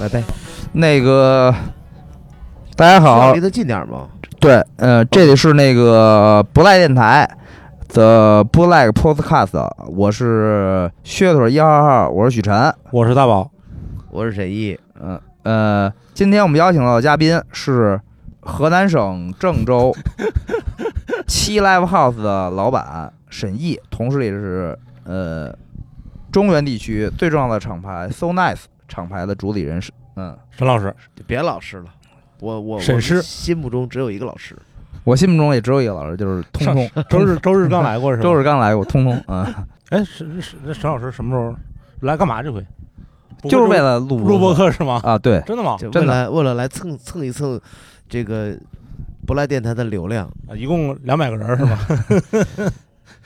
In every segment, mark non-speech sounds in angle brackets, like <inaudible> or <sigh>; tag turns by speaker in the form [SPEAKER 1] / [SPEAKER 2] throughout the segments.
[SPEAKER 1] 来呗，
[SPEAKER 2] 那个，大家好
[SPEAKER 1] 离，得近点吗？
[SPEAKER 2] 对，呃，这里是那个不赖电台的不赖 Podcast，我是靴腿一号号，我是许晨，
[SPEAKER 3] 我是大宝，
[SPEAKER 1] 我是沈毅，
[SPEAKER 2] 嗯呃今天我们邀请到的嘉宾是河南省郑州七 Live House 的老板沈毅，同时也是呃中原地区最重要的厂牌 So Nice 厂牌的主理人是，嗯，
[SPEAKER 3] 沈老师，
[SPEAKER 1] 别老师了，我我
[SPEAKER 3] 沈
[SPEAKER 1] 我
[SPEAKER 3] 师
[SPEAKER 1] 心目中只有一个老师，
[SPEAKER 2] 我心目中也只有一个老师，就是通
[SPEAKER 3] 上
[SPEAKER 2] 通。
[SPEAKER 3] 周日 <laughs> 周日刚来过是吧？
[SPEAKER 2] 周日刚来过，通通啊。嗯
[SPEAKER 3] 哎，沈沈那沈老师什么时候来？干嘛这回？不会
[SPEAKER 2] 就是为了录
[SPEAKER 3] 录录播客是吗？
[SPEAKER 2] 啊，
[SPEAKER 3] <laughs>
[SPEAKER 2] 对，
[SPEAKER 3] 真的吗？
[SPEAKER 1] 就
[SPEAKER 2] 真
[SPEAKER 1] 为
[SPEAKER 2] 的
[SPEAKER 1] 了为了来蹭蹭一蹭这个不赖电台的流量，
[SPEAKER 3] 啊一共两百个人是 <laughs> 吗？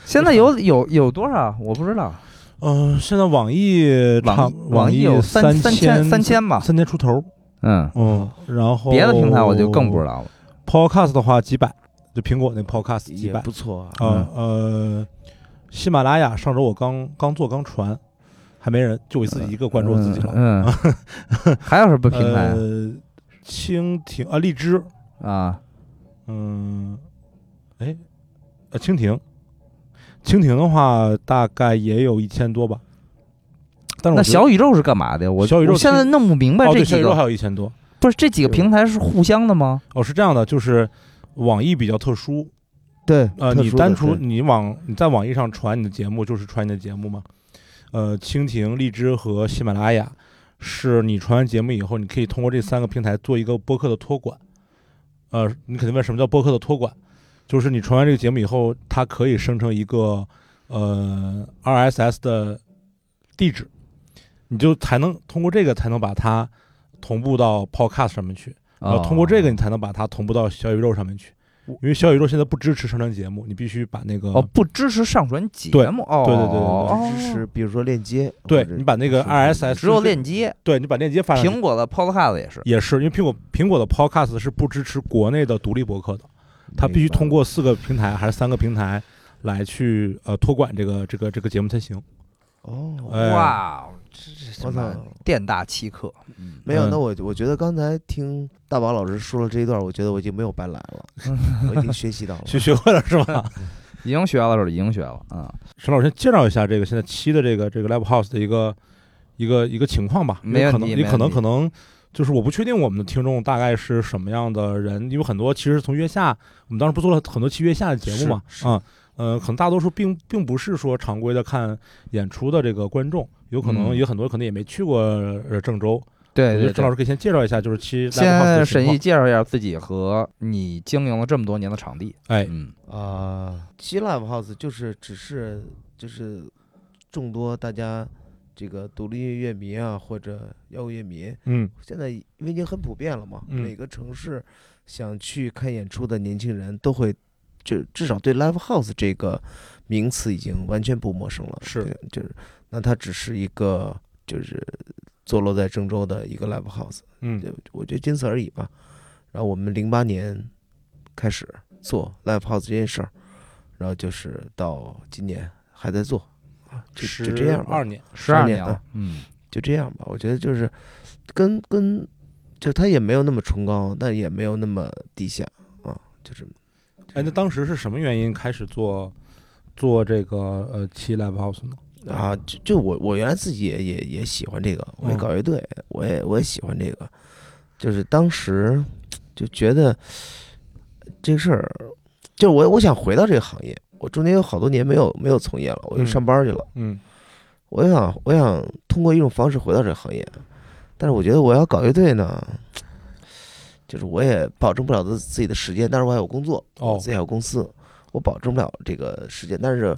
[SPEAKER 2] 现在有有有多少？我不知道，
[SPEAKER 3] 嗯，现在网易差
[SPEAKER 2] 网
[SPEAKER 3] 不
[SPEAKER 2] 网易
[SPEAKER 3] 易
[SPEAKER 2] 有三
[SPEAKER 3] 三
[SPEAKER 2] 三千三千吧，
[SPEAKER 3] 三千出头，
[SPEAKER 2] 嗯，
[SPEAKER 3] 嗯，然后
[SPEAKER 2] 别的平台我就更不知。
[SPEAKER 3] 哦
[SPEAKER 2] 道了。
[SPEAKER 3] Podcast 的话几百，就苹果那 Podcast 几
[SPEAKER 1] 也
[SPEAKER 3] 百
[SPEAKER 1] 不错啊。
[SPEAKER 3] 啊
[SPEAKER 2] 嗯
[SPEAKER 3] 呃，喜马拉雅上周我刚刚做刚传，还没人，就我自己一个关注我自己了。
[SPEAKER 2] 嗯，
[SPEAKER 3] <laughs>
[SPEAKER 2] 嗯还有什么平台
[SPEAKER 3] 呃，蜻蜓啊，荔枝，
[SPEAKER 2] 啊？
[SPEAKER 3] 嗯，哎，呃，蜻蜓，蜻蜓的话大概也有一千多吧，但是
[SPEAKER 2] 那
[SPEAKER 3] 我觉得
[SPEAKER 2] 小宇宙是干嘛的呀？我
[SPEAKER 3] 小宇宙
[SPEAKER 2] 我现在
[SPEAKER 3] 其
[SPEAKER 2] 弄不明白
[SPEAKER 3] 哦，
[SPEAKER 2] 这
[SPEAKER 3] 对，小
[SPEAKER 2] 几
[SPEAKER 3] 宇宙还
[SPEAKER 2] 个，
[SPEAKER 3] 有一千多。
[SPEAKER 2] 不是这几个平台是互相的吗？
[SPEAKER 3] 哦，是这样的，就是网易比较特殊，
[SPEAKER 1] 对，
[SPEAKER 3] 呃，
[SPEAKER 1] 特
[SPEAKER 3] 你
[SPEAKER 1] 殊的
[SPEAKER 3] 单纯
[SPEAKER 1] 对
[SPEAKER 3] 你网你在网易上传你的节目就是传你的节目嘛，呃，蜻蜓、荔枝和喜马拉雅是你传完节目以后，你可以通过这三个平台做一个播客的托管。呃，你肯定问什么叫播客的托管，就是你传完这个节目以后，它可以生成一个呃 RSS 的地址，你就才能通过这个才能把它同步到 Podcast 上面去。然
[SPEAKER 2] 啊
[SPEAKER 3] 后，呃通过这个你才能把它同步到小宇宙上面去，因为小宇宙现在不支持上传节目，你必须把那个、
[SPEAKER 2] 哦，不支持上传节目哦，
[SPEAKER 3] 对对对对
[SPEAKER 2] 哦
[SPEAKER 1] 只支持，比如说链接，
[SPEAKER 3] 对
[SPEAKER 1] 或者
[SPEAKER 3] 你把那个
[SPEAKER 1] 是
[SPEAKER 3] RSS
[SPEAKER 2] 只有链接。
[SPEAKER 3] 对你把链接发上去
[SPEAKER 2] 苹果的 Podcast 也是，
[SPEAKER 3] 也是，因为苹果苹果的 Podcast 是不支持国内的独立博客的，它必须
[SPEAKER 1] 明白
[SPEAKER 3] 通过四个平台还是三个平台来去呃托管这个这个这个节目才行。
[SPEAKER 1] 哦，
[SPEAKER 3] 哎
[SPEAKER 2] 哇，这这什
[SPEAKER 1] 我操
[SPEAKER 2] 么，店大欺客，
[SPEAKER 1] 没有，
[SPEAKER 3] 嗯
[SPEAKER 1] 那我我觉得刚才听大宝老师说了这一段，我觉得我已经没有白来
[SPEAKER 3] <laughs>
[SPEAKER 1] 了，我已经学习到了。
[SPEAKER 3] 学学会了是吧？
[SPEAKER 2] 已经学了是吧？已经学了啊。
[SPEAKER 3] 沈老师先介绍一下这个现在七的这个这个 Live House 的一个一个一个情况吧。因为
[SPEAKER 2] 没问
[SPEAKER 3] 可
[SPEAKER 2] 题
[SPEAKER 3] 能
[SPEAKER 2] 没
[SPEAKER 3] 你可
[SPEAKER 2] 问
[SPEAKER 3] 能
[SPEAKER 2] 题
[SPEAKER 3] 可能就是我不确定我们的听众大概是什么样的人，因为很多其实从月下，我们当时不做了很多期月下的节目嘛，
[SPEAKER 1] 是是
[SPEAKER 3] 啊、呃，可能大多数并并不是说常规的看演出的这个观众，有可能
[SPEAKER 2] 嗯
[SPEAKER 3] 有很多可能也没去过呃郑州。
[SPEAKER 2] 对
[SPEAKER 3] 我觉
[SPEAKER 2] 对
[SPEAKER 3] 得
[SPEAKER 2] 对
[SPEAKER 3] 郑老，师可以先介绍一下，就是七 Live
[SPEAKER 2] 先
[SPEAKER 3] House 的情
[SPEAKER 2] 沈
[SPEAKER 3] 况
[SPEAKER 2] 毅。介绍一下自己和你经营了这么多年的场地。
[SPEAKER 3] 哎，
[SPEAKER 2] 嗯，
[SPEAKER 1] 啊，七 Live House 就是只是就是众多大家这个独立乐迷啊，或者摇滚乐迷，
[SPEAKER 3] 嗯
[SPEAKER 1] 现在因为已经很普遍了嘛，
[SPEAKER 3] 嗯
[SPEAKER 1] 每个城市想去看演出的年轻人都会，就至少对 Live House 这个名词已经完全不陌生了。
[SPEAKER 3] 是
[SPEAKER 1] 对，就是那它只是一个就是坐落在郑州的一个 Live House。
[SPEAKER 3] 嗯，
[SPEAKER 1] 就我觉得仅此而已吧。然后我们零八年开始做 live house 这件事儿，然后就是到今年还在做，啊，就就这样吧
[SPEAKER 3] 二，年，
[SPEAKER 2] 十二
[SPEAKER 1] 12
[SPEAKER 2] 年
[SPEAKER 1] 年
[SPEAKER 2] 了
[SPEAKER 1] 了，
[SPEAKER 2] 嗯，
[SPEAKER 1] 就这样吧。我觉得就是跟跟就它也没有那么崇高，但也没有那么地下啊，就是
[SPEAKER 3] 哎，那当时是什么原因开始做做这个呃七 Live House 呢？
[SPEAKER 1] 啊，就就我我原来自己也也也喜欢这个，我也
[SPEAKER 3] 嗯
[SPEAKER 1] 搞乐队，我也我也喜欢这个，就是当时就觉得这个事儿，就我我想回到这个行业，我中间有好多年没有没有从业了，我就
[SPEAKER 3] 嗯
[SPEAKER 1] 上班去了，
[SPEAKER 3] 嗯
[SPEAKER 1] 我想我想通过一种方式回到这个行业，但是我觉得我要搞乐队呢。就是我也保证不了自自己的时间，但是我还有工作，
[SPEAKER 3] 哦
[SPEAKER 1] 我自己还有公司，我保证不了这个时间。但是，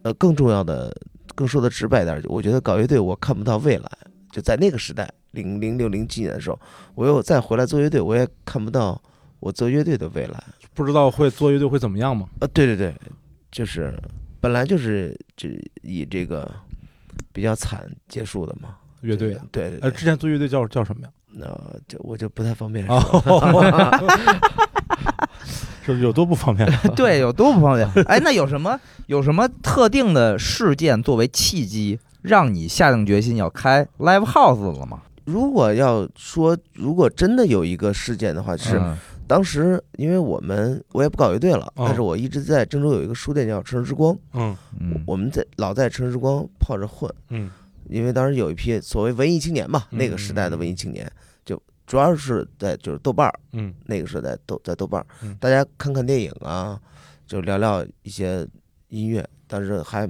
[SPEAKER 1] 呃，更重要的，更说的直白一点，我觉得搞乐队我看不到未来。就在那个时代，零零六零七年的时候，我又再回来做乐队，我也看不到我做乐队的未来。
[SPEAKER 3] 不知道会做乐队会怎么样吗？
[SPEAKER 1] 啊，对对对，就是本来就是这以这个比较惨结束的嘛。
[SPEAKER 3] 乐队
[SPEAKER 1] 这
[SPEAKER 3] 啊
[SPEAKER 1] 个，对对对，
[SPEAKER 3] 呃，之前做乐队叫叫什么呀？
[SPEAKER 1] 那、就我就不太方便说。
[SPEAKER 3] 哦， <laughs> 是不是有多不方 <laughs> 便？
[SPEAKER 2] 嗯 <laughs> 对，有多不方便？哎，那有什么有什么特定的事件作为契机让你下定决心要开 live house 了吗？
[SPEAKER 1] 如果要说，如果真的有一个事件的话，是
[SPEAKER 2] 嗯
[SPEAKER 1] 当时因为我们我也不搞乐队了，
[SPEAKER 3] 哦
[SPEAKER 1] 但是我一直在郑州有一个书店叫城市之光，
[SPEAKER 3] 嗯
[SPEAKER 2] 嗯，
[SPEAKER 1] 我们在老在城市之光泡着混，
[SPEAKER 3] 嗯
[SPEAKER 1] 因为当时有一批所谓文艺青年嘛，
[SPEAKER 3] 嗯
[SPEAKER 1] 那个时代的文艺青年，就主要是在就是豆瓣儿
[SPEAKER 3] 嗯
[SPEAKER 1] 那个时代豆在豆瓣儿
[SPEAKER 3] 嗯，
[SPEAKER 1] 大家看看电影啊，就聊聊一些音乐，但是还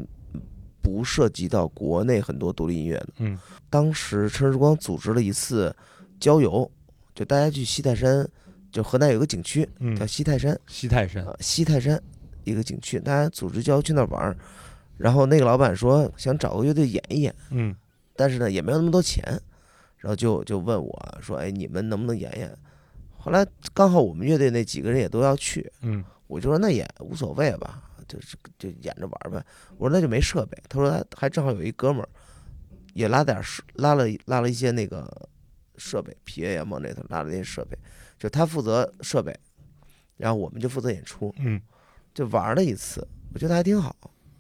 [SPEAKER 1] 不涉及到国内很多独立音乐的。
[SPEAKER 3] 嗯
[SPEAKER 1] 当时城市之光组织了一次郊游，就大家去西泰山，就河南有个景区叫
[SPEAKER 3] 嗯，
[SPEAKER 1] 西泰山，
[SPEAKER 3] 西泰山
[SPEAKER 1] 啊，西泰山一个景区，大家组织郊游去那儿玩儿。然后那个老板说想找个乐队演一演，
[SPEAKER 3] 嗯
[SPEAKER 1] 但是呢也没有那么多钱，然后就就问我说：“哎，你们能不能演演？”后来刚好我们乐队那几个人也都要去，
[SPEAKER 3] 嗯
[SPEAKER 1] 我就说那也无所谓吧，就是就演着玩儿呗。我说那就没设备，他说他还正好有一哥们儿也拉点儿设拉了拉了一些那个设备，皮爷也往这头拉了一些设备，就他负责设备，然后我们就负责演出。
[SPEAKER 3] 嗯
[SPEAKER 1] 就玩了一次，我觉得还挺好，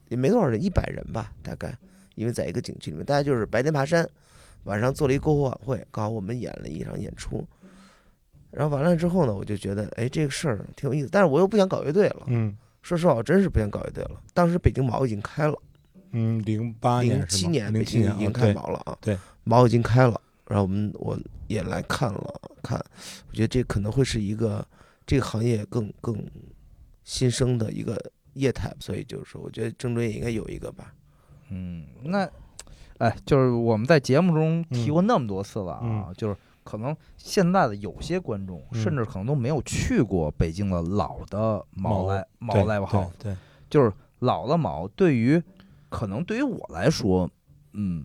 [SPEAKER 1] 也没多少人，一百人吧，大概，因为在一个景区里面，大家就是白天爬山，晚上做了一篝火晚会，刚好我们演了一场演出，然后完了之后呢，我就觉得，哎，这个事儿挺有意思，但是我又不想搞乐队了，
[SPEAKER 3] 嗯
[SPEAKER 1] 说实话，我真是不想搞乐队了。当时北京毛已经开了，
[SPEAKER 3] 嗯，零八
[SPEAKER 1] 零
[SPEAKER 3] 年
[SPEAKER 1] 七
[SPEAKER 3] 是
[SPEAKER 1] 年
[SPEAKER 3] 吗？
[SPEAKER 1] 北
[SPEAKER 3] 零七
[SPEAKER 1] 京
[SPEAKER 3] 年
[SPEAKER 1] 已经
[SPEAKER 3] 啊
[SPEAKER 1] 开
[SPEAKER 3] 对，
[SPEAKER 1] 毛了啊，
[SPEAKER 3] 对，
[SPEAKER 1] 毛已经开了，然后我们我也来看了看，我觉得这可能会是一个这个行业更更新生的一个业态，所以就是说，我觉得郑州也应该有一个吧，
[SPEAKER 2] 嗯，那，哎，就是我们在节目中提过那么多次了啊，
[SPEAKER 3] 嗯
[SPEAKER 2] 就是可能现在的有些观众，
[SPEAKER 3] 嗯
[SPEAKER 2] 甚至可能都没有去过北京的老的毛
[SPEAKER 3] 毛
[SPEAKER 2] 来毛
[SPEAKER 3] 对
[SPEAKER 2] live
[SPEAKER 3] 对
[SPEAKER 2] house，
[SPEAKER 3] 对，
[SPEAKER 2] 就是老的毛，对于可能对于我来说，嗯，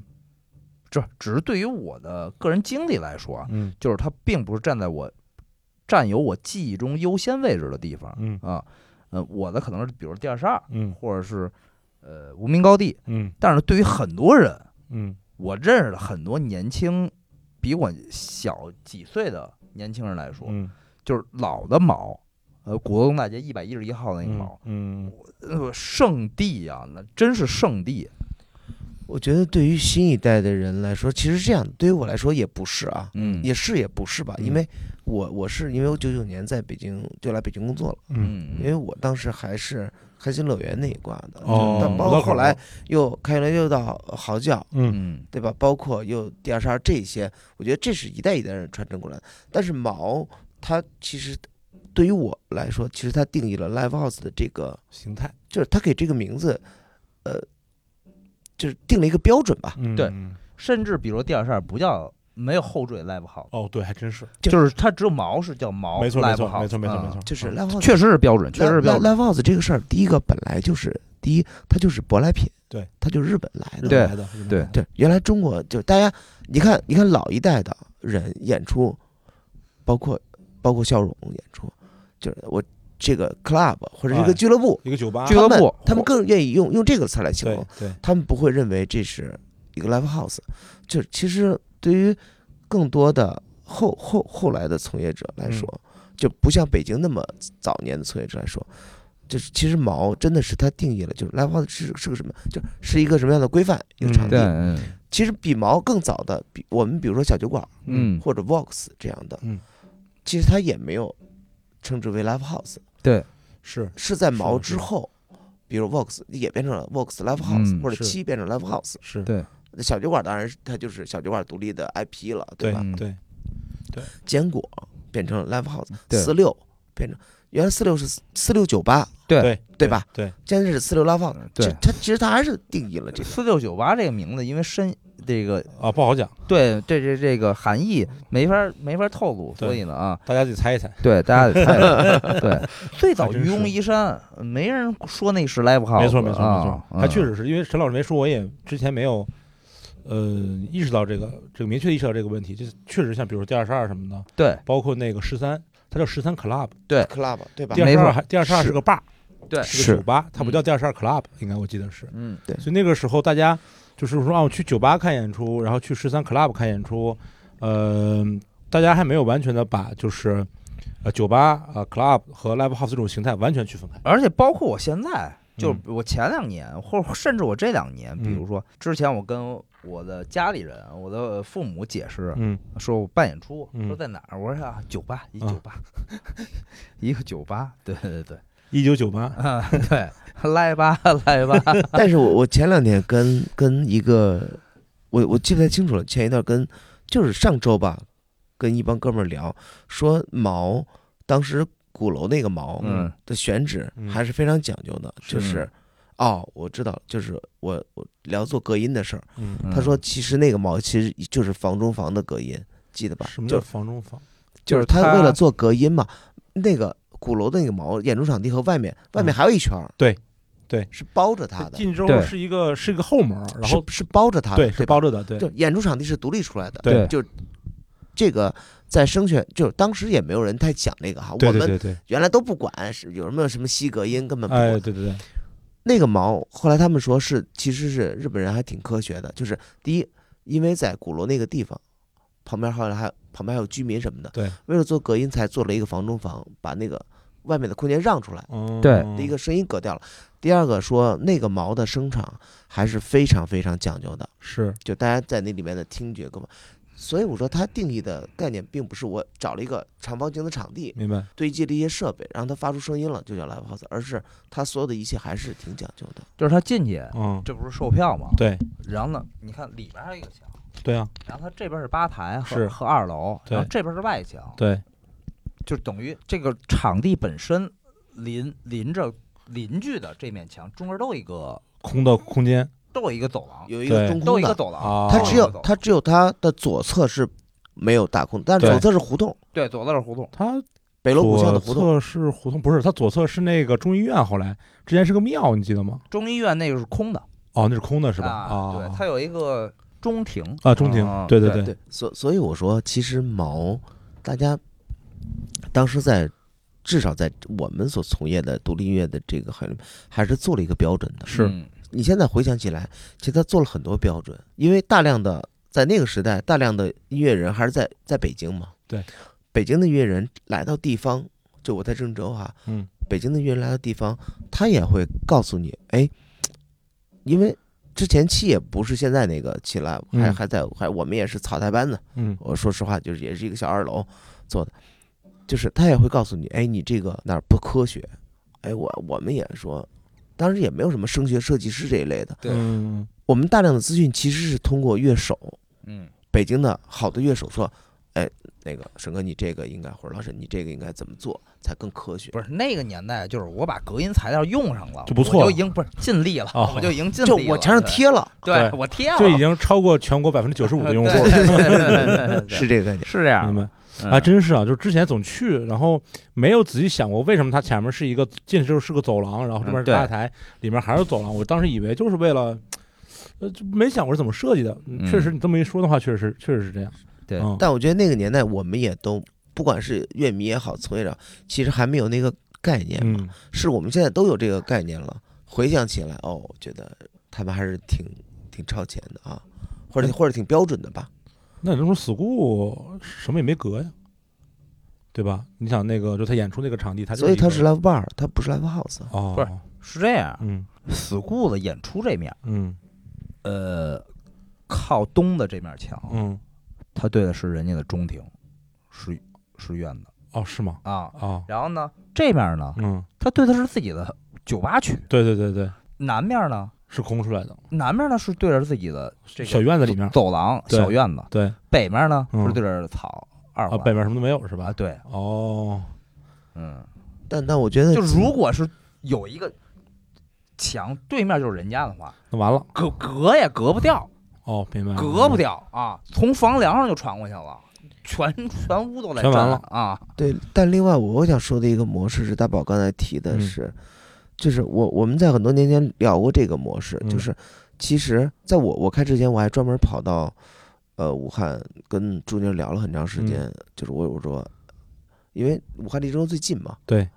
[SPEAKER 2] 这只是对于我的个人经历来说啊，
[SPEAKER 3] 嗯
[SPEAKER 2] 就是它并不是站在我占有我记忆中优先位置的地方
[SPEAKER 3] 嗯
[SPEAKER 2] 啊，嗯，我的可能是比如第二十二，
[SPEAKER 3] 嗯
[SPEAKER 2] 或者是呃无名高地，
[SPEAKER 3] 嗯
[SPEAKER 2] 但是对于很多人。
[SPEAKER 3] 嗯
[SPEAKER 2] 我认识了很多年轻，比我小几岁的年轻人来说，
[SPEAKER 3] 嗯，
[SPEAKER 2] 就是老的毛，呃，鼓楼东大街一百一十一号那个
[SPEAKER 3] 嗯
[SPEAKER 2] 毛，
[SPEAKER 3] 嗯
[SPEAKER 2] 呃，圣地啊，那真是圣地。
[SPEAKER 1] 我觉得对于新一代的人来说，其实这样对于我来说也不是啊，
[SPEAKER 2] 嗯
[SPEAKER 1] 也是也不是吧，
[SPEAKER 3] 嗯
[SPEAKER 1] 因为我我是因为我九九年在北京就来北京工作了，
[SPEAKER 3] 嗯
[SPEAKER 2] 嗯，
[SPEAKER 1] 因为我当时还是开心乐园那一挂的，
[SPEAKER 3] 哦
[SPEAKER 1] 但包
[SPEAKER 3] 五
[SPEAKER 1] 括
[SPEAKER 3] 道口
[SPEAKER 1] 后来又开心乐园又到嚎叫。
[SPEAKER 3] 嗯
[SPEAKER 2] 嗯
[SPEAKER 1] 对吧？包括又第二十二这些，我觉得这是一代一代人传承过来的。但是毛，它其实对于我来说，其实它定义了 live house 的这个，
[SPEAKER 3] 形态，
[SPEAKER 1] 就是它给这个名字，呃，就是定了一个标准吧。
[SPEAKER 3] 嗯
[SPEAKER 2] 对甚至比如第二十二不叫没有后缀 live house，
[SPEAKER 3] 哦对，还真是，
[SPEAKER 1] 就
[SPEAKER 2] 就是它只有毛是叫毛 live
[SPEAKER 3] 没
[SPEAKER 2] house，
[SPEAKER 3] 错没错没错没错
[SPEAKER 2] 啊
[SPEAKER 3] 没错，
[SPEAKER 1] 就是
[SPEAKER 3] 嗯
[SPEAKER 1] live house，
[SPEAKER 2] 确实是标准，确实是标
[SPEAKER 1] live
[SPEAKER 2] 准。
[SPEAKER 1] live house 这个事儿，第一个本来就是第一，它就是舶来品，
[SPEAKER 3] 对，
[SPEAKER 1] 它就是日本来的。
[SPEAKER 3] 日
[SPEAKER 2] 对
[SPEAKER 3] 本来的，日本
[SPEAKER 2] 对
[SPEAKER 3] 来的，
[SPEAKER 1] 对，原来中国就是大家，你看，你看老一代的人演出，包括包括笑容演出，就是我这个 club 或者这
[SPEAKER 3] 哎
[SPEAKER 1] 个俱乐部，
[SPEAKER 3] 一个酒吧，
[SPEAKER 2] 俱乐部
[SPEAKER 1] 他们他们
[SPEAKER 2] 或
[SPEAKER 1] 更愿意用用这个词儿来形
[SPEAKER 3] 对
[SPEAKER 1] 容，
[SPEAKER 3] 对，
[SPEAKER 1] 他们不会认为这是一个 live house。就是其实对于更多的后后后来的从业者来
[SPEAKER 2] 嗯
[SPEAKER 1] 说，就不像北京那么早年的从业者来说。就是其实毛真的是他定义了，就是 live house 是是个什么，就是一个什么样的规范，一个
[SPEAKER 3] 嗯
[SPEAKER 1] 场地，
[SPEAKER 2] 对，嗯
[SPEAKER 1] 其实比毛更早的，比我们比如说小酒馆
[SPEAKER 2] 嗯，
[SPEAKER 1] 或者 Vox 这样的，
[SPEAKER 3] 嗯，
[SPEAKER 1] 其实它也没有称之为 Live House，
[SPEAKER 2] 对，
[SPEAKER 3] 是
[SPEAKER 1] 是在毛
[SPEAKER 3] 是
[SPEAKER 1] 之
[SPEAKER 3] 的
[SPEAKER 1] 后，比如 Vox 也变成了 Vox Live House，、
[SPEAKER 2] 嗯
[SPEAKER 1] 或者
[SPEAKER 3] 是
[SPEAKER 1] 七变成 Live House，
[SPEAKER 3] 是，
[SPEAKER 2] 对，
[SPEAKER 1] 小酒馆当然是它就是小酒馆独立的 IP 了，
[SPEAKER 3] 对
[SPEAKER 1] 吧？
[SPEAKER 2] 嗯
[SPEAKER 3] 对，
[SPEAKER 1] 坚果变成了 Live House，
[SPEAKER 2] 对
[SPEAKER 1] 四六变成原来四六是四六九八，
[SPEAKER 2] 对
[SPEAKER 3] 对
[SPEAKER 1] 对吧？
[SPEAKER 3] 对，
[SPEAKER 1] 现在是四六 Live House，
[SPEAKER 2] 对
[SPEAKER 1] 这它其实它还是定义了这个，
[SPEAKER 2] 四六九八这个名字，因为深这个
[SPEAKER 3] 啊，不好讲，
[SPEAKER 2] 对这这这个含义没法没法透露，
[SPEAKER 3] 对
[SPEAKER 2] 所以呢啊，
[SPEAKER 3] 大家自己猜一猜，
[SPEAKER 2] 对，大家得猜。
[SPEAKER 3] <laughs>
[SPEAKER 2] 对，最早
[SPEAKER 3] 还真
[SPEAKER 2] 愚公
[SPEAKER 3] 是
[SPEAKER 2] 移山，没人说那是 live house。
[SPEAKER 3] 没错没错没错
[SPEAKER 2] 啊，
[SPEAKER 3] 还确。实是因为陈老师没说，我也之前没有。呃，意识到这个，这个明确地意识到这个问题，就是确实像比如第二十二什么的，
[SPEAKER 2] 嗯对
[SPEAKER 3] 包括那个十三，它叫十三 club，
[SPEAKER 1] club 对吧
[SPEAKER 3] 第？二
[SPEAKER 2] 没
[SPEAKER 3] 十
[SPEAKER 2] 错
[SPEAKER 3] 二还第二十二是个 bar，
[SPEAKER 2] 对
[SPEAKER 3] 是个酒吧，它
[SPEAKER 2] 嗯
[SPEAKER 3] 不叫第二十二 club，应该我记得是。
[SPEAKER 2] 嗯，
[SPEAKER 1] 对
[SPEAKER 3] 所以那个时候大家就是说啊，我去酒吧看演出，然后去十三 club 看演出，呃，大家还没有完全的把就是呃酒吧啊、呃 club 和 live house 这种形态完全区分开。
[SPEAKER 2] 而且包括我现在，就是我前两年，或者甚至我这两年，比如
[SPEAKER 3] 嗯
[SPEAKER 2] 说之前我跟我的家里人、我的父母解释，
[SPEAKER 3] 嗯
[SPEAKER 2] 说我办演出，
[SPEAKER 3] 嗯
[SPEAKER 2] 说在哪儿？我说啊，酒吧，一
[SPEAKER 3] 啊
[SPEAKER 2] 酒吧， <laughs> 一个酒吧，对对对，
[SPEAKER 3] 一九九八，
[SPEAKER 2] 啊，对，来吧来吧，
[SPEAKER 1] 但是我我前两天跟跟一个，我我记不太清楚了，前一段跟就是上周吧，跟一帮哥们儿聊，说毛当时鼓楼那个毛
[SPEAKER 2] 嗯
[SPEAKER 1] 的选址
[SPEAKER 3] 嗯
[SPEAKER 1] 还是非常讲究的，
[SPEAKER 2] 是
[SPEAKER 1] 就是。哦，我知道了，就是我我聊做隔音的事儿。
[SPEAKER 3] 嗯，
[SPEAKER 1] 他说，其实那个毛其实就是房中房的隔音，记得吧？
[SPEAKER 3] 什么
[SPEAKER 1] 就
[SPEAKER 3] 叫房中房？
[SPEAKER 1] 就是
[SPEAKER 2] 他
[SPEAKER 1] 他为了做隔音嘛，那个鼓楼的那个毛演出场地和外面，外面
[SPEAKER 3] 嗯
[SPEAKER 1] 还有一圈儿，
[SPEAKER 3] 对对
[SPEAKER 1] 是包着它的，
[SPEAKER 3] 进之
[SPEAKER 2] 对
[SPEAKER 3] 后是一个是一个后门儿，然后
[SPEAKER 1] 是是包着它的，
[SPEAKER 3] 对
[SPEAKER 1] 吧
[SPEAKER 3] 是包着的，对
[SPEAKER 1] 就演出场地是独立出来的，
[SPEAKER 2] 对
[SPEAKER 1] 就这个在声学，就当时也没有人太讲这个哈，
[SPEAKER 3] 对
[SPEAKER 1] 我
[SPEAKER 3] 对
[SPEAKER 1] 们
[SPEAKER 3] 对对，
[SPEAKER 1] 原来都不管是有什么什么吸隔音，根本不管。
[SPEAKER 3] 哎对对对，
[SPEAKER 1] 那个毛，后来他们说是其实是日本人还挺科学的，就是第一，因为在鼓楼那个地方旁边后来还有旁边还有居民什么的，
[SPEAKER 3] 对，
[SPEAKER 1] 为了做隔音才做了一个房中房，把那个外面的空间让出来。
[SPEAKER 3] 嗯
[SPEAKER 2] 对
[SPEAKER 1] 第一个声音隔掉了，第二个说那个毛的声场还是非常非常讲究的，
[SPEAKER 3] 是
[SPEAKER 1] 就大家在那里面的听觉各方，所以我说它定义的概念并不是我找了一个长方形的场地，
[SPEAKER 3] 明白，
[SPEAKER 1] 堆积了一些设备，让它发出声音了就叫 live house，而是它所有的一切还是挺讲究的。
[SPEAKER 2] 就是他进去，
[SPEAKER 3] 嗯，
[SPEAKER 2] 这不是售票吗？。
[SPEAKER 3] 对
[SPEAKER 2] 然后呢，你看里边还有一个墙，
[SPEAKER 3] 对啊，
[SPEAKER 2] 然后它这边是吧台和
[SPEAKER 3] 是
[SPEAKER 2] 和二楼，
[SPEAKER 3] 对
[SPEAKER 2] 然后这边是外墙，
[SPEAKER 3] 对
[SPEAKER 2] 就等于这个场地本身临临着邻居的这面墙，中间都有一个
[SPEAKER 3] 空的空间
[SPEAKER 2] 都有一个走廊，
[SPEAKER 1] 有一个
[SPEAKER 3] 对
[SPEAKER 1] 中
[SPEAKER 2] 都有一
[SPEAKER 1] 空
[SPEAKER 2] 个
[SPEAKER 1] 的，
[SPEAKER 2] 走廊，
[SPEAKER 3] 啊，
[SPEAKER 1] 它只有
[SPEAKER 2] 哦懂
[SPEAKER 1] 它只有它的左侧是没有大空，但是
[SPEAKER 3] 对
[SPEAKER 1] 左侧是胡同，
[SPEAKER 2] 对，左侧是胡同，
[SPEAKER 3] 它
[SPEAKER 1] 北锣鼓呃巷的
[SPEAKER 3] 左
[SPEAKER 1] 胡同。
[SPEAKER 3] 侧是胡同，不是它左侧是那个中医院，后来之前是个庙，你记得吗？
[SPEAKER 2] 中医院那个是空的，
[SPEAKER 3] 哦，那是空的是吧？
[SPEAKER 2] 啊，对，它有一个中庭，
[SPEAKER 3] 啊，中庭
[SPEAKER 2] 啊，
[SPEAKER 3] 对
[SPEAKER 2] 对
[SPEAKER 3] 对，
[SPEAKER 1] 对，所所以我说，其实毛，大家当时在至少在我们所从业的独立音乐的这个行业，还是做了一个标准的。
[SPEAKER 3] 是
[SPEAKER 2] 嗯
[SPEAKER 1] 你现在回想起来，其实他做了很多标准，因为大量的在那个时代，大量的音乐人还是在在北京嘛。
[SPEAKER 3] 对，
[SPEAKER 1] 北京的音乐人来到地方，就我在郑州哈、
[SPEAKER 3] 嗯，
[SPEAKER 1] 北京的音乐人来到地方，他也会告诉你，哎，因为之前期也不是现在那个期了，还
[SPEAKER 3] 嗯
[SPEAKER 1] 还在还我们也是草台班子，
[SPEAKER 3] 嗯
[SPEAKER 1] 我说实话就是也是一个小二楼做的，就是他也会告诉你，哎，你这个哪儿不科学，哎，我我们也说，当时也没有什么声学设计师这一类的，
[SPEAKER 2] 对
[SPEAKER 3] 嗯
[SPEAKER 1] 我们大量的资讯其实是通过乐手，
[SPEAKER 2] 嗯，
[SPEAKER 1] 北京的好的乐手说，哎，那个沈哥你这个应该，或者老沈你这个应该怎么做才更科学？
[SPEAKER 2] 不是那个年代，就是我把隔音材料用上了，
[SPEAKER 3] 就不错
[SPEAKER 2] 我
[SPEAKER 3] 了
[SPEAKER 2] 就已经不是尽力了，
[SPEAKER 3] 哦
[SPEAKER 2] 我就已经尽力
[SPEAKER 1] 就
[SPEAKER 2] 了，
[SPEAKER 1] 我墙上
[SPEAKER 2] 对，
[SPEAKER 1] 贴了，
[SPEAKER 2] 对
[SPEAKER 3] 对
[SPEAKER 2] 我贴了，
[SPEAKER 3] 就已经超过全国百分之九十五的用户
[SPEAKER 2] <laughs> 对
[SPEAKER 3] 了，
[SPEAKER 2] 对对对
[SPEAKER 3] <laughs>
[SPEAKER 2] 对对对
[SPEAKER 1] 是这个概念。
[SPEAKER 2] 是这样
[SPEAKER 3] 明
[SPEAKER 2] 的
[SPEAKER 3] 白？
[SPEAKER 2] 嗯
[SPEAKER 3] 啊，真是啊，就之前总去，然后没有仔细想过为什么它前面是一个进去就是个走廊，然后这边
[SPEAKER 2] 嗯
[SPEAKER 3] 是
[SPEAKER 2] 对
[SPEAKER 3] 吧台，里面还是走廊。我当时以为就是为了，呃，就没想过是怎么设计的。嗯
[SPEAKER 2] 嗯
[SPEAKER 3] 确实，你这么一说的话，确实是确实是这样。
[SPEAKER 2] 对
[SPEAKER 3] 嗯
[SPEAKER 1] 但我觉得那个年代我们也都，不管是乐迷也好，从业者，其实还没有那个概念，
[SPEAKER 3] 嗯，
[SPEAKER 1] 是我们现在都有这个概念了。回想起来，哦，我觉得他们还是挺挺超前的啊，或
[SPEAKER 3] 哎
[SPEAKER 1] 者或者挺标准的吧。
[SPEAKER 3] 那你这么 school 什么也没隔呀，对吧？你想那个，就他演出那个场地，他
[SPEAKER 1] 所以
[SPEAKER 3] 他
[SPEAKER 1] 它是 live bar，它不是 live house。
[SPEAKER 3] 哦，
[SPEAKER 2] 不是是这样
[SPEAKER 3] 嗯
[SPEAKER 2] ，school 的演出这面，
[SPEAKER 3] 嗯
[SPEAKER 2] 呃，靠东的这面墙，
[SPEAKER 1] 哦
[SPEAKER 3] 嗯，
[SPEAKER 2] 它对的是人家的中庭，是是院子
[SPEAKER 3] 哦，是吗？
[SPEAKER 2] 啊。
[SPEAKER 3] 哦，
[SPEAKER 2] 然后呢，这面呢，
[SPEAKER 3] 嗯，
[SPEAKER 2] 它对的是自己的酒吧区，
[SPEAKER 3] 对对对对，
[SPEAKER 2] 南面呢，
[SPEAKER 3] 是空出来的，
[SPEAKER 2] 南面呢是对着自己的这个
[SPEAKER 3] 小院子里面
[SPEAKER 2] 走廊、
[SPEAKER 3] 对
[SPEAKER 2] 小院子，
[SPEAKER 3] 对
[SPEAKER 2] 北面呢
[SPEAKER 3] 嗯
[SPEAKER 2] 是对着草二
[SPEAKER 3] 啊，
[SPEAKER 2] 环
[SPEAKER 3] 北面什么都没有是
[SPEAKER 2] 啊，
[SPEAKER 3] 吧？
[SPEAKER 2] 对，
[SPEAKER 3] 哦，
[SPEAKER 2] 嗯，
[SPEAKER 1] 但但我觉得
[SPEAKER 2] 就如果是有一个墙对面就是人家的话，
[SPEAKER 3] 那完了，
[SPEAKER 2] 隔隔也隔不掉，
[SPEAKER 3] 哦，明白了，
[SPEAKER 2] 隔不
[SPEAKER 3] 嗯，
[SPEAKER 2] 掉啊，从房梁上就传过去了，全全屋都在
[SPEAKER 3] 全完
[SPEAKER 2] 震
[SPEAKER 3] 了
[SPEAKER 2] 啊，
[SPEAKER 1] 对，但另外我想说的一个模式是大宝刚才提的
[SPEAKER 3] 嗯
[SPEAKER 1] 是，就是我我们在很多年前聊过这个模式，就
[SPEAKER 3] 嗯
[SPEAKER 1] 是其实在我我开之前，我还专门跑到呃武汉跟朱宁聊了很长时
[SPEAKER 3] 嗯
[SPEAKER 1] 间，就是我我说，因为武汉离郑州最近嘛，
[SPEAKER 3] 对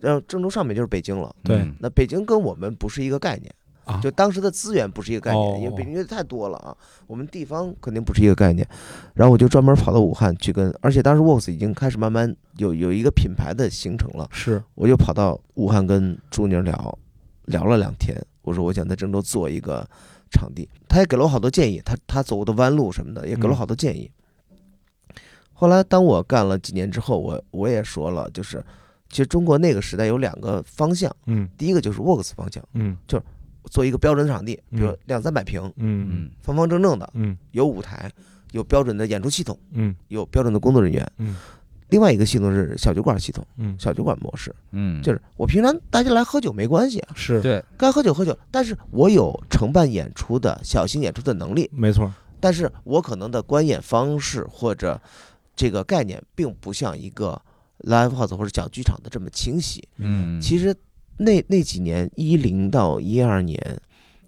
[SPEAKER 1] 然后郑州上面就是北京了，
[SPEAKER 3] 对
[SPEAKER 2] 嗯
[SPEAKER 1] 那北京跟我们不是一个概念。
[SPEAKER 3] 啊哦
[SPEAKER 1] 就当时的资源不是一个概念，因为北京乐队太多了啊，我们地方肯定不是一个概念。然后我就专门跑到武汉去跟，而且当时 Vox 已经开始慢慢有有一个品牌的形成了，
[SPEAKER 3] 是
[SPEAKER 1] 我就跑到武汉跟朱宁聊，聊了两天，我说我想在郑州做一个场地，他也给了我好多建议，他他走的弯路什么的也给了我
[SPEAKER 3] 嗯
[SPEAKER 1] 好多建议。后来当我干了几年之后，我我也说了，就是其实中国那个时代有两个方向，
[SPEAKER 3] 嗯
[SPEAKER 1] 第一个就是 works 方向，
[SPEAKER 3] 嗯
[SPEAKER 1] 做一个标准的场地，比如
[SPEAKER 3] 嗯
[SPEAKER 1] 两三百平，
[SPEAKER 3] 嗯
[SPEAKER 2] 嗯
[SPEAKER 1] 方方正正的，
[SPEAKER 3] 嗯
[SPEAKER 1] 有舞台，有标准的演出系统，
[SPEAKER 3] 嗯
[SPEAKER 1] 有标准的工作人员。
[SPEAKER 3] 嗯
[SPEAKER 1] 另外一个系统是小酒馆系统，
[SPEAKER 3] 嗯，
[SPEAKER 1] 小酒馆模式，
[SPEAKER 2] 嗯，
[SPEAKER 1] 就是我平常大家来喝酒没关系啊，
[SPEAKER 3] 是
[SPEAKER 2] 对，
[SPEAKER 1] 该喝酒喝酒，但是我有承办演出的小型演出的能力，
[SPEAKER 3] 没错，
[SPEAKER 1] 但是我可能的观演方式或者这个概念，并不像一个 live house 或者小剧场的这么清晰。
[SPEAKER 2] 嗯，
[SPEAKER 1] 其实那那几年，一零到一二年，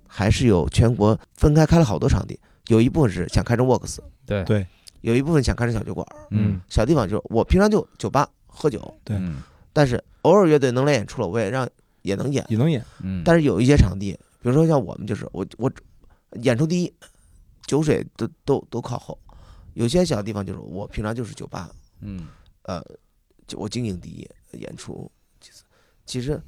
[SPEAKER 1] 还是有全国分开开了好多场地，有一部分是想开成 works，
[SPEAKER 2] 对
[SPEAKER 3] 对，
[SPEAKER 1] 有一部分想开成小酒馆儿，
[SPEAKER 2] 嗯
[SPEAKER 1] 小地方就是我平常就酒吧喝酒，
[SPEAKER 3] 对
[SPEAKER 2] 嗯
[SPEAKER 1] 但是偶尔乐队能来演出了，我也让也能演。
[SPEAKER 3] 也能演，
[SPEAKER 2] 嗯，
[SPEAKER 1] 但是有一些场地，比如说像我们就是我我演出第一，酒水都都都靠后。有些小地方就是我平常就是酒吧，
[SPEAKER 2] 嗯
[SPEAKER 1] 呃，就我经营第一，演出其次。其实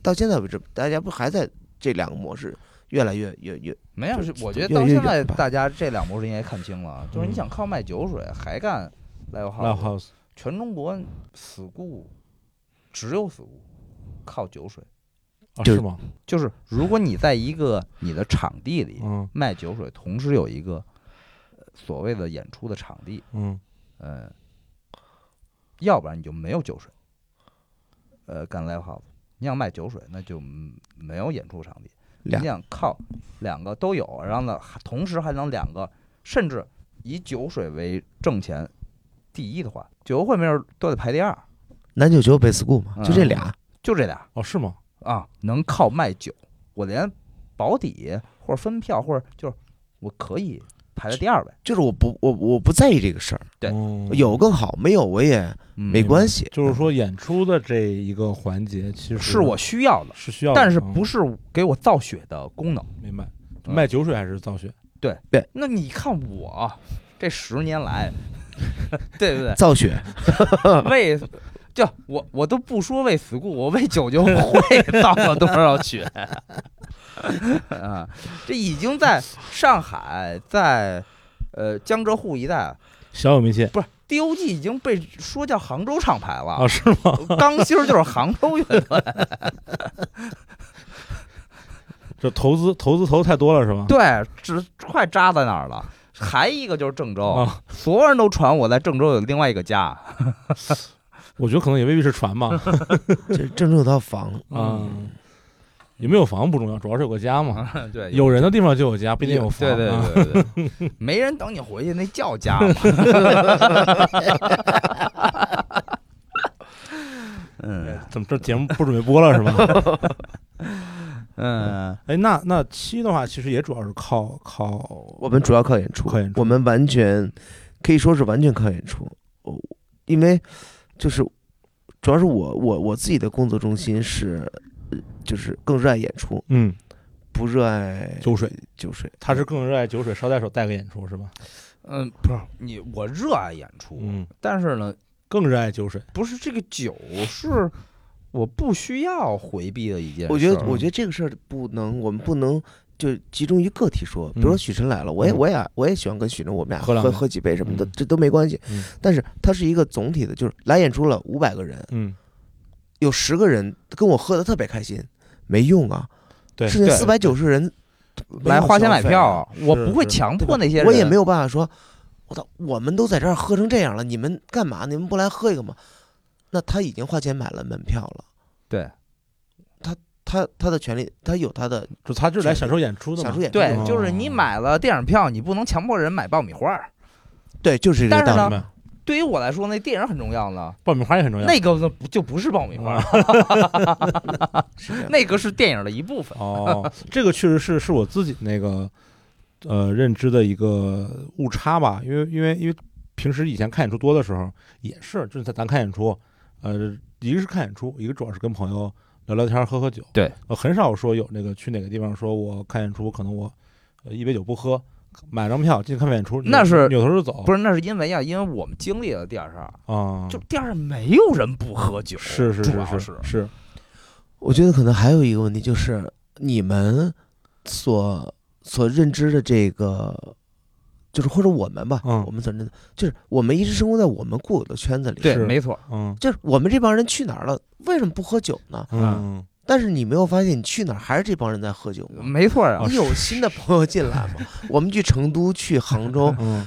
[SPEAKER 1] 到现在为止，大家不还在这两个模式越来越越越
[SPEAKER 2] 没有，是我觉得
[SPEAKER 1] 越
[SPEAKER 2] 到
[SPEAKER 1] 越
[SPEAKER 2] 现在
[SPEAKER 1] 远吧
[SPEAKER 2] 大家这两模式应该看清了，就是你想靠卖酒水还干 live
[SPEAKER 3] live
[SPEAKER 2] house，
[SPEAKER 3] house，
[SPEAKER 2] 全中国死固只有死固靠酒水，
[SPEAKER 3] 啊
[SPEAKER 1] 就是
[SPEAKER 3] 吗？
[SPEAKER 2] 就是如果你在一个你的场地里
[SPEAKER 3] 嗯
[SPEAKER 2] 卖酒水，同时有一个呃所谓的演出的场地，
[SPEAKER 3] 嗯
[SPEAKER 2] 呃，要不然你就没有酒水，呃，干 live house，你想卖酒水，那就嗯没有演出场地。
[SPEAKER 1] 两
[SPEAKER 2] 你想靠两个都有，然后呢，还同时还能两个，甚至以酒水为挣钱第一的话，酒会没准都得排第二，
[SPEAKER 1] 南九九北 school 嘛，就这
[SPEAKER 2] 嗯
[SPEAKER 1] 俩。
[SPEAKER 2] 就这俩
[SPEAKER 3] 哦是吗？
[SPEAKER 2] 啊，能靠卖酒，我连保底或者分票或者就是我可以排在第二位，
[SPEAKER 1] 就是我不我我不在意这个事儿，
[SPEAKER 2] 对
[SPEAKER 3] 嗯
[SPEAKER 1] 有更好，没有我也
[SPEAKER 2] 嗯
[SPEAKER 1] 没关系。
[SPEAKER 3] 就是说演出的这一个环节，其实
[SPEAKER 2] 是我需要的，
[SPEAKER 3] 是需要的，
[SPEAKER 2] 但是
[SPEAKER 3] 嗯
[SPEAKER 2] 不是给我造血的功能。
[SPEAKER 3] 明白？
[SPEAKER 2] 嗯
[SPEAKER 3] 卖酒水还是造血？
[SPEAKER 2] 那你看我这十年来， <laughs> 对不对？
[SPEAKER 1] 造血，
[SPEAKER 3] <laughs>
[SPEAKER 2] <laughs> 为就我我都不说为死故，我为九九
[SPEAKER 3] <laughs>
[SPEAKER 2] 会造了多少血啊！这已经在上海，在呃江浙沪一带，
[SPEAKER 3] 小有名气
[SPEAKER 2] 不是 DOG 已经被说叫杭州厂牌了，
[SPEAKER 3] 啊？是吗？
[SPEAKER 2] <laughs> 钢芯儿就是杭州
[SPEAKER 3] <laughs>
[SPEAKER 2] 乐队。
[SPEAKER 3] 这投资投资投太多了是吗？
[SPEAKER 2] 对，只快扎在那儿了。还一个就是郑州，
[SPEAKER 3] 啊
[SPEAKER 2] 所有人都传我在郑州有另外一个家。
[SPEAKER 3] 我觉得可能也未必是船 <laughs> 嘛
[SPEAKER 1] 这郑州有套房，
[SPEAKER 3] 啊。有没有房不重要，主要是有个家嘛。
[SPEAKER 2] 对，
[SPEAKER 3] 哦有人的地方就有家，不一定嗯有房。
[SPEAKER 2] 对对
[SPEAKER 3] 啊
[SPEAKER 2] 对对
[SPEAKER 3] <laughs>
[SPEAKER 2] 对，没人等你回去，那叫家嘛。嗯
[SPEAKER 3] 哎怎么这节目不准备播了是吧？ <laughs>
[SPEAKER 2] 嗯
[SPEAKER 3] 哎，那那七的话，其实也主要是靠靠
[SPEAKER 1] 我们主要靠演出，
[SPEAKER 3] 哦靠演出
[SPEAKER 1] 我们完全可以说是完全靠演出。我因为就是主要是我我我自己的工作重心是呃就是更热爱演出，
[SPEAKER 3] 嗯
[SPEAKER 1] 不热爱
[SPEAKER 3] 酒水，
[SPEAKER 1] 酒水。
[SPEAKER 3] 他是更热爱酒水，捎带手带个演出是吧？
[SPEAKER 2] 嗯，不是你，我热爱演出，
[SPEAKER 3] 嗯，
[SPEAKER 2] 但是呢，
[SPEAKER 3] 更热爱酒水。
[SPEAKER 2] 不是这个酒是我不需要回避的一件事儿。
[SPEAKER 1] 我觉得我觉得这个事儿不能，我们不能。就集中于个体说，比如说
[SPEAKER 3] 嗯
[SPEAKER 1] 许晨来了，我也
[SPEAKER 3] 嗯
[SPEAKER 1] 我也我也喜欢跟许晨，我们俩
[SPEAKER 3] 喝两
[SPEAKER 1] 喝
[SPEAKER 3] 杯
[SPEAKER 1] 喝几杯什么的，
[SPEAKER 3] 嗯
[SPEAKER 1] 这都没关系
[SPEAKER 3] 嗯。
[SPEAKER 1] 但是它是一个总体的，就是来演出了五百个人，
[SPEAKER 3] 嗯，
[SPEAKER 1] 有十个人跟我喝的特别开心，没用啊。
[SPEAKER 3] 对，
[SPEAKER 1] 剩下
[SPEAKER 2] 对
[SPEAKER 1] 四百九十人没
[SPEAKER 2] 来
[SPEAKER 1] 有
[SPEAKER 2] 花钱
[SPEAKER 1] 消
[SPEAKER 2] 买
[SPEAKER 1] 费
[SPEAKER 2] 票啊，我
[SPEAKER 3] 是
[SPEAKER 2] 不会
[SPEAKER 3] 是
[SPEAKER 2] 强
[SPEAKER 1] 对
[SPEAKER 2] 迫
[SPEAKER 1] 吧
[SPEAKER 2] 那些人，
[SPEAKER 1] 我也没有办法说，我操，我们都在这儿喝成这样了，你们干嘛？你们不来喝一个吗？那他已经花钱买了门票了，
[SPEAKER 2] 对
[SPEAKER 1] 他他的权利，他有他的
[SPEAKER 3] 就他就是来享受演出的嘛。
[SPEAKER 1] 享受演出的
[SPEAKER 2] 对
[SPEAKER 1] 嘛，
[SPEAKER 3] 哦
[SPEAKER 2] 就是你买了电影票，你不能强迫人买爆米花儿。
[SPEAKER 1] 对，就是这
[SPEAKER 2] 但
[SPEAKER 1] 个
[SPEAKER 2] 是
[SPEAKER 1] 道
[SPEAKER 2] 呢
[SPEAKER 1] 理。
[SPEAKER 3] 啊明白
[SPEAKER 2] 对于我来说，那电影很重要呢，
[SPEAKER 3] 爆米花也很重要。
[SPEAKER 2] 那个不就不是爆米
[SPEAKER 3] 嗯
[SPEAKER 2] 花儿，
[SPEAKER 1] 是这样
[SPEAKER 2] 那个是电影的一部分。
[SPEAKER 3] 哦，这个确实是是我自己那个呃认知的一个误差吧，因为因为因为平时以前看演出多的时候也是，就是咱咱看演出，呃，一个是看演出，一个主要是跟朋友聊聊天儿、喝喝酒，
[SPEAKER 2] 对，
[SPEAKER 3] 呃，很少说有那个去哪个地方说我看演出，可能我呃一杯酒不喝，买张票进去看演出，
[SPEAKER 2] 那是
[SPEAKER 3] 扭头就走，
[SPEAKER 2] 不是，那是因为呀，因为我们经历了第二场，
[SPEAKER 3] 啊，
[SPEAKER 2] 就第二场没有人不喝酒，
[SPEAKER 3] 是是
[SPEAKER 2] 主
[SPEAKER 3] 是
[SPEAKER 2] 要
[SPEAKER 3] 是
[SPEAKER 2] 是
[SPEAKER 3] 是，
[SPEAKER 1] 我觉得可能还有一个问题就是，你们所所认知的这个，就是或者我们吧，
[SPEAKER 3] 嗯
[SPEAKER 1] 我们所认知就是我们一直生活在我们固有的圈子里，
[SPEAKER 2] 对，
[SPEAKER 3] 是
[SPEAKER 2] 没错，
[SPEAKER 3] 嗯
[SPEAKER 1] 就是我们这帮人去哪儿了，为什么不喝酒呢？
[SPEAKER 2] 啊
[SPEAKER 3] 嗯，
[SPEAKER 1] 但是你没有发现，你去哪儿还是这帮人在喝酒吗？
[SPEAKER 2] 没错啊
[SPEAKER 1] 你，有新的朋友进来吗？ <laughs> 我们去成都、去杭
[SPEAKER 2] <laughs>
[SPEAKER 1] 州，
[SPEAKER 3] 嗯，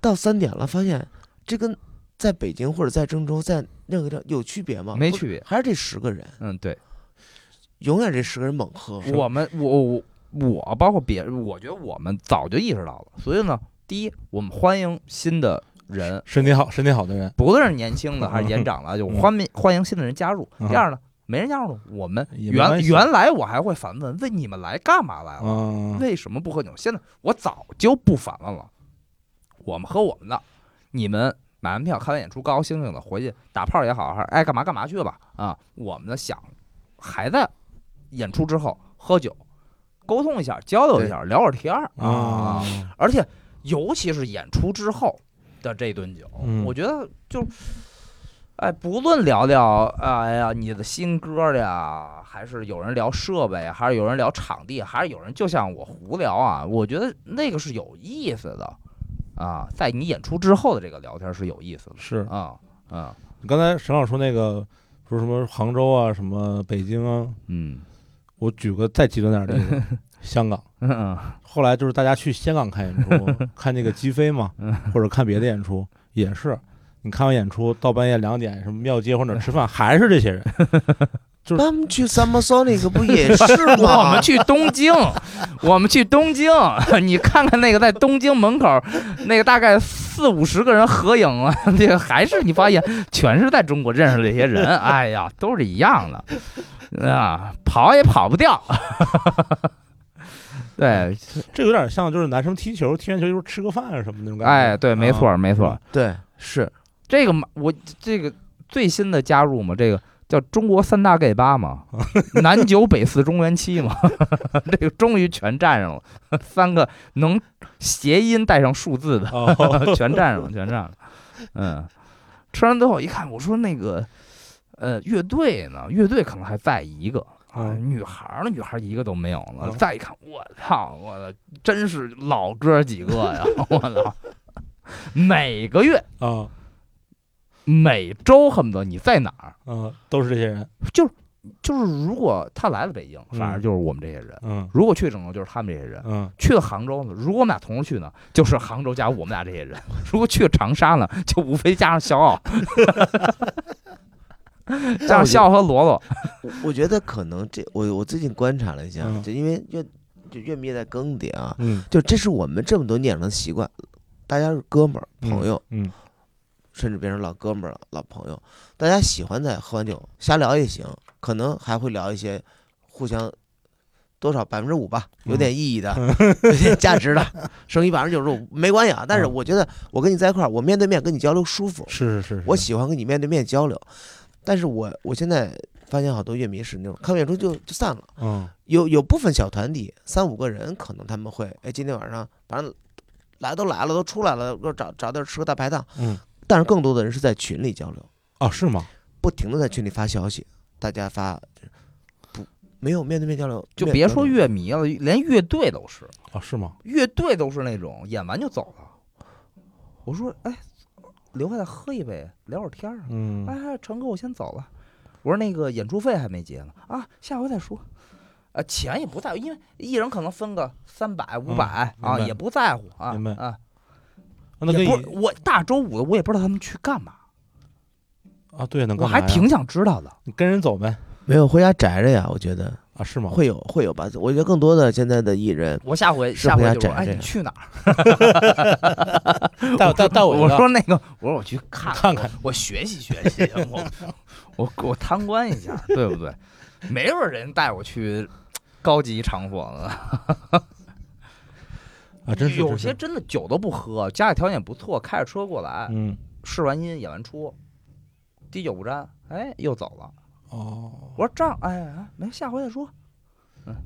[SPEAKER 1] 到三点了，发现这跟在北京或者在郑州、在任何地方有区别吗？
[SPEAKER 2] 没
[SPEAKER 1] 不
[SPEAKER 2] 区别
[SPEAKER 1] 还是这十个人，
[SPEAKER 2] 嗯，对，
[SPEAKER 1] 永远这十个人猛喝。
[SPEAKER 2] 我们我我我包括别人，我觉得我们早就意识到了，所以呢，第一，我们欢迎新的人，
[SPEAKER 3] 身体好，身体好的人
[SPEAKER 2] 不论是年轻的还是年长了，就
[SPEAKER 3] 嗯
[SPEAKER 2] 欢迎欢迎新的人加入。
[SPEAKER 3] 嗯
[SPEAKER 2] 第二呢，没人加入，我们
[SPEAKER 3] 也没关
[SPEAKER 2] 原
[SPEAKER 3] 系
[SPEAKER 2] 原来我还会反问，问你们来干嘛来了？
[SPEAKER 3] 嗯，
[SPEAKER 2] 为什么不喝酒？现在我早就不反问了，我们喝我们的，你们买完票看完演出高高兴兴的回去打炮也好，还是爱干嘛干嘛去吧啊！我们的想还在演出之后喝酒，沟通一下，交流一下，聊会儿天儿
[SPEAKER 3] 啊，
[SPEAKER 2] 而且尤其是演出之后的这顿酒，
[SPEAKER 3] 嗯
[SPEAKER 2] 我觉得就，哎，不论聊聊，哎呀，你的新歌呀，还是有人聊设备，还是有人聊场地，还是有人就像我胡聊啊，我觉得那个是有意思的啊，在你演出之后的这个聊天是有意思
[SPEAKER 3] 是
[SPEAKER 2] 的啊啊
[SPEAKER 3] 刚才沈老师说那个，不是什么杭州啊，什么北京啊，
[SPEAKER 2] 嗯
[SPEAKER 3] 我举个再极端点儿的例子，
[SPEAKER 2] <laughs>
[SPEAKER 3] 香港。
[SPEAKER 2] 嗯
[SPEAKER 3] 后来就是大家去香港看演
[SPEAKER 2] <laughs>
[SPEAKER 3] 出，看那个击飞嘛，
[SPEAKER 2] 嗯
[SPEAKER 3] 或者看别的演出也是。你看完演出到半夜两点，什么庙街或者哪儿
[SPEAKER 2] <laughs>
[SPEAKER 3] 吃饭，还是这些人。就是
[SPEAKER 1] 他们去 Summer Sonic 不也是
[SPEAKER 2] 我
[SPEAKER 1] 吗
[SPEAKER 2] 们？去东京，我们去东京， <laughs> 你看看那个在东京门口，那个大概四五十个人合影啊， <laughs> 那个还是你发现全是在中国认识的这些人，哎呀，都是一样的，啊，跑也跑不掉。 <laughs> 对，
[SPEAKER 3] 这有点像，就是男生踢球、踢完球就是吃个饭啊什么那种感觉。
[SPEAKER 2] 哎，对，没错，
[SPEAKER 3] 啊，
[SPEAKER 2] 没错，
[SPEAKER 1] <laughs> 对，是
[SPEAKER 2] 这个嘛，我这个最新的加入嘛，这个叫中国三大 gay 吧嘛，南九北四中原七嘛， <laughs> 这个终于全占上了，三个能谐音带上数字的
[SPEAKER 3] 哦，
[SPEAKER 2] 全占上了，全占了。嗯，吃完之后一看，我说那个呃乐队呢，乐队可能还在一个。啊，
[SPEAKER 3] 嗯
[SPEAKER 2] 女孩儿呢？女孩儿一个都没有了。
[SPEAKER 3] 嗯
[SPEAKER 2] 再一看，我操！我的真是老哥几个呀！我操，每个月
[SPEAKER 3] <laughs> 啊
[SPEAKER 2] 每周恨不得你在哪儿，
[SPEAKER 3] 啊，都是这些人。
[SPEAKER 2] 就是如果他来了北京，
[SPEAKER 3] 嗯
[SPEAKER 2] 反正就是我们这些人；
[SPEAKER 3] 嗯
[SPEAKER 2] 如果去郑州，就是他们这些人；
[SPEAKER 3] 嗯，
[SPEAKER 2] 去了杭州呢，如果我们俩同时去呢，就是杭州加我们俩这些人； <laughs> 如果去了长沙呢，就无非加上肖 <laughs> 傲，加上肖傲和罗罗。
[SPEAKER 1] 我我觉得可能这我我最近观察了一下，
[SPEAKER 3] 嗯
[SPEAKER 1] 就因为乐就乐迷也在更迭啊，
[SPEAKER 3] 嗯
[SPEAKER 1] 就这是我们这么多年的习惯，大家是哥们儿、朋友，
[SPEAKER 3] 嗯
[SPEAKER 1] 甚至变成老哥们儿了、老朋友，大家喜欢在喝完酒瞎聊也行，可能还会聊一些互相多少百分之五吧，有
[SPEAKER 3] 嗯
[SPEAKER 1] 点意
[SPEAKER 3] <laughs>
[SPEAKER 1] 义的、有点价值的，剩余百分之九十五没关系啊。但是
[SPEAKER 3] 嗯
[SPEAKER 1] 我觉得我跟你在一块儿，我面对面跟你交流舒服，
[SPEAKER 3] 是是是，
[SPEAKER 1] 我喜欢跟你面对面交流。但是我我现在发现好多乐迷是那种看完演出就就散了。
[SPEAKER 3] 嗯
[SPEAKER 1] 有有部分小团体三五个人，可能他们会，哎，今天晚上反正来都来了，都出来了，给我找找地儿吃个大排档。
[SPEAKER 3] 嗯
[SPEAKER 1] 但是更多的人是在群里交流，
[SPEAKER 3] 哦是吗？
[SPEAKER 1] 不停的在群里发消息，大家发不没有面对面交流，
[SPEAKER 2] 就
[SPEAKER 1] 面
[SPEAKER 2] 别说
[SPEAKER 1] 交流
[SPEAKER 2] 乐迷了，连乐队都是，
[SPEAKER 3] 哦是吗？
[SPEAKER 2] 乐队都是那种演完就走了。我说，哎，留下来喝一杯，聊会儿天儿啊。
[SPEAKER 3] 嗯
[SPEAKER 2] 哎，成哥，我先走了。我说那个演出费还没结呢啊，下回再说。呃，钱也不在乎，因为艺人可能分个三百、五百
[SPEAKER 3] 嗯明
[SPEAKER 2] 啊，
[SPEAKER 3] 白
[SPEAKER 2] 也不在乎啊
[SPEAKER 3] 明白
[SPEAKER 2] 啊。
[SPEAKER 3] 那跟
[SPEAKER 2] 也
[SPEAKER 3] 你
[SPEAKER 2] 不是我大周五的，我也不知道他们去干嘛，
[SPEAKER 3] 啊对，能
[SPEAKER 2] 我
[SPEAKER 3] 干嘛
[SPEAKER 2] 还
[SPEAKER 3] 呀
[SPEAKER 2] 挺想知道的。
[SPEAKER 3] 你跟人走呗
[SPEAKER 1] 没有回家宅着呀，我觉得
[SPEAKER 3] 啊是吗？
[SPEAKER 1] 会有会有吧。我觉得更多的现在的艺人，
[SPEAKER 2] 我下回
[SPEAKER 1] 是
[SPEAKER 2] 下
[SPEAKER 1] 不
[SPEAKER 2] 回
[SPEAKER 1] 是要
[SPEAKER 2] 就说，
[SPEAKER 1] 展
[SPEAKER 2] 哎，
[SPEAKER 1] 这
[SPEAKER 2] 你
[SPEAKER 1] 样
[SPEAKER 2] 去哪儿？
[SPEAKER 3] <laughs> 带带带我一
[SPEAKER 2] 我
[SPEAKER 3] 个
[SPEAKER 2] 说那个，我说我
[SPEAKER 3] <laughs>
[SPEAKER 2] 去看
[SPEAKER 3] 看看，
[SPEAKER 2] 我学习学习，我我我参观一下，对不对？没有人带我去高级场所了。
[SPEAKER 3] 啊，真是
[SPEAKER 2] 有
[SPEAKER 3] 真是
[SPEAKER 2] 些真的酒都不喝，家里条件也不错，开着车过来，
[SPEAKER 3] 嗯
[SPEAKER 2] 试完音演完出，滴酒不沾，哎，又走了。
[SPEAKER 3] 哦，
[SPEAKER 2] 我说这样，哎哎，没下回再说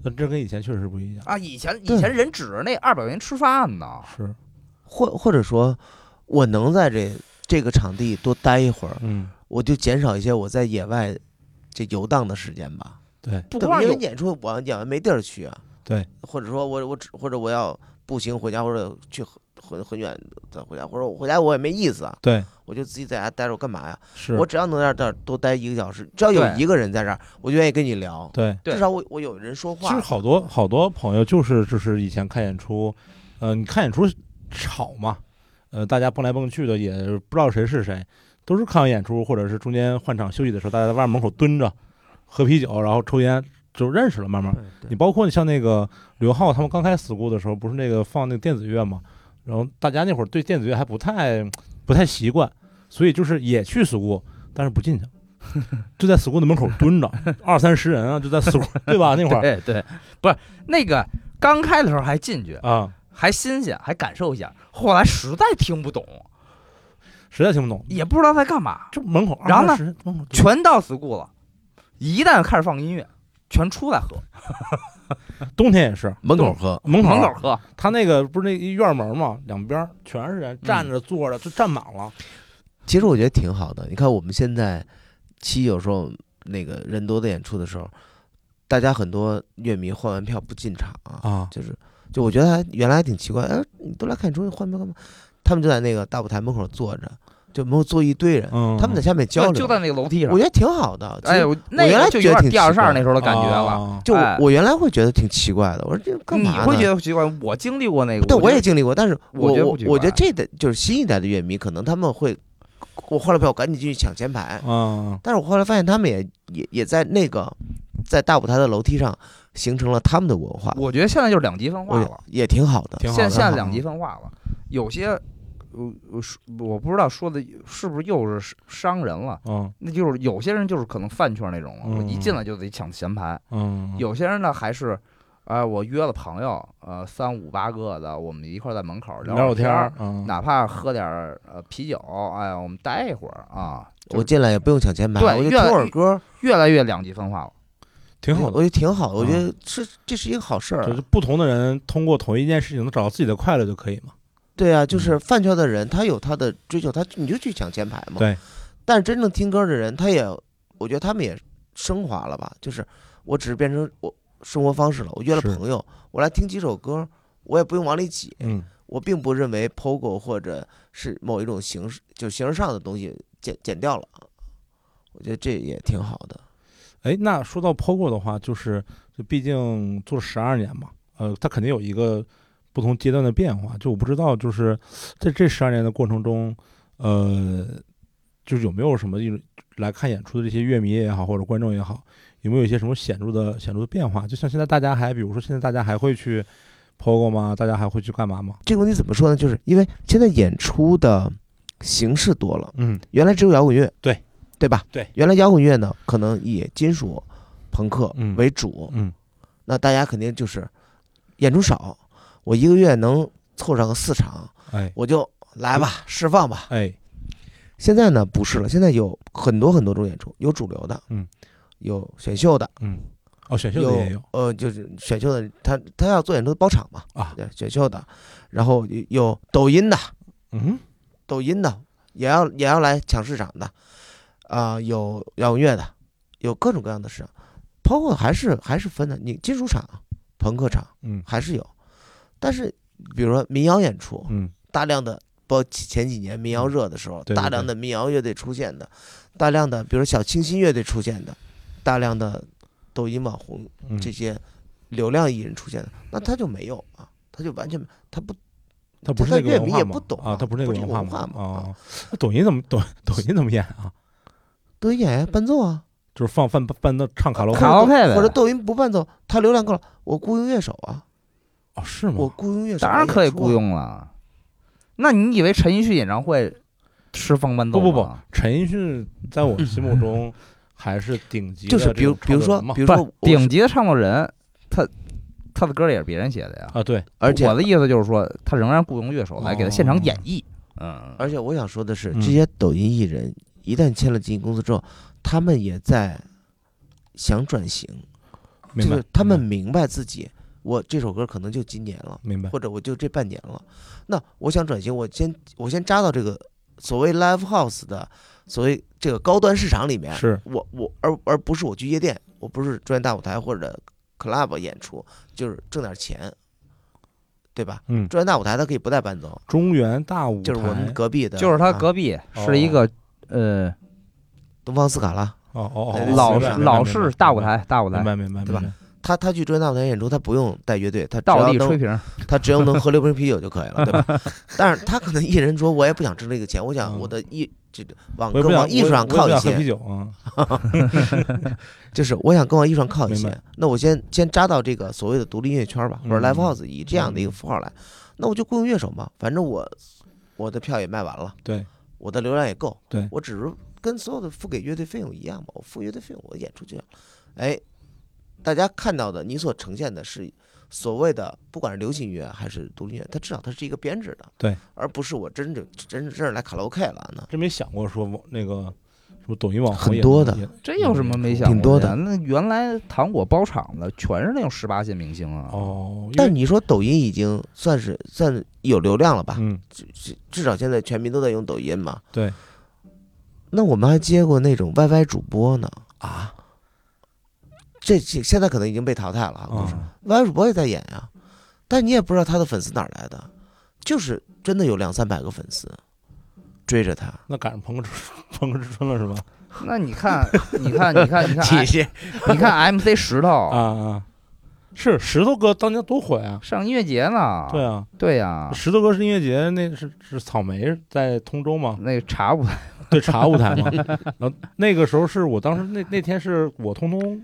[SPEAKER 3] 那这跟以前确实不一样，
[SPEAKER 2] 啊。以前以
[SPEAKER 1] 对
[SPEAKER 2] 前人指着那二百块钱吃饭呢，
[SPEAKER 3] 是
[SPEAKER 1] 或或者说，我能在这这个场地多待一会儿，
[SPEAKER 3] 嗯
[SPEAKER 1] 我就减少一些我在野外这游荡的时间吧。
[SPEAKER 3] 对
[SPEAKER 2] 不
[SPEAKER 1] 对
[SPEAKER 2] 光
[SPEAKER 1] 因为
[SPEAKER 2] 有
[SPEAKER 1] 演出我演完没地儿去啊，
[SPEAKER 3] 对，
[SPEAKER 1] 或者说我我只或者我要步行回家，或者去很很很远再回家，或者我回家我也没意思啊，
[SPEAKER 3] 对，
[SPEAKER 1] 我就自己在家待着，我干嘛呀？
[SPEAKER 3] 是
[SPEAKER 1] 我，只要能在这儿多待一个小时，只要有
[SPEAKER 2] 对
[SPEAKER 1] 一个人在这儿，我就愿意跟你聊，
[SPEAKER 3] 对。
[SPEAKER 2] 对
[SPEAKER 1] 至少我我有人说
[SPEAKER 3] 其实
[SPEAKER 1] 话，
[SPEAKER 3] 好多好多朋友就是就是以前看演出，呃，你看演出吵嘛，呃，大家蹦来蹦去的，也不知道谁是谁，都是看完演出或者是中间换场休息的时候，大家在外面门口蹲着喝啤酒，然后抽烟，就认识了，慢慢。
[SPEAKER 1] 对
[SPEAKER 3] 你包括你像那个刘浩他们刚开始 school 的时候，不是那个放那个电子乐嘛，然后大家那会儿对电子乐还不太不太习惯，所以就是也去 school，但是不进去。就在 school 的门口蹲着， <laughs> 二三十人啊，就在 school，对吧？那会儿
[SPEAKER 2] 对哎对，不是那个刚开的时候还进去，
[SPEAKER 3] 啊，
[SPEAKER 2] 还新鲜，还感受一下，后来实在听不懂，
[SPEAKER 3] 实在听不懂，
[SPEAKER 2] 也不知道在干嘛，
[SPEAKER 3] 这门口
[SPEAKER 2] 然后呢
[SPEAKER 3] 呢，门口就
[SPEAKER 2] 全到 school 了，一旦开始放音乐，全出来喝，
[SPEAKER 3] 冬天也是
[SPEAKER 1] 门口喝，
[SPEAKER 3] 门口
[SPEAKER 2] 门口喝，
[SPEAKER 3] 他那个不是那一院门嘛，两边全是人站着坐着，就站满了。
[SPEAKER 1] 其实我觉得挺好的。你看我们现在期有时候那个人多的演出的时候，大家很多乐迷换完票不进场啊，
[SPEAKER 3] 啊，
[SPEAKER 1] 就是就我觉得还原来还挺奇怪，哎，你都来看演出换票干嘛？他们就在那个大舞台门口坐着，就门口坐一堆人，
[SPEAKER 3] 嗯
[SPEAKER 1] 他们在下面交
[SPEAKER 2] 就
[SPEAKER 1] 流，
[SPEAKER 2] 就在那个楼梯上
[SPEAKER 1] 我。觉得挺好的。其实
[SPEAKER 2] 哎，我那
[SPEAKER 1] 原
[SPEAKER 2] 个
[SPEAKER 1] 来
[SPEAKER 2] 就
[SPEAKER 1] 觉
[SPEAKER 2] 有
[SPEAKER 1] 得
[SPEAKER 2] 点
[SPEAKER 1] 挺
[SPEAKER 2] 第二
[SPEAKER 1] 奇怪
[SPEAKER 2] 扇那时候的感觉了。
[SPEAKER 3] 啊
[SPEAKER 1] 就
[SPEAKER 2] 哎
[SPEAKER 1] 我原来会觉得挺奇怪的，我说这干
[SPEAKER 2] 你
[SPEAKER 1] 嘛呢？
[SPEAKER 2] 会觉得奇怪，我经历过那个，
[SPEAKER 1] 对，我
[SPEAKER 2] 觉
[SPEAKER 1] 也
[SPEAKER 2] 得
[SPEAKER 1] 经历过，但是
[SPEAKER 2] 我
[SPEAKER 1] 我
[SPEAKER 2] 觉得啊
[SPEAKER 1] 我
[SPEAKER 2] 不奇
[SPEAKER 1] 觉得
[SPEAKER 2] 怪
[SPEAKER 1] 这代就是新一代的乐迷，可能他们会，我换了票，我赶紧进去抢前排。
[SPEAKER 2] 哦
[SPEAKER 3] 啊，
[SPEAKER 1] 但是我后来发现，他们也也也在那个在大舞台的楼梯上形成了他们的文化，
[SPEAKER 2] 我觉得现在就是两极分化
[SPEAKER 1] 我
[SPEAKER 2] 了。
[SPEAKER 1] 也也挺好的。
[SPEAKER 3] 挺好
[SPEAKER 2] 现
[SPEAKER 3] 的。
[SPEAKER 2] 现在两极分化了，有些我我说我不知道说的是不是又是伤人了，
[SPEAKER 3] 嗯
[SPEAKER 2] 那就是有些人就是可能饭圈那种了，我一
[SPEAKER 1] 嗯
[SPEAKER 2] 进来就得抢前排，
[SPEAKER 3] 嗯，
[SPEAKER 2] 有些人呢还是。哎、我约了朋友，呃，三五八个的，我们一块儿在门口聊
[SPEAKER 3] 聊聊
[SPEAKER 2] 会
[SPEAKER 3] 天
[SPEAKER 2] 天
[SPEAKER 3] 儿
[SPEAKER 2] 儿，，
[SPEAKER 3] 嗯，
[SPEAKER 2] 哪怕喝点儿呃啤酒，哎，我们待一会儿啊。就
[SPEAKER 1] 我
[SPEAKER 2] 是
[SPEAKER 1] 进来也不用抢前排，
[SPEAKER 2] 对
[SPEAKER 1] 我
[SPEAKER 2] 越
[SPEAKER 1] 就听
[SPEAKER 2] 来
[SPEAKER 1] 会儿歌，
[SPEAKER 2] 越来越两极分化了，
[SPEAKER 3] 挺好的。
[SPEAKER 1] 我觉得挺好的。我觉
[SPEAKER 3] 嗯
[SPEAKER 1] 得是这是一个好事
[SPEAKER 3] 就是
[SPEAKER 1] 儿。啊
[SPEAKER 3] 不同的人通过同一件事情能找到自己的快乐就可以嘛。
[SPEAKER 1] 对
[SPEAKER 3] 嗯
[SPEAKER 1] 啊，就是饭圈的人，他有他的追求，他你就去抢前排嘛。
[SPEAKER 3] 对。
[SPEAKER 1] 但是真正听歌的人，他也，我觉得他们也升华了吧？就是我只是变成我生活方式了。我约了
[SPEAKER 3] 是
[SPEAKER 1] 朋友，我来听几首歌，我也不用往里挤。
[SPEAKER 3] 嗯，
[SPEAKER 1] 我并不认为 POGO 或者是某一种形式，就形式上的东西减减掉了啊。我觉得这也挺好的。
[SPEAKER 3] 哎，那说到 POGO 的话，就是就毕竟做十二年嘛，呃，它肯定有一个不同阶段的变化。就我不知道，就是在这十二年的过程中，呃，就是有没有什么一种来看演出的这些乐迷也好，或者观众也好，有没有一些什么显著的显著的变化？就像现在大家还，比如说现在大家还会去 POGO 吗？大家还会去干嘛吗？
[SPEAKER 1] 这个问题怎么说呢？就是因为现在演出的形式多了，
[SPEAKER 3] 嗯，
[SPEAKER 1] 原来只有摇滚乐，
[SPEAKER 3] 对
[SPEAKER 1] 对吧？
[SPEAKER 3] 对
[SPEAKER 1] 原来摇滚乐呢，可能以金属、朋克
[SPEAKER 3] 嗯
[SPEAKER 1] 为主，
[SPEAKER 3] 嗯，
[SPEAKER 1] 那大家肯定就是演出少，我一个月能凑上个四场，
[SPEAKER 3] 哎
[SPEAKER 1] 我就来吧，释放吧。
[SPEAKER 3] 哎，
[SPEAKER 1] 现在呢不是了，现在有很多很多种演出，有主流的，
[SPEAKER 3] 嗯，
[SPEAKER 1] 有选秀的，
[SPEAKER 3] 嗯，哦，选秀的也有
[SPEAKER 1] 呃，就是选秀的，他他要做演出包场嘛，
[SPEAKER 3] 啊，
[SPEAKER 1] 对，选秀的，然后有有抖音的，
[SPEAKER 3] 嗯
[SPEAKER 1] 抖音的也要也要来抢市场的，啊、有摇滚乐的，有各种各样的市场，包括还是还是分的，你金属场、朋克场
[SPEAKER 3] 嗯
[SPEAKER 1] 还是有，但是比如说民谣演出，
[SPEAKER 3] 嗯，
[SPEAKER 1] 大量的，包括前几年民谣热的时候，
[SPEAKER 3] 对对
[SPEAKER 1] 大量的民谣乐队出现的，大量的比如小清新乐队出现的，大量的抖音网红
[SPEAKER 3] 嗯
[SPEAKER 1] 这些流量艺人出现的，那他就没有啊，他就完全他不
[SPEAKER 3] 他不是
[SPEAKER 1] 他
[SPEAKER 3] 那个
[SPEAKER 1] 乐
[SPEAKER 3] 文
[SPEAKER 1] 迷
[SPEAKER 3] 化
[SPEAKER 1] 也
[SPEAKER 3] 吗
[SPEAKER 1] 不懂
[SPEAKER 3] 啊，
[SPEAKER 1] 啊
[SPEAKER 3] 他不是那
[SPEAKER 1] 不
[SPEAKER 3] 个
[SPEAKER 1] 是
[SPEAKER 3] 文
[SPEAKER 1] 一个
[SPEAKER 3] 化
[SPEAKER 1] 文
[SPEAKER 3] 吗？
[SPEAKER 1] 化嘛
[SPEAKER 3] 哦，那抖音怎么抖抖音怎么演啊？
[SPEAKER 1] 抖音演员伴奏啊，
[SPEAKER 3] 就是放伴伴奏唱卡
[SPEAKER 1] 或
[SPEAKER 3] 拉 OK
[SPEAKER 1] 者
[SPEAKER 2] 卡拉 OK 呗
[SPEAKER 1] 或者抖音不伴奏，他流量够了，我雇佣乐手啊，
[SPEAKER 3] 哦，是
[SPEAKER 1] 我
[SPEAKER 3] 吗？
[SPEAKER 1] 雇佣乐手、啊
[SPEAKER 2] 当然可以雇。佣了。那你以为陈奕迅演唱会是放伴奏
[SPEAKER 3] 不
[SPEAKER 2] 吗？
[SPEAKER 3] 不不，陈奕迅在我心目中还是顶级的
[SPEAKER 1] 就
[SPEAKER 3] 这
[SPEAKER 1] 是
[SPEAKER 3] 种
[SPEAKER 1] 比如，
[SPEAKER 3] 创
[SPEAKER 1] 比如
[SPEAKER 3] 作
[SPEAKER 1] 说
[SPEAKER 3] 人，嘛
[SPEAKER 1] 比如
[SPEAKER 2] 不
[SPEAKER 1] 说
[SPEAKER 2] 是
[SPEAKER 1] 我
[SPEAKER 2] 顶
[SPEAKER 1] 是，
[SPEAKER 2] 级的唱作人，他他的歌也是别人写的呀。
[SPEAKER 3] 啊，对，
[SPEAKER 1] 而且哦
[SPEAKER 2] 我的意思就是说，他仍然雇佣乐手来给他现场演绎。嗯，
[SPEAKER 1] 而且我想说的是，
[SPEAKER 3] 嗯
[SPEAKER 1] 这些抖音艺人一旦签了经纪公司之后，他们也在想转型，
[SPEAKER 3] 明
[SPEAKER 1] 就
[SPEAKER 3] 白
[SPEAKER 1] 是，他们明白自己，我这首歌可能就今年了，
[SPEAKER 2] 嗯
[SPEAKER 3] 明白，
[SPEAKER 1] 或者我就这半年了。那我想转型，我先我先扎到这个所谓 live house 的所谓这个高端市场里面，
[SPEAKER 3] 是
[SPEAKER 1] 我我而而不是我去夜店，我不是专业大舞台或者 club 演出，就是挣点钱，对吧？
[SPEAKER 3] 嗯，
[SPEAKER 1] 专业大舞台它可以不带伴奏，
[SPEAKER 3] 中原大舞台
[SPEAKER 1] 就是我们隔壁的，
[SPEAKER 2] 就是他
[SPEAKER 1] 啊
[SPEAKER 2] 隔壁
[SPEAKER 3] 哦
[SPEAKER 2] 是一个呃
[SPEAKER 1] 东方斯卡拉，
[SPEAKER 3] 哦哦
[SPEAKER 1] 对
[SPEAKER 3] 哦，
[SPEAKER 1] 对
[SPEAKER 2] 老
[SPEAKER 1] 明白
[SPEAKER 2] 式
[SPEAKER 1] 明白
[SPEAKER 2] 老式大舞，台大舞
[SPEAKER 3] 明
[SPEAKER 2] 台，
[SPEAKER 3] 白明白，
[SPEAKER 1] 对吧
[SPEAKER 3] 明白？
[SPEAKER 1] 他他去专业大舞台演出，他不用带乐队，他只
[SPEAKER 2] 倒
[SPEAKER 1] 要
[SPEAKER 2] 立
[SPEAKER 1] 能
[SPEAKER 2] 吹瓶儿，
[SPEAKER 1] 他只要能喝六瓶啤酒就可以了，对
[SPEAKER 3] <laughs>
[SPEAKER 1] 吧？但是他可能艺人说，我也不想挣这个钱，我想
[SPEAKER 3] 嗯
[SPEAKER 1] 我的艺这个往
[SPEAKER 3] 我也不
[SPEAKER 1] 更
[SPEAKER 3] 想
[SPEAKER 1] 往艺术上靠
[SPEAKER 3] 我也
[SPEAKER 1] 一
[SPEAKER 3] 不想喝啤
[SPEAKER 1] 些，
[SPEAKER 3] 酒啊，
[SPEAKER 1] 就是我想更往艺术上靠一
[SPEAKER 3] 明
[SPEAKER 1] 些
[SPEAKER 3] 白。
[SPEAKER 1] 那我先先扎到这个所谓的独立音乐圈吧，或者
[SPEAKER 3] 嗯
[SPEAKER 1] live house 以这样的一个符号来，那我就雇佣乐手嘛，反正我我的票也卖完了，
[SPEAKER 3] 对，
[SPEAKER 1] 我的流量也够，
[SPEAKER 3] 对
[SPEAKER 1] 我只是跟所有的付给乐队费用一样嘛，我付乐队费用，我演出就行了。哎，大家看到的你所呈现的是所谓的不管是流行音乐还是独立音乐，它至少它是一个编制的，
[SPEAKER 3] 对，
[SPEAKER 1] 而不是我真正真真正来卡拉 OK 了呢。
[SPEAKER 3] 真没想过说网那个什么抖音网红
[SPEAKER 1] 很
[SPEAKER 3] 也
[SPEAKER 1] 多
[SPEAKER 3] 能
[SPEAKER 1] 的
[SPEAKER 3] 也
[SPEAKER 2] 这有什么没想过
[SPEAKER 1] 挺多的
[SPEAKER 2] 呀那原来糖果包场的全是那种十八线明星啊，
[SPEAKER 3] 哦，因为
[SPEAKER 1] 但你说抖音已经算是算是有流量了吧？
[SPEAKER 3] 嗯，
[SPEAKER 1] 至至少现在全民都在用抖音嘛。
[SPEAKER 3] 对
[SPEAKER 1] 那我们还接过那种 YY 主播呢啊，这这现在可能已经被淘汰了啊。故事
[SPEAKER 3] 啊，
[SPEAKER 1] YY 主播也在演呀、但你也不知道他的粉丝哪儿来的，就是真的有两三百个粉丝追着他。
[SPEAKER 3] 那赶上朋克之朋克之春了 <laughs> 是吧？
[SPEAKER 2] 那你看，你看，你看，你
[SPEAKER 1] <laughs>
[SPEAKER 2] 看，哎
[SPEAKER 1] 谢，
[SPEAKER 2] 你看 MC 石
[SPEAKER 3] 啊
[SPEAKER 2] 头
[SPEAKER 3] 啊，是石头哥当年多火呀！
[SPEAKER 2] 上音乐节呢，
[SPEAKER 3] 对啊，
[SPEAKER 2] 对呀，
[SPEAKER 3] 石头哥是音乐节，那是是草莓在通州嘛，
[SPEAKER 2] 那茶舞台
[SPEAKER 3] 对茶舞台嘛。然后那个时候是我当时那那天是我通通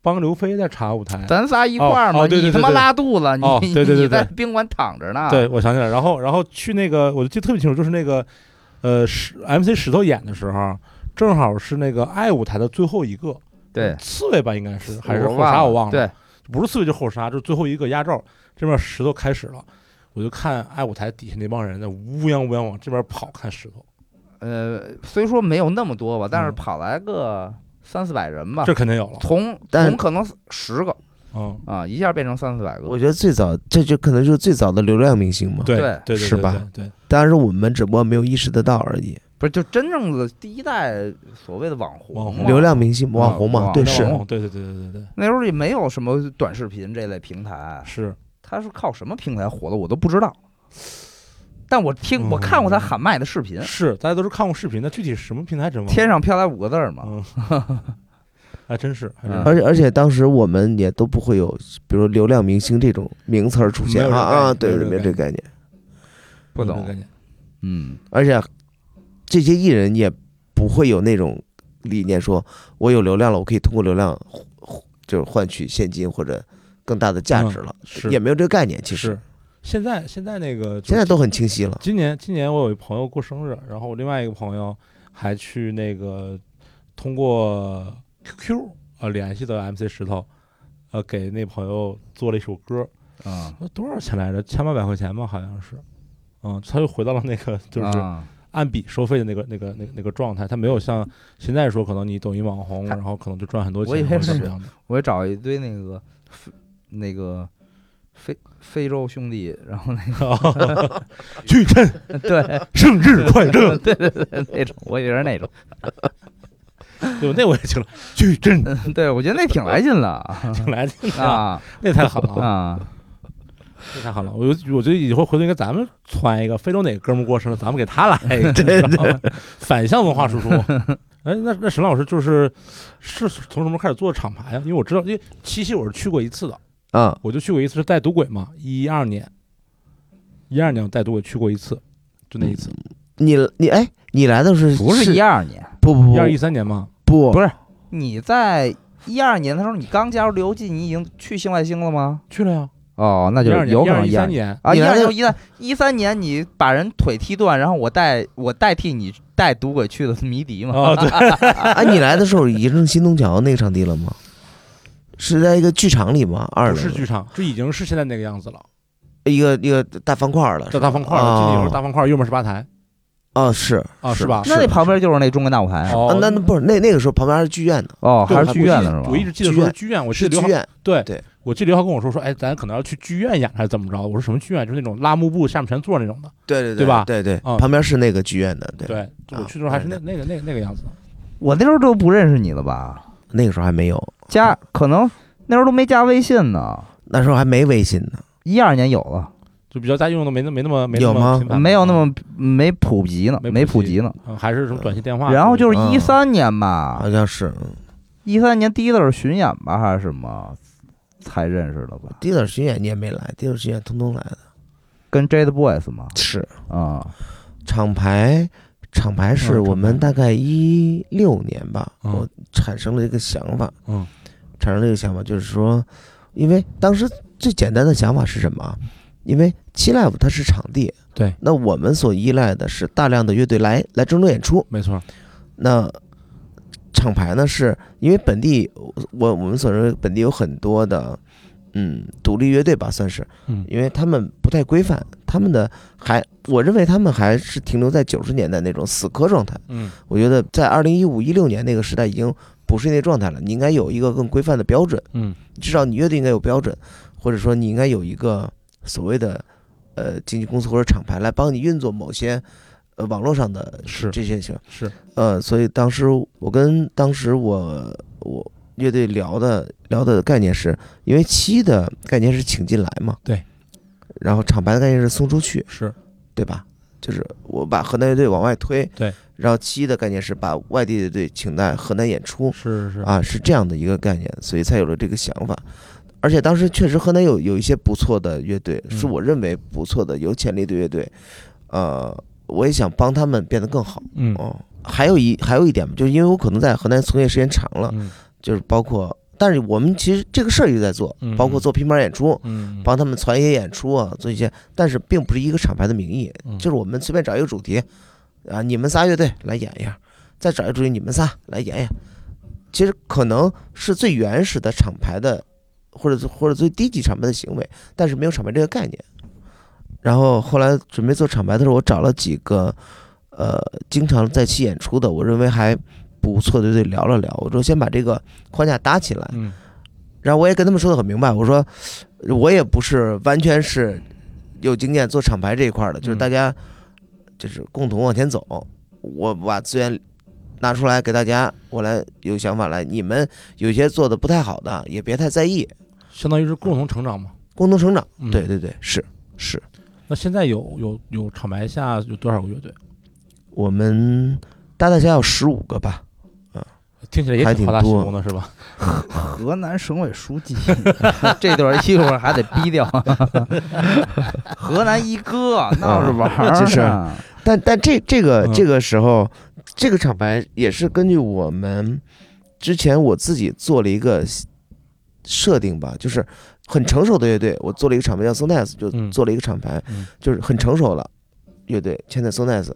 [SPEAKER 3] 帮刘飞在茶舞
[SPEAKER 2] <laughs>
[SPEAKER 3] 台，
[SPEAKER 2] 咱仨一块儿嘛，
[SPEAKER 3] 哦哦对对
[SPEAKER 2] 你他妈
[SPEAKER 3] 对对
[SPEAKER 2] 拉肚子，你
[SPEAKER 3] 哦对对对对
[SPEAKER 2] 你在宾馆躺着呢，
[SPEAKER 3] 对，我想起来，然后然后去那个，我记得特别清楚，就是那个，呃，石 MC 石头演的时候，正好是那个爱舞台的最后一个，
[SPEAKER 2] 对，
[SPEAKER 3] 刺猬吧，应该是还是
[SPEAKER 2] 我
[SPEAKER 3] 后沙，我忘了，
[SPEAKER 2] 对，
[SPEAKER 3] 不是刺猬就是后沙，就是最后一个压轴，这边石头开始了，我就看爱舞台底下那帮人在乌泱乌泱往这边跑，看石头，
[SPEAKER 2] 呃，虽说没有那么多吧，但是
[SPEAKER 3] 嗯
[SPEAKER 2] 跑来个三四百
[SPEAKER 1] 啊
[SPEAKER 2] 人吧
[SPEAKER 3] 这，肯定有了，
[SPEAKER 2] 从
[SPEAKER 1] 但
[SPEAKER 2] 从可能十个
[SPEAKER 3] 嗯，
[SPEAKER 2] 啊，一下变成三四百个
[SPEAKER 1] 我，觉得最早这就可能就是最早的流量明星嘛。
[SPEAKER 3] 对
[SPEAKER 2] 对
[SPEAKER 3] 对对，
[SPEAKER 1] 是吧
[SPEAKER 3] 对？对，
[SPEAKER 1] 当然是我们只不过没有意识得到而已。
[SPEAKER 2] 不是就真正的第一代所谓的网红嘛，啊
[SPEAKER 3] 网红
[SPEAKER 1] 流量明星网红嘛，
[SPEAKER 2] 网
[SPEAKER 1] 对
[SPEAKER 3] 那
[SPEAKER 1] 是
[SPEAKER 3] 网红对对对对对对，
[SPEAKER 2] 那时候也没有什么短视频这类平台，
[SPEAKER 3] 是
[SPEAKER 2] 他是靠什么平台火的，我都不知道。但我
[SPEAKER 3] 嗯
[SPEAKER 2] 听我看过他喊麦的视频，
[SPEAKER 3] 是，大家都是看过视频的，具体什么平台真忘了，
[SPEAKER 2] 天上飘来五个字儿嘛，
[SPEAKER 3] 嗯， <laughs> 还真是，还真是
[SPEAKER 2] 嗯
[SPEAKER 1] 而且而且当时我们也都不会有，比如流量明星这种名词儿出
[SPEAKER 3] 没
[SPEAKER 1] 现
[SPEAKER 3] 有这
[SPEAKER 1] 啊
[SPEAKER 3] 个概
[SPEAKER 1] 啊，
[SPEAKER 3] 念
[SPEAKER 1] 对，
[SPEAKER 3] 没有这个
[SPEAKER 1] 没有这个概念。
[SPEAKER 2] 不
[SPEAKER 3] 有这个概
[SPEAKER 2] 懂，
[SPEAKER 3] 念
[SPEAKER 2] 嗯，
[SPEAKER 1] 而且这些艺人也不会有那种理念说，我有流量了，我可以通过流量就是换取现金或者更大的价值了，
[SPEAKER 3] 嗯是
[SPEAKER 1] 也没有这个概念。其实
[SPEAKER 3] 是现在现在那个就
[SPEAKER 1] 现在都很清晰了。
[SPEAKER 3] 今年今年我有一朋友过生日，然后我另外一个朋友还去那个通过 QQ 呃联系的 MC 石头，呃给那朋友做了一首歌，
[SPEAKER 2] 啊，
[SPEAKER 3] 那多少钱来着？千八百块钱吧，好像是。嗯，他又回到了那个就是
[SPEAKER 2] 啊
[SPEAKER 3] 按笔收费的那个、那个那个那个状态，他没有像现在说可能你抖音网红，
[SPEAKER 2] 他
[SPEAKER 3] 然后可能就赚很多
[SPEAKER 2] 我以
[SPEAKER 3] 钱
[SPEAKER 2] 为
[SPEAKER 3] 或者
[SPEAKER 2] 是
[SPEAKER 3] 怎么样的。
[SPEAKER 2] 我也找一堆那个非那个非非洲兄弟，然后那
[SPEAKER 3] 巨趁
[SPEAKER 2] 个 <laughs> 对
[SPEAKER 3] 生日快乐！
[SPEAKER 2] 对对对那种，我觉得那种， <laughs>
[SPEAKER 3] 对，那我也听了，巨震
[SPEAKER 2] 对我觉得那挺来劲 <laughs> 了
[SPEAKER 3] 来 <laughs> 劲啊，
[SPEAKER 2] 啊
[SPEAKER 3] 那太狠了啊！
[SPEAKER 2] 啊，
[SPEAKER 3] 这太好了，我就我觉得以后回头应该咱们传一个非洲哪个哥们儿过生日，咱们给他来
[SPEAKER 2] <laughs>
[SPEAKER 3] 一个，
[SPEAKER 1] 对
[SPEAKER 3] 知道吗反向文化输出。 <laughs> 哎，那那沈老师就是是从什么开始做厂牌啊？因为我知道，因为七夕我是去过一次的，
[SPEAKER 1] 啊、
[SPEAKER 3] 我就去过一次是带赌鬼嘛，一二年，一二年我带赌鬼去过一次，就那一
[SPEAKER 2] 嗯
[SPEAKER 3] 次，
[SPEAKER 1] 你你哎，你来的是
[SPEAKER 2] 不是一二年，
[SPEAKER 1] 不不不
[SPEAKER 3] 一二一三年嘛，
[SPEAKER 1] 不
[SPEAKER 2] 不是你在一二年的时候，你刚加入刘记，你已经去星外星了吗？
[SPEAKER 3] 去了呀，
[SPEAKER 2] 哦，那
[SPEAKER 3] 一
[SPEAKER 2] 就
[SPEAKER 3] 二
[SPEAKER 2] 是
[SPEAKER 3] 年
[SPEAKER 2] 有可
[SPEAKER 3] 二
[SPEAKER 2] 能
[SPEAKER 3] 一
[SPEAKER 2] 一
[SPEAKER 3] 三
[SPEAKER 2] 二年。
[SPEAKER 3] 年，
[SPEAKER 2] <laughs> 啊，
[SPEAKER 1] 你
[SPEAKER 2] 一
[SPEAKER 1] 来
[SPEAKER 2] 二
[SPEAKER 1] 的
[SPEAKER 2] 年一三一三年，你把人腿踢断，然后我带我代替你带赌鬼去的迷笛嘛？
[SPEAKER 3] 哦对，
[SPEAKER 1] 啊，你来的时候已经是新东桥那个场地了吗？是在一个剧场里吗？二
[SPEAKER 3] 不
[SPEAKER 1] 楼
[SPEAKER 3] 是剧场，这已经是现在那个样子了，
[SPEAKER 1] 一个一个大方块儿了，
[SPEAKER 3] 这大方块儿，
[SPEAKER 1] 啊
[SPEAKER 3] 进去以后大方块儿，右面是吧台，
[SPEAKER 1] 哦是
[SPEAKER 3] 啊是吧
[SPEAKER 2] 那那旁边就是那中国大舞台
[SPEAKER 3] 哦
[SPEAKER 1] 啊，那那不是那那个时候旁边还是剧院呢，
[SPEAKER 2] 哦，
[SPEAKER 3] 对
[SPEAKER 2] 还
[SPEAKER 3] 我
[SPEAKER 2] 是剧院呢
[SPEAKER 3] 我一
[SPEAKER 2] 是
[SPEAKER 3] 直记得说是剧院，我记
[SPEAKER 1] 是
[SPEAKER 3] 得
[SPEAKER 1] 剧
[SPEAKER 3] 刘浩
[SPEAKER 1] 院，
[SPEAKER 3] 对
[SPEAKER 1] 对，
[SPEAKER 3] 我记得刘浩跟我说说，哎，咱可能要去剧院演还是怎么着？我说什么剧院？就是那种拉幕布下面全坐那种的。
[SPEAKER 1] 对对
[SPEAKER 3] 对吧
[SPEAKER 1] 对对，
[SPEAKER 3] 嗯
[SPEAKER 1] 旁边是那个剧院的，对，
[SPEAKER 3] 对，我去的时候还是那那个那个那个样子。
[SPEAKER 2] 我那时候都不认识你了吧？
[SPEAKER 1] 那个时候还没有，
[SPEAKER 2] 加可能那时候都没加微信呢，
[SPEAKER 1] 那时候还没微信呢，
[SPEAKER 2] 一二年有了，
[SPEAKER 3] 就比较家用的没那没那么没那
[SPEAKER 1] 有吗
[SPEAKER 3] 么频繁
[SPEAKER 2] 没有那么没普及呢，
[SPEAKER 3] 没
[SPEAKER 2] 没
[SPEAKER 3] 普
[SPEAKER 2] 普
[SPEAKER 3] 及
[SPEAKER 2] 及呢。
[SPEAKER 3] 嗯还是什么短信电话。
[SPEAKER 2] 然后就是
[SPEAKER 1] 嗯
[SPEAKER 2] 一三年
[SPEAKER 3] 啊
[SPEAKER 2] 吧
[SPEAKER 1] 好，像是
[SPEAKER 2] 一三年第一次巡演吧还是什么，才认识的吧？
[SPEAKER 1] 迪尔巡演你也没来，迪尔巡演通通来的，
[SPEAKER 2] 跟 Jade Boys 嘛，
[SPEAKER 1] 是
[SPEAKER 2] 啊、
[SPEAKER 1] 厂牌，厂牌是
[SPEAKER 3] 嗯
[SPEAKER 1] 我们
[SPEAKER 3] 厂牌
[SPEAKER 1] 大概一六年吧，
[SPEAKER 3] 嗯
[SPEAKER 1] 我产生了一个想法，
[SPEAKER 3] 嗯，
[SPEAKER 1] 产生了一个想法，就是说，因为当时最简单的想法是什么啊？因为七 live 它是场地，
[SPEAKER 3] 对，
[SPEAKER 1] 那我们所依赖的是大量的乐队来来郑州演出，
[SPEAKER 3] 没错，
[SPEAKER 1] 那厂牌呢，是因为本地，我我们所认为本地有很多的，嗯，独立乐队吧，算是，
[SPEAKER 3] 嗯
[SPEAKER 1] 因为他们不太规范，他们的还，我认为他们还是停留在九十年代那种死磕状态。
[SPEAKER 3] 嗯
[SPEAKER 1] 我觉得在二零一五一六年那个时代已经不是那状态了，你应该有一个更规范的标准，
[SPEAKER 3] 嗯
[SPEAKER 1] 至少你乐队应该有标准，或者说你应该有一个所谓的，呃，经纪公司或者厂牌来帮你运作某些，呃，网络上的
[SPEAKER 3] 是
[SPEAKER 1] 这些行。
[SPEAKER 3] 是，
[SPEAKER 1] 呃，所以当时我跟当时我我乐队聊的聊的概念是，因为七的概念是请进来嘛，
[SPEAKER 3] 对，
[SPEAKER 1] 然后厂牌的概念是送出去，
[SPEAKER 3] 是
[SPEAKER 1] 对吧？就是我把河南乐队往外推，
[SPEAKER 3] 对，
[SPEAKER 1] 然后七的概念是把外地乐队请在河南演出，
[SPEAKER 3] 是是
[SPEAKER 1] 啊，是这样的一个概念，所以才有了这个想法。而且当时确实河南有有一些不错的乐队，
[SPEAKER 3] 嗯
[SPEAKER 1] 是我认为不错的、有潜力的乐队，呃，我也想帮他们变得更好。
[SPEAKER 3] 嗯
[SPEAKER 1] 哦，还有一还有一点嘛，就是因为我可能在河南从业时间长了，
[SPEAKER 3] 嗯
[SPEAKER 1] 就是包括，但是我们其实这个事儿一直在做
[SPEAKER 3] 嗯，
[SPEAKER 1] 包括做拼盘演出，
[SPEAKER 3] 嗯，
[SPEAKER 1] 帮他们传一些演出啊，做一些，但是并不是一个厂牌的名义，
[SPEAKER 3] 嗯
[SPEAKER 1] 就是我们随便找一个主题，啊，你们仨乐队来演一下，再找一个主题，你们仨来演一下。其实可能是最原始的厂牌的，或者或者最低级厂牌的行为，但是没有厂牌这个概念。然后后来准备做厂牌的时候，我找了几个，呃，经常在期演出的，我认为还不错的乐队聊了聊，我说先把这个框架搭起来，
[SPEAKER 3] 嗯
[SPEAKER 1] 然后我也跟他们说的很明白，我说我也不是完全是有经验做厂牌这一块儿的，就是
[SPEAKER 3] 嗯
[SPEAKER 1] 大家就是共同往前走，我把资源拿出来给大家，我来有想法来，你们有些做的不太好的也别太在意，
[SPEAKER 3] 相当于是共同成长嘛。
[SPEAKER 1] 共同成长。
[SPEAKER 3] 嗯
[SPEAKER 1] 对，对对，是是，
[SPEAKER 3] 那现在有有有厂牌下有多少个乐队？
[SPEAKER 1] 我们大大小小十五个吧，
[SPEAKER 3] 听起来也
[SPEAKER 1] 还
[SPEAKER 3] 挺
[SPEAKER 1] 挺
[SPEAKER 3] 夸大喜
[SPEAKER 1] 多
[SPEAKER 3] 功的是吧？
[SPEAKER 2] 河南省委书记， <laughs> 这段一会儿还得逼掉。 <laughs> 河南一哥闹着玩儿呢，
[SPEAKER 1] 这是但但这这个
[SPEAKER 3] 嗯
[SPEAKER 1] 这个时候，这个厂牌也是根据我们之前我自己做了一个设定吧，就是很成熟的乐队，我做了一个厂牌叫 Sonas，就
[SPEAKER 3] 嗯
[SPEAKER 1] 做了一个厂牌，
[SPEAKER 3] 嗯
[SPEAKER 1] 就是很成熟了乐队现在 Sonas，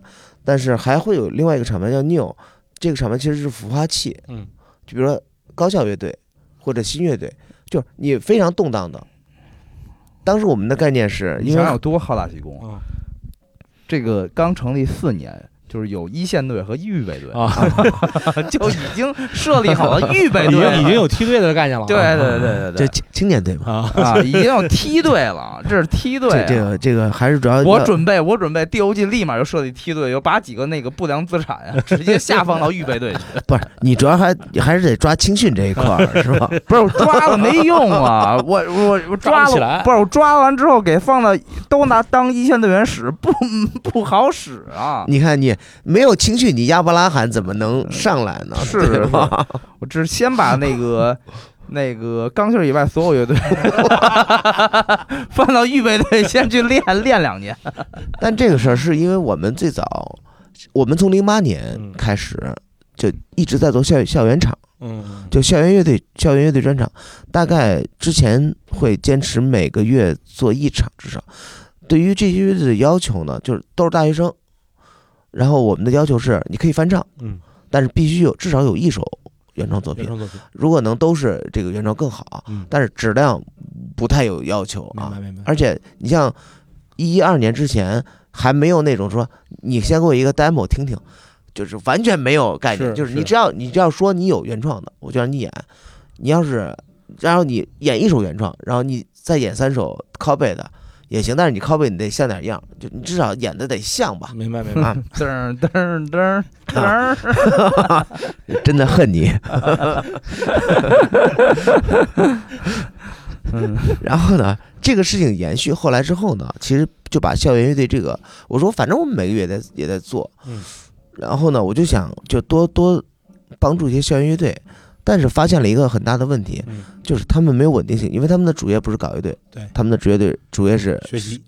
[SPEAKER 1] 但是还会有另外一个厂牌叫 New，这个厂牌其实是孵化器，
[SPEAKER 3] 嗯，
[SPEAKER 1] 就比如说高校乐队或者新乐队，就是你非常动荡的。当时我们的概念是
[SPEAKER 2] 你
[SPEAKER 1] 因
[SPEAKER 2] 想
[SPEAKER 1] 为
[SPEAKER 2] 想有多好大喜功？啊
[SPEAKER 3] 嗯
[SPEAKER 2] 这个刚成立四年，就是有一线队和预备队，
[SPEAKER 3] 啊，
[SPEAKER 2] <laughs> 就已经设立好了预备
[SPEAKER 3] 已经
[SPEAKER 2] 队，
[SPEAKER 3] 已经有梯队的概念了啊。
[SPEAKER 2] 对对对对
[SPEAKER 1] 这
[SPEAKER 2] 对
[SPEAKER 1] 青青年队嘛，
[SPEAKER 3] 啊，
[SPEAKER 2] 啊，已经有梯队了，这是梯队
[SPEAKER 1] 这
[SPEAKER 2] 啊。
[SPEAKER 1] 这个这个还是主要
[SPEAKER 2] 我
[SPEAKER 1] 要
[SPEAKER 2] 准备，我准备 DOG 立马就设计梯队，又把几个那个不良资产
[SPEAKER 1] <laughs>
[SPEAKER 2] 呀、直接下放到预备队去。
[SPEAKER 1] 不是你主要还还是得抓青训这一块儿是吧？
[SPEAKER 2] 不是我抓了没用
[SPEAKER 1] <laughs>
[SPEAKER 2] 啊，我我我
[SPEAKER 3] 抓
[SPEAKER 2] 抓
[SPEAKER 3] 不起
[SPEAKER 2] 了
[SPEAKER 3] 来，
[SPEAKER 2] 不是我抓完之后给放到都拿当一线队员使，不不好使啊。
[SPEAKER 1] 你看你没有青训，你亚伯拉罕怎么能上来呢？
[SPEAKER 2] 嗯是
[SPEAKER 1] 对吧？
[SPEAKER 2] 我只是先把那 <laughs> 个那个钢琴以外所有乐队 <laughs> 放到预备队，先去练练两年。
[SPEAKER 1] 但这个事儿是因为我们最早，我们从零八年开始就一直在做校校园场，
[SPEAKER 3] 嗯，
[SPEAKER 1] 就校园乐队校园乐队专场，大概之前会坚持每个月做一场至少。对于这些乐队的要求呢，就是都是大学生，然后我们的要求是你可以翻唱，
[SPEAKER 3] 嗯，
[SPEAKER 1] 但是必须有至少有一首原创作品。
[SPEAKER 3] 原创作品，
[SPEAKER 1] 如果能都是这个原创更好，
[SPEAKER 3] 嗯，
[SPEAKER 1] 但是质量不太有要求
[SPEAKER 3] 明白
[SPEAKER 1] 啊。
[SPEAKER 3] 明白，
[SPEAKER 1] 而且你像一二年之前还没有那种说你先给我一个 demo 听听，就是完全没有概念，
[SPEAKER 3] 是
[SPEAKER 1] 就是
[SPEAKER 3] 是
[SPEAKER 1] 你只要你只要说你有原创的，我就让你演。你要是然后你演一首原创，然后你再演三首 copy 的也行，但是你 copy 你得像点样，就你至少演的得像吧。
[SPEAKER 3] 明白明
[SPEAKER 2] 嗯
[SPEAKER 3] 白。
[SPEAKER 1] 啊，
[SPEAKER 2] 噔噔噔噔，
[SPEAKER 1] <laughs> 真的恨
[SPEAKER 3] <laughs>
[SPEAKER 1] 你。
[SPEAKER 2] 嗯，
[SPEAKER 1] 然后呢，这个事情延续后来之后呢，其实就把校园乐队这个，我说反正我们每个月也在也在做，
[SPEAKER 3] 嗯，
[SPEAKER 1] 然后呢，我就想就多多帮助一些校园乐队，但是发现了一个很大的问题，
[SPEAKER 3] 嗯
[SPEAKER 1] 就是他们没有稳定性，因为他们的主业不是搞乐队，
[SPEAKER 3] 对
[SPEAKER 1] 他们的职业队主业是
[SPEAKER 3] 学习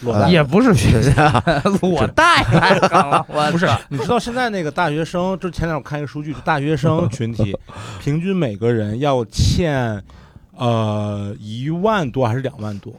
[SPEAKER 1] 落单
[SPEAKER 2] 也不是学
[SPEAKER 1] 裸
[SPEAKER 2] <laughs> 裸贷太高 <laughs> 了，我
[SPEAKER 3] 不是，你知道现在那个大学生，就前两天我看一个数据，就大
[SPEAKER 2] <laughs>
[SPEAKER 3] 学生群体平均每个人要欠呃一万多还是两万多？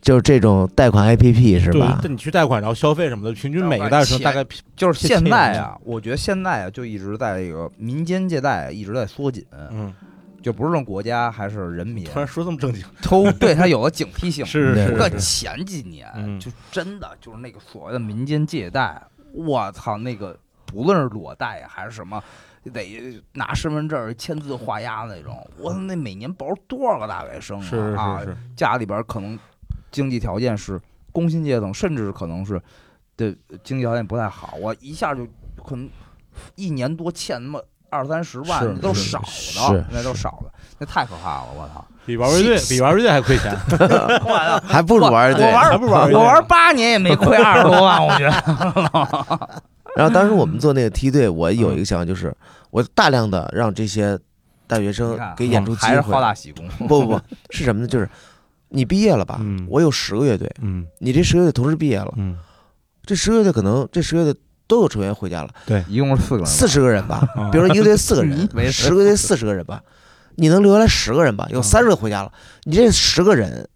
[SPEAKER 1] 就是这种贷款 APP 是
[SPEAKER 3] 对，
[SPEAKER 1] 吧
[SPEAKER 3] 但？你去贷款然后消费什么的，平均每个大学生大概
[SPEAKER 2] 就是现在啊，我觉得现在啊，就一直在这个民间借贷一直在缩紧，
[SPEAKER 3] 嗯，
[SPEAKER 2] 就不是论国家还是人民
[SPEAKER 3] 突，然说这么正经，
[SPEAKER 2] 都对它有了警惕性。
[SPEAKER 3] 是
[SPEAKER 1] 是
[SPEAKER 2] 不过
[SPEAKER 3] 是是，
[SPEAKER 2] 前几年
[SPEAKER 3] 嗯
[SPEAKER 2] 就真的就是那个所谓的民间借贷，我操，那个不论是裸贷呀还是什么，得拿身份证儿签字画押那种，我操，那每年保多少个大学生啊？
[SPEAKER 3] 是是
[SPEAKER 2] 啊
[SPEAKER 3] 是是，
[SPEAKER 2] 家里边儿可能经济条件是工薪阶层，甚至可能是的经济条件不太好，我一下就可能一年多欠那么二三十万，
[SPEAKER 3] 是
[SPEAKER 2] 那都
[SPEAKER 3] 是
[SPEAKER 2] 少
[SPEAKER 1] 是
[SPEAKER 2] 的，那都少的，那太可怕了，我
[SPEAKER 3] <laughs>
[SPEAKER 2] 操！
[SPEAKER 3] 比玩乐队比玩乐队还亏钱，
[SPEAKER 2] 我操！
[SPEAKER 1] 还不如玩乐队
[SPEAKER 2] 我。玩
[SPEAKER 3] 还不
[SPEAKER 1] <laughs>
[SPEAKER 3] 如玩乐队
[SPEAKER 2] 我玩八年也没亏二十多万，我觉得。
[SPEAKER 1] 然后当时我们做那个梯队，我有一个想法
[SPEAKER 3] 嗯
[SPEAKER 1] 就是，我大量的让这些大学生给演出机
[SPEAKER 2] 啊还是
[SPEAKER 1] 会
[SPEAKER 2] 好。大喜功。
[SPEAKER 1] 不不不，是什么呢？就是你毕业了吧？
[SPEAKER 3] 嗯
[SPEAKER 1] 我有十个乐队，
[SPEAKER 3] 嗯
[SPEAKER 1] 你这十个乐队同时毕业了，
[SPEAKER 3] 嗯，
[SPEAKER 1] 这十个乐队可能这十个乐队都有成员回家了，
[SPEAKER 2] 一共是四个人吧，
[SPEAKER 1] 四十个人
[SPEAKER 3] <laughs>
[SPEAKER 1] 吧，
[SPEAKER 3] 啊
[SPEAKER 1] 比如说一个队四个人
[SPEAKER 2] 你， <laughs> 没事
[SPEAKER 1] 十个队四十个人吧，你能留下来十个人吧？有
[SPEAKER 3] 嗯
[SPEAKER 1] 三十个回家了，你这十个人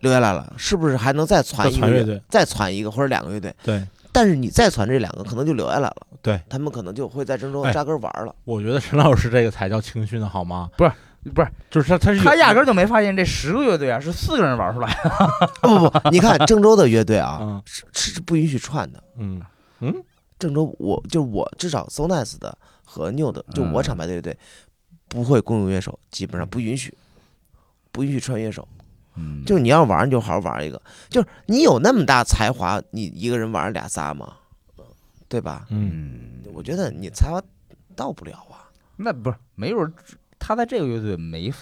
[SPEAKER 1] 留下来了，是不是还能再攒
[SPEAKER 3] 再
[SPEAKER 1] 一个
[SPEAKER 3] 攒乐
[SPEAKER 1] 乐
[SPEAKER 3] 队？
[SPEAKER 1] 再攒一个或者两个乐队？
[SPEAKER 3] 对，
[SPEAKER 1] 但是你再攒这两个，可能就留下来了。
[SPEAKER 3] 对，
[SPEAKER 1] 他们可能就会在郑州
[SPEAKER 3] 哎
[SPEAKER 1] 扎根玩了。
[SPEAKER 3] 我觉得陈老师这个才叫青训的好吗？
[SPEAKER 2] 不是
[SPEAKER 3] 就是他他是有
[SPEAKER 2] 他压根儿就没发现这十个乐队啊是四个人玩出来的。
[SPEAKER 1] 不
[SPEAKER 3] <laughs>
[SPEAKER 1] 不不，你看郑州的乐队啊，
[SPEAKER 3] 嗯
[SPEAKER 1] 是是不允许串的。
[SPEAKER 3] 嗯
[SPEAKER 1] 郑州我就我至少 So Nice 的和 New 的，就
[SPEAKER 2] 嗯
[SPEAKER 1] 我厂牌的乐队不会共用乐手，基本上不允许，不允许串乐
[SPEAKER 3] 嗯
[SPEAKER 1] 手。
[SPEAKER 2] 嗯
[SPEAKER 1] 就是你要玩，你就好好玩一个。就是你有那么大才华，你一个人玩俩仨吗？对吧？
[SPEAKER 3] 嗯，
[SPEAKER 2] 嗯，
[SPEAKER 1] 我觉得你才华到不了啊。
[SPEAKER 2] 那不是没准儿他在这个乐队没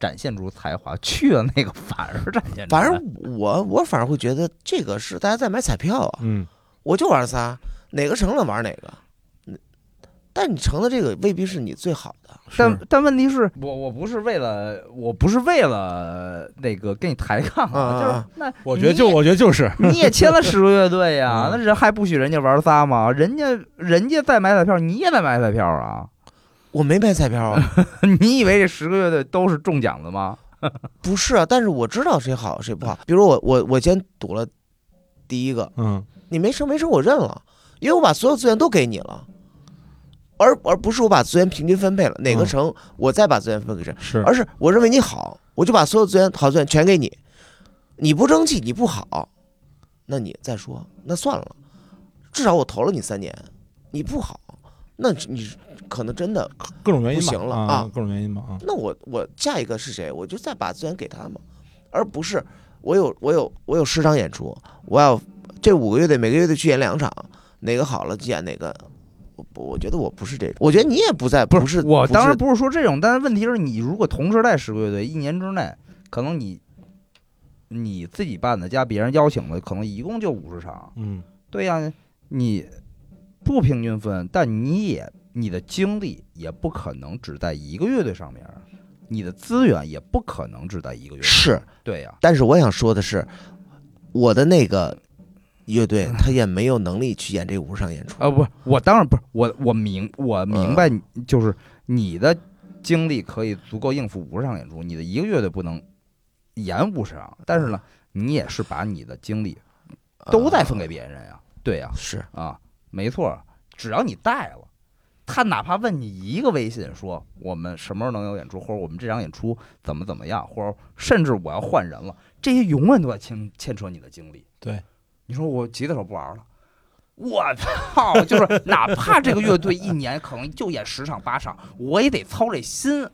[SPEAKER 2] 展现出才华，去了那个反而展现出来。
[SPEAKER 1] 反正我我反而会觉得这个是大家在买彩票啊。
[SPEAKER 3] 嗯
[SPEAKER 1] 我就玩仨，哪个成了玩哪个。嗯但你成的这个未必是你最好的，
[SPEAKER 2] 但但问题是我我不是为了我不是为了那个跟你抬杠
[SPEAKER 1] 啊
[SPEAKER 2] 就
[SPEAKER 1] 啊
[SPEAKER 2] 是
[SPEAKER 1] 啊
[SPEAKER 2] 那
[SPEAKER 3] 我觉得
[SPEAKER 2] 你
[SPEAKER 3] 就我觉得就是，
[SPEAKER 2] 你也签了十个乐队呀那人还不许人家玩仨吗？人家人家在买彩票，你也在买彩票啊？
[SPEAKER 1] 我没买彩票啊，
[SPEAKER 2] <laughs> 你以为这十个乐队都是中奖的吗？
[SPEAKER 1] 不是啊，但是我知道谁好谁不好。比如我我我先赌了第一个，
[SPEAKER 3] 嗯
[SPEAKER 1] 你没成没成我认了，因为我把所有资源都给你了，而而不是我把资源平均分配了，哪个
[SPEAKER 3] 嗯
[SPEAKER 1] 成我再把资源分给谁，
[SPEAKER 3] 是
[SPEAKER 1] 而是我认为你好，我就把所有资源好资源全给你，你不争气，你不好，那你再说，那算了，至少我投了你三年，你不好，那你可能真的，
[SPEAKER 3] 各种原因
[SPEAKER 1] 不
[SPEAKER 3] 吧
[SPEAKER 1] 行了
[SPEAKER 3] 啊
[SPEAKER 1] 啊，
[SPEAKER 3] 各种原因嘛啊，
[SPEAKER 1] 那我我下一个是谁，我就再把资源给他嘛，而不是我有我有我有十场演出，我要这五个乐队每个乐队去演两场，哪个好了就演哪个。我我觉得我不是这种，我觉得你也不在，呃不是
[SPEAKER 2] 我当然
[SPEAKER 1] 不
[SPEAKER 2] 不是说这种，但是问题是你如果同时带十个乐队，一年之内可能你你自己办的加别人邀请的，可能一共就五十场。
[SPEAKER 3] 嗯
[SPEAKER 2] 对呀、你不平均分，但你也你的精力也不可能只在一个乐队上面，你的资源也不可能只在一个乐队。
[SPEAKER 1] 是，
[SPEAKER 2] 对呀、
[SPEAKER 1] 但是我想说的是，我的那个乐队他也没有能力去演这五十场演出。
[SPEAKER 2] 啊，不是，我当然不是，我我明我明白你，就是你的精力可以足够应付五十场演出，你的一个乐队不能演五十场，但是呢，你也是把你的精力嗯
[SPEAKER 1] 啊
[SPEAKER 2] 都在分给别人呀、对呀、
[SPEAKER 1] 是
[SPEAKER 2] 啊，没错，只要你带了，他哪怕问你一个微信说我们什么时候能有演出，或者我们这场演出怎么怎么样，或者甚至我要换人了，这些永远都在牵牵扯你的精力。
[SPEAKER 3] 对，
[SPEAKER 2] 你说我吉他手不玩了。我操！就是哪怕这个乐队一年可能就演十场八场，我也得操这心，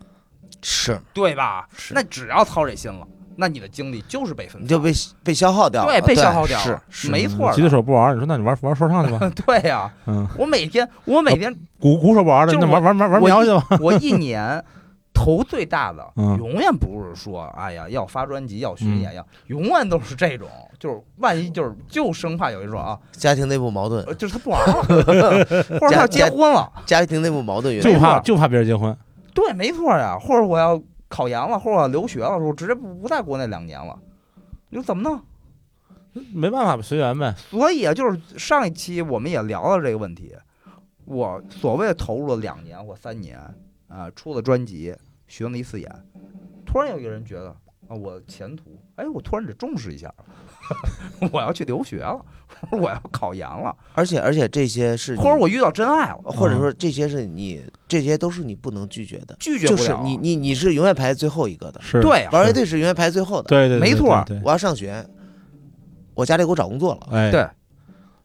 [SPEAKER 1] 是，
[SPEAKER 2] 对吧？
[SPEAKER 1] 是
[SPEAKER 2] 那只要操这心了，那你的精力就是被分
[SPEAKER 1] 你就被被消耗掉了，
[SPEAKER 2] 对被消耗掉
[SPEAKER 1] 是
[SPEAKER 2] 了，
[SPEAKER 1] 是
[SPEAKER 2] 没错儿的
[SPEAKER 3] 吉他嗯手不玩儿，你说那你玩玩说唱去吧。
[SPEAKER 2] 嗯 <laughs> 对呀、
[SPEAKER 3] 嗯，
[SPEAKER 2] 我每天我每天
[SPEAKER 3] 鼓鼓手不玩儿的，
[SPEAKER 2] 就是
[SPEAKER 3] 那
[SPEAKER 2] 我
[SPEAKER 3] 玩玩玩玩苗去吧。
[SPEAKER 2] 我一年投最大的，
[SPEAKER 3] 嗯
[SPEAKER 2] 永远不是说哎呀要发专辑要巡演要，永远都是这种，就是万一就是就生怕有一种啊，
[SPEAKER 1] 家庭内部矛盾
[SPEAKER 2] 呃，就是他不玩了，或者他要结婚了，
[SPEAKER 1] 家庭内部矛盾原
[SPEAKER 3] 就
[SPEAKER 1] 因
[SPEAKER 3] 怕
[SPEAKER 2] 没错
[SPEAKER 3] 就怕别人结婚，
[SPEAKER 2] 对，没错呀，或者我要考研了，或者我要留学了，我直接不不在国内两年了，你说怎么弄？
[SPEAKER 3] 没办法，随缘呗。
[SPEAKER 2] 所以啊，就是上一期我们也聊了这个问题，我所谓投入了两年或三年啊，出了专辑，巡了一次演，突然有一个人觉得啊，我前途，哎，我突然得重视一下了， <laughs> 我要去留学了，或者我要考研了，
[SPEAKER 1] 而且而且这些是
[SPEAKER 2] 或者
[SPEAKER 1] 你
[SPEAKER 2] 我遇到真爱了，
[SPEAKER 1] 或者说这些是你这些都是你不能拒绝的，
[SPEAKER 2] 拒绝不
[SPEAKER 1] 就
[SPEAKER 2] 了。
[SPEAKER 1] 是你你你是永远排最后一个的，
[SPEAKER 3] 是，
[SPEAKER 2] 对啊，
[SPEAKER 1] 玩乐队是永远排最后的。
[SPEAKER 3] 对对，对
[SPEAKER 2] 没错儿
[SPEAKER 3] 对，对
[SPEAKER 1] 我要上学，我家里给我找工作了，
[SPEAKER 3] 哎，
[SPEAKER 2] 对，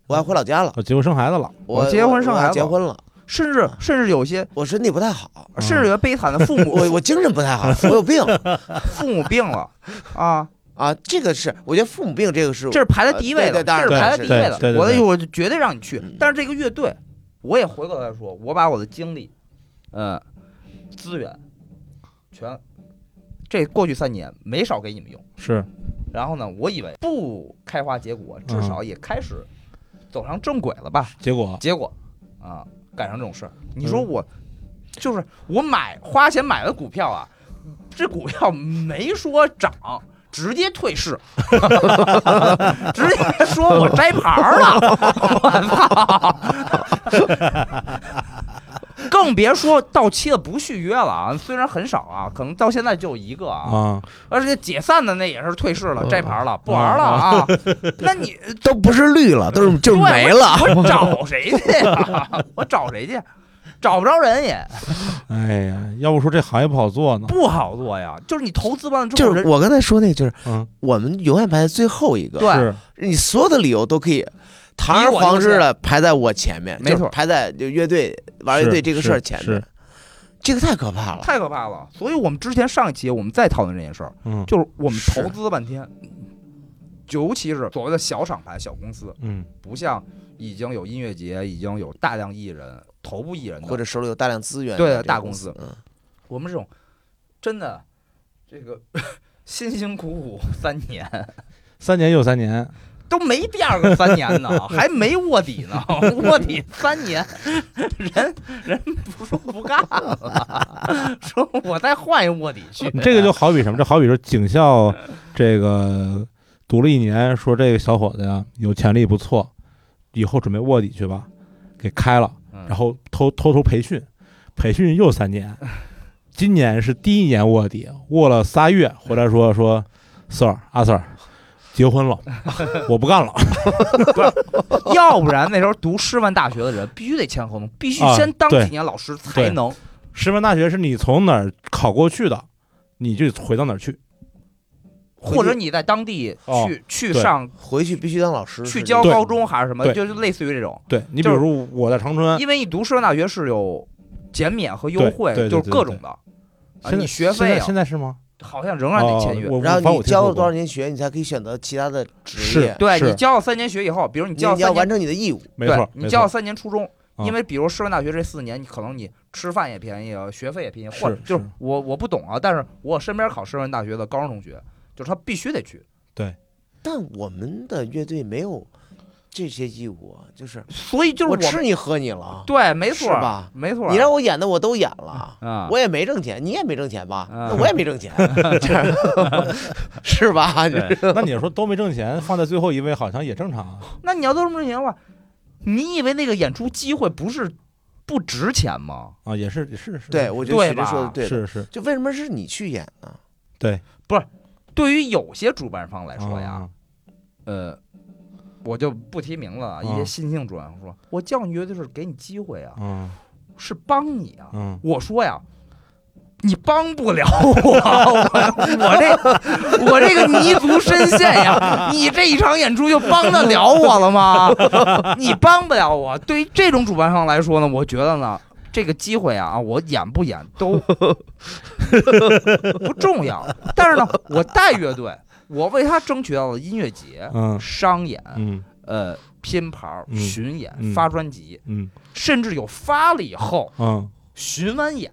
[SPEAKER 1] 我要回老家了，
[SPEAKER 3] 我结婚生孩子了，
[SPEAKER 1] 我
[SPEAKER 2] 结婚生
[SPEAKER 1] 我要
[SPEAKER 2] 孩子
[SPEAKER 1] 结婚了，
[SPEAKER 2] 甚至甚至有些，
[SPEAKER 1] 我身体不太好，
[SPEAKER 2] 甚至有些悲惨的父
[SPEAKER 1] <laughs>
[SPEAKER 2] 母，
[SPEAKER 1] 我我精神不太好，我有病
[SPEAKER 2] 父母病
[SPEAKER 1] <laughs>
[SPEAKER 2] 了啊，
[SPEAKER 1] 啊，这个是我觉得父母病这个是
[SPEAKER 2] 这是排在第一位的，
[SPEAKER 1] 对对当
[SPEAKER 2] 这
[SPEAKER 1] 然
[SPEAKER 2] 是排在第一位
[SPEAKER 3] 对
[SPEAKER 2] 的。
[SPEAKER 3] 对对
[SPEAKER 2] 我的
[SPEAKER 3] 对
[SPEAKER 2] 我就绝对让你去
[SPEAKER 1] 嗯。
[SPEAKER 2] 但是这个乐队，我也回过头来说，我把我的精力，呃，资源，全，这过去三年没少给你们用。
[SPEAKER 3] 是
[SPEAKER 2] 然后呢，我以为不开花结果，至少也开始走上正轨了吧？
[SPEAKER 3] 结果
[SPEAKER 2] 结果啊，赶上这种事儿，你
[SPEAKER 1] 嗯
[SPEAKER 2] 说我、就是我买花钱买的股票啊，这股票没说涨。直接退市，直接说我摘牌儿了，我操！更别说到期了不续约了啊，虽然很少啊，可能到现在就一个啊，
[SPEAKER 3] 啊，
[SPEAKER 2] 而且解散的那也是退市了，
[SPEAKER 1] 嗯
[SPEAKER 2] 摘牌儿了，不玩儿了啊。那你
[SPEAKER 1] 都不是绿了，都是就是
[SPEAKER 2] 对
[SPEAKER 1] 没了。 <laughs>
[SPEAKER 2] 我找谁去呀？我找谁去？找不着人也
[SPEAKER 3] 哎呀，要不说这行业不好做呢。
[SPEAKER 2] 不好做呀。就是你投资完了之后，
[SPEAKER 1] 就是
[SPEAKER 2] 人
[SPEAKER 1] 我刚才说那，就是
[SPEAKER 3] 嗯，
[SPEAKER 1] 我们永远排在最后一个，
[SPEAKER 2] 对
[SPEAKER 3] 是
[SPEAKER 1] 你所有的理由都可以堂而皇之的排在我前面，
[SPEAKER 2] 没错
[SPEAKER 1] 就是排在就乐队玩乐队
[SPEAKER 3] 是
[SPEAKER 1] 这个事儿前
[SPEAKER 3] 是
[SPEAKER 1] 面
[SPEAKER 3] 是，
[SPEAKER 1] 这个太可怕了。
[SPEAKER 2] 太可怕了。所以我们之前上一期我们再讨论这件事儿，
[SPEAKER 3] 嗯
[SPEAKER 2] 就是我们
[SPEAKER 1] 是
[SPEAKER 2] 投资半天，尤其是所谓的小厂牌、小公司，
[SPEAKER 3] 嗯，
[SPEAKER 2] 不像已经有音乐节、已经有大量艺人、头部艺人的
[SPEAKER 1] 或者手里有大量资源的
[SPEAKER 2] 对
[SPEAKER 1] 这个
[SPEAKER 2] 大
[SPEAKER 1] 公
[SPEAKER 2] 公
[SPEAKER 1] 司，嗯，
[SPEAKER 2] 我们这种真的这个 <laughs> 辛辛苦苦三年
[SPEAKER 3] 三年又三年，
[SPEAKER 2] 都没第二个三年
[SPEAKER 3] <laughs>
[SPEAKER 2] 呢，还没卧底呢，卧底三年，人人不说不干了，说我再换一卧底去，
[SPEAKER 3] <laughs>
[SPEAKER 2] <laughs>
[SPEAKER 3] 这个就好比什么？这好比说警校
[SPEAKER 2] 嗯
[SPEAKER 3] 这个读了一年，说这个小伙子呀有潜力不错，以后准备卧底去吧，给开了，
[SPEAKER 2] 嗯
[SPEAKER 3] 然后偷偷偷培训，培训又
[SPEAKER 2] <laughs>
[SPEAKER 3] 三年，今年是第一年卧底，卧了仨月，回来说说，Sir 阿 Sir，结婚
[SPEAKER 2] <laughs>
[SPEAKER 3] 了，我不干了，
[SPEAKER 2] 要不然那时候读师范大学的人必须得签合同，必须先当
[SPEAKER 3] 啊对
[SPEAKER 2] 几年老师才能。
[SPEAKER 3] 师范大学是你从哪儿考过去的，你就回到哪儿去，
[SPEAKER 2] 或者你在当地
[SPEAKER 3] 哦
[SPEAKER 2] 去去
[SPEAKER 3] 对
[SPEAKER 2] 上
[SPEAKER 1] 回去必须当老师，
[SPEAKER 2] 去
[SPEAKER 1] 是
[SPEAKER 2] 教
[SPEAKER 1] 这
[SPEAKER 3] 对
[SPEAKER 1] 个
[SPEAKER 2] 高中还是什么，
[SPEAKER 3] 对嗯
[SPEAKER 2] 就是类似于这种，
[SPEAKER 3] 对你比
[SPEAKER 2] 就是
[SPEAKER 3] 如说我在长春，
[SPEAKER 2] 因为你读师范大学是有减免和优惠，
[SPEAKER 3] 对对对
[SPEAKER 2] 就是各
[SPEAKER 3] 对
[SPEAKER 2] 种的，啊
[SPEAKER 3] 现在
[SPEAKER 2] 你学
[SPEAKER 3] 现在
[SPEAKER 2] 费啊
[SPEAKER 3] 现，在是吗？
[SPEAKER 2] 好像仍然得签约
[SPEAKER 3] 哦。我
[SPEAKER 1] 然
[SPEAKER 3] 我
[SPEAKER 1] 后
[SPEAKER 3] 反正我
[SPEAKER 1] 你
[SPEAKER 3] 听
[SPEAKER 1] 交
[SPEAKER 3] 说
[SPEAKER 1] 了
[SPEAKER 3] 过
[SPEAKER 1] 多少年学，你才可以选择其他的职
[SPEAKER 3] 是
[SPEAKER 1] 业，
[SPEAKER 2] 对
[SPEAKER 3] 是
[SPEAKER 2] 你交了三年学以后，比如你
[SPEAKER 1] 你
[SPEAKER 2] 交了
[SPEAKER 1] 你要
[SPEAKER 2] 三年
[SPEAKER 1] 完成你的义务。
[SPEAKER 3] 没
[SPEAKER 2] 对
[SPEAKER 3] 错，
[SPEAKER 2] 你
[SPEAKER 3] 没
[SPEAKER 2] 交了 <laughs>
[SPEAKER 3] 错
[SPEAKER 2] 三年初中，
[SPEAKER 3] 啊
[SPEAKER 2] 因为比如师范大学这四年，你可能你吃饭也便宜啊，学费也便宜，或者
[SPEAKER 3] 是
[SPEAKER 2] 就是
[SPEAKER 3] 是
[SPEAKER 2] 我我不懂啊，但是我身边考师范大学的高中同学，就是他必须得去，
[SPEAKER 1] 但我们的乐队没有这些义务啊，就是
[SPEAKER 2] 所以就是
[SPEAKER 1] 我
[SPEAKER 2] 我
[SPEAKER 1] 吃
[SPEAKER 2] 们
[SPEAKER 1] 你喝你了，
[SPEAKER 2] 对，没错
[SPEAKER 1] 是吧？
[SPEAKER 2] 没错，
[SPEAKER 1] 你让我演的我都演了。
[SPEAKER 2] 啊，
[SPEAKER 1] 我也没挣钱，你也没挣钱吧？
[SPEAKER 2] 啊
[SPEAKER 1] 那我也没 <laughs> 挣钱，这样是吧？你
[SPEAKER 2] 对
[SPEAKER 3] 那你要说都没挣钱，放在最后一位好像也正常啊。
[SPEAKER 2] 那你要都这么行的话，你以为那个演出机会不是不值钱吗？
[SPEAKER 3] 啊，也是是是，
[SPEAKER 1] 对，我觉得
[SPEAKER 2] 对
[SPEAKER 1] 徐晨说的
[SPEAKER 2] 吧
[SPEAKER 1] 对的，
[SPEAKER 3] 是是，
[SPEAKER 1] 就为什么是你去演呢？
[SPEAKER 2] 对于有些主办方来说呀，
[SPEAKER 3] 啊，
[SPEAKER 2] 呃，我就不提名了啊，一些
[SPEAKER 3] 嗯
[SPEAKER 2] 新兴主办方说，我叫你乐队是给你机会啊，
[SPEAKER 3] 嗯
[SPEAKER 2] 是帮你啊，
[SPEAKER 3] 嗯，
[SPEAKER 2] 我说呀，你帮不了我，我我这我这个泥足深陷呀，你这一场演出就帮得了我了吗？你帮不了我。对于这种主办方来说呢，我觉得呢，这个机会啊，啊我演不演都 <laughs> 不重要。但是呢，我带乐队，我为他争取到了音乐节、
[SPEAKER 3] 嗯
[SPEAKER 2] 商演、
[SPEAKER 3] 嗯
[SPEAKER 2] 呃拼盘儿、
[SPEAKER 3] 嗯
[SPEAKER 2] 巡演、
[SPEAKER 3] 嗯
[SPEAKER 2] 发专辑，
[SPEAKER 3] 嗯
[SPEAKER 2] 甚至有发了以后
[SPEAKER 3] 嗯，
[SPEAKER 2] 巡完演，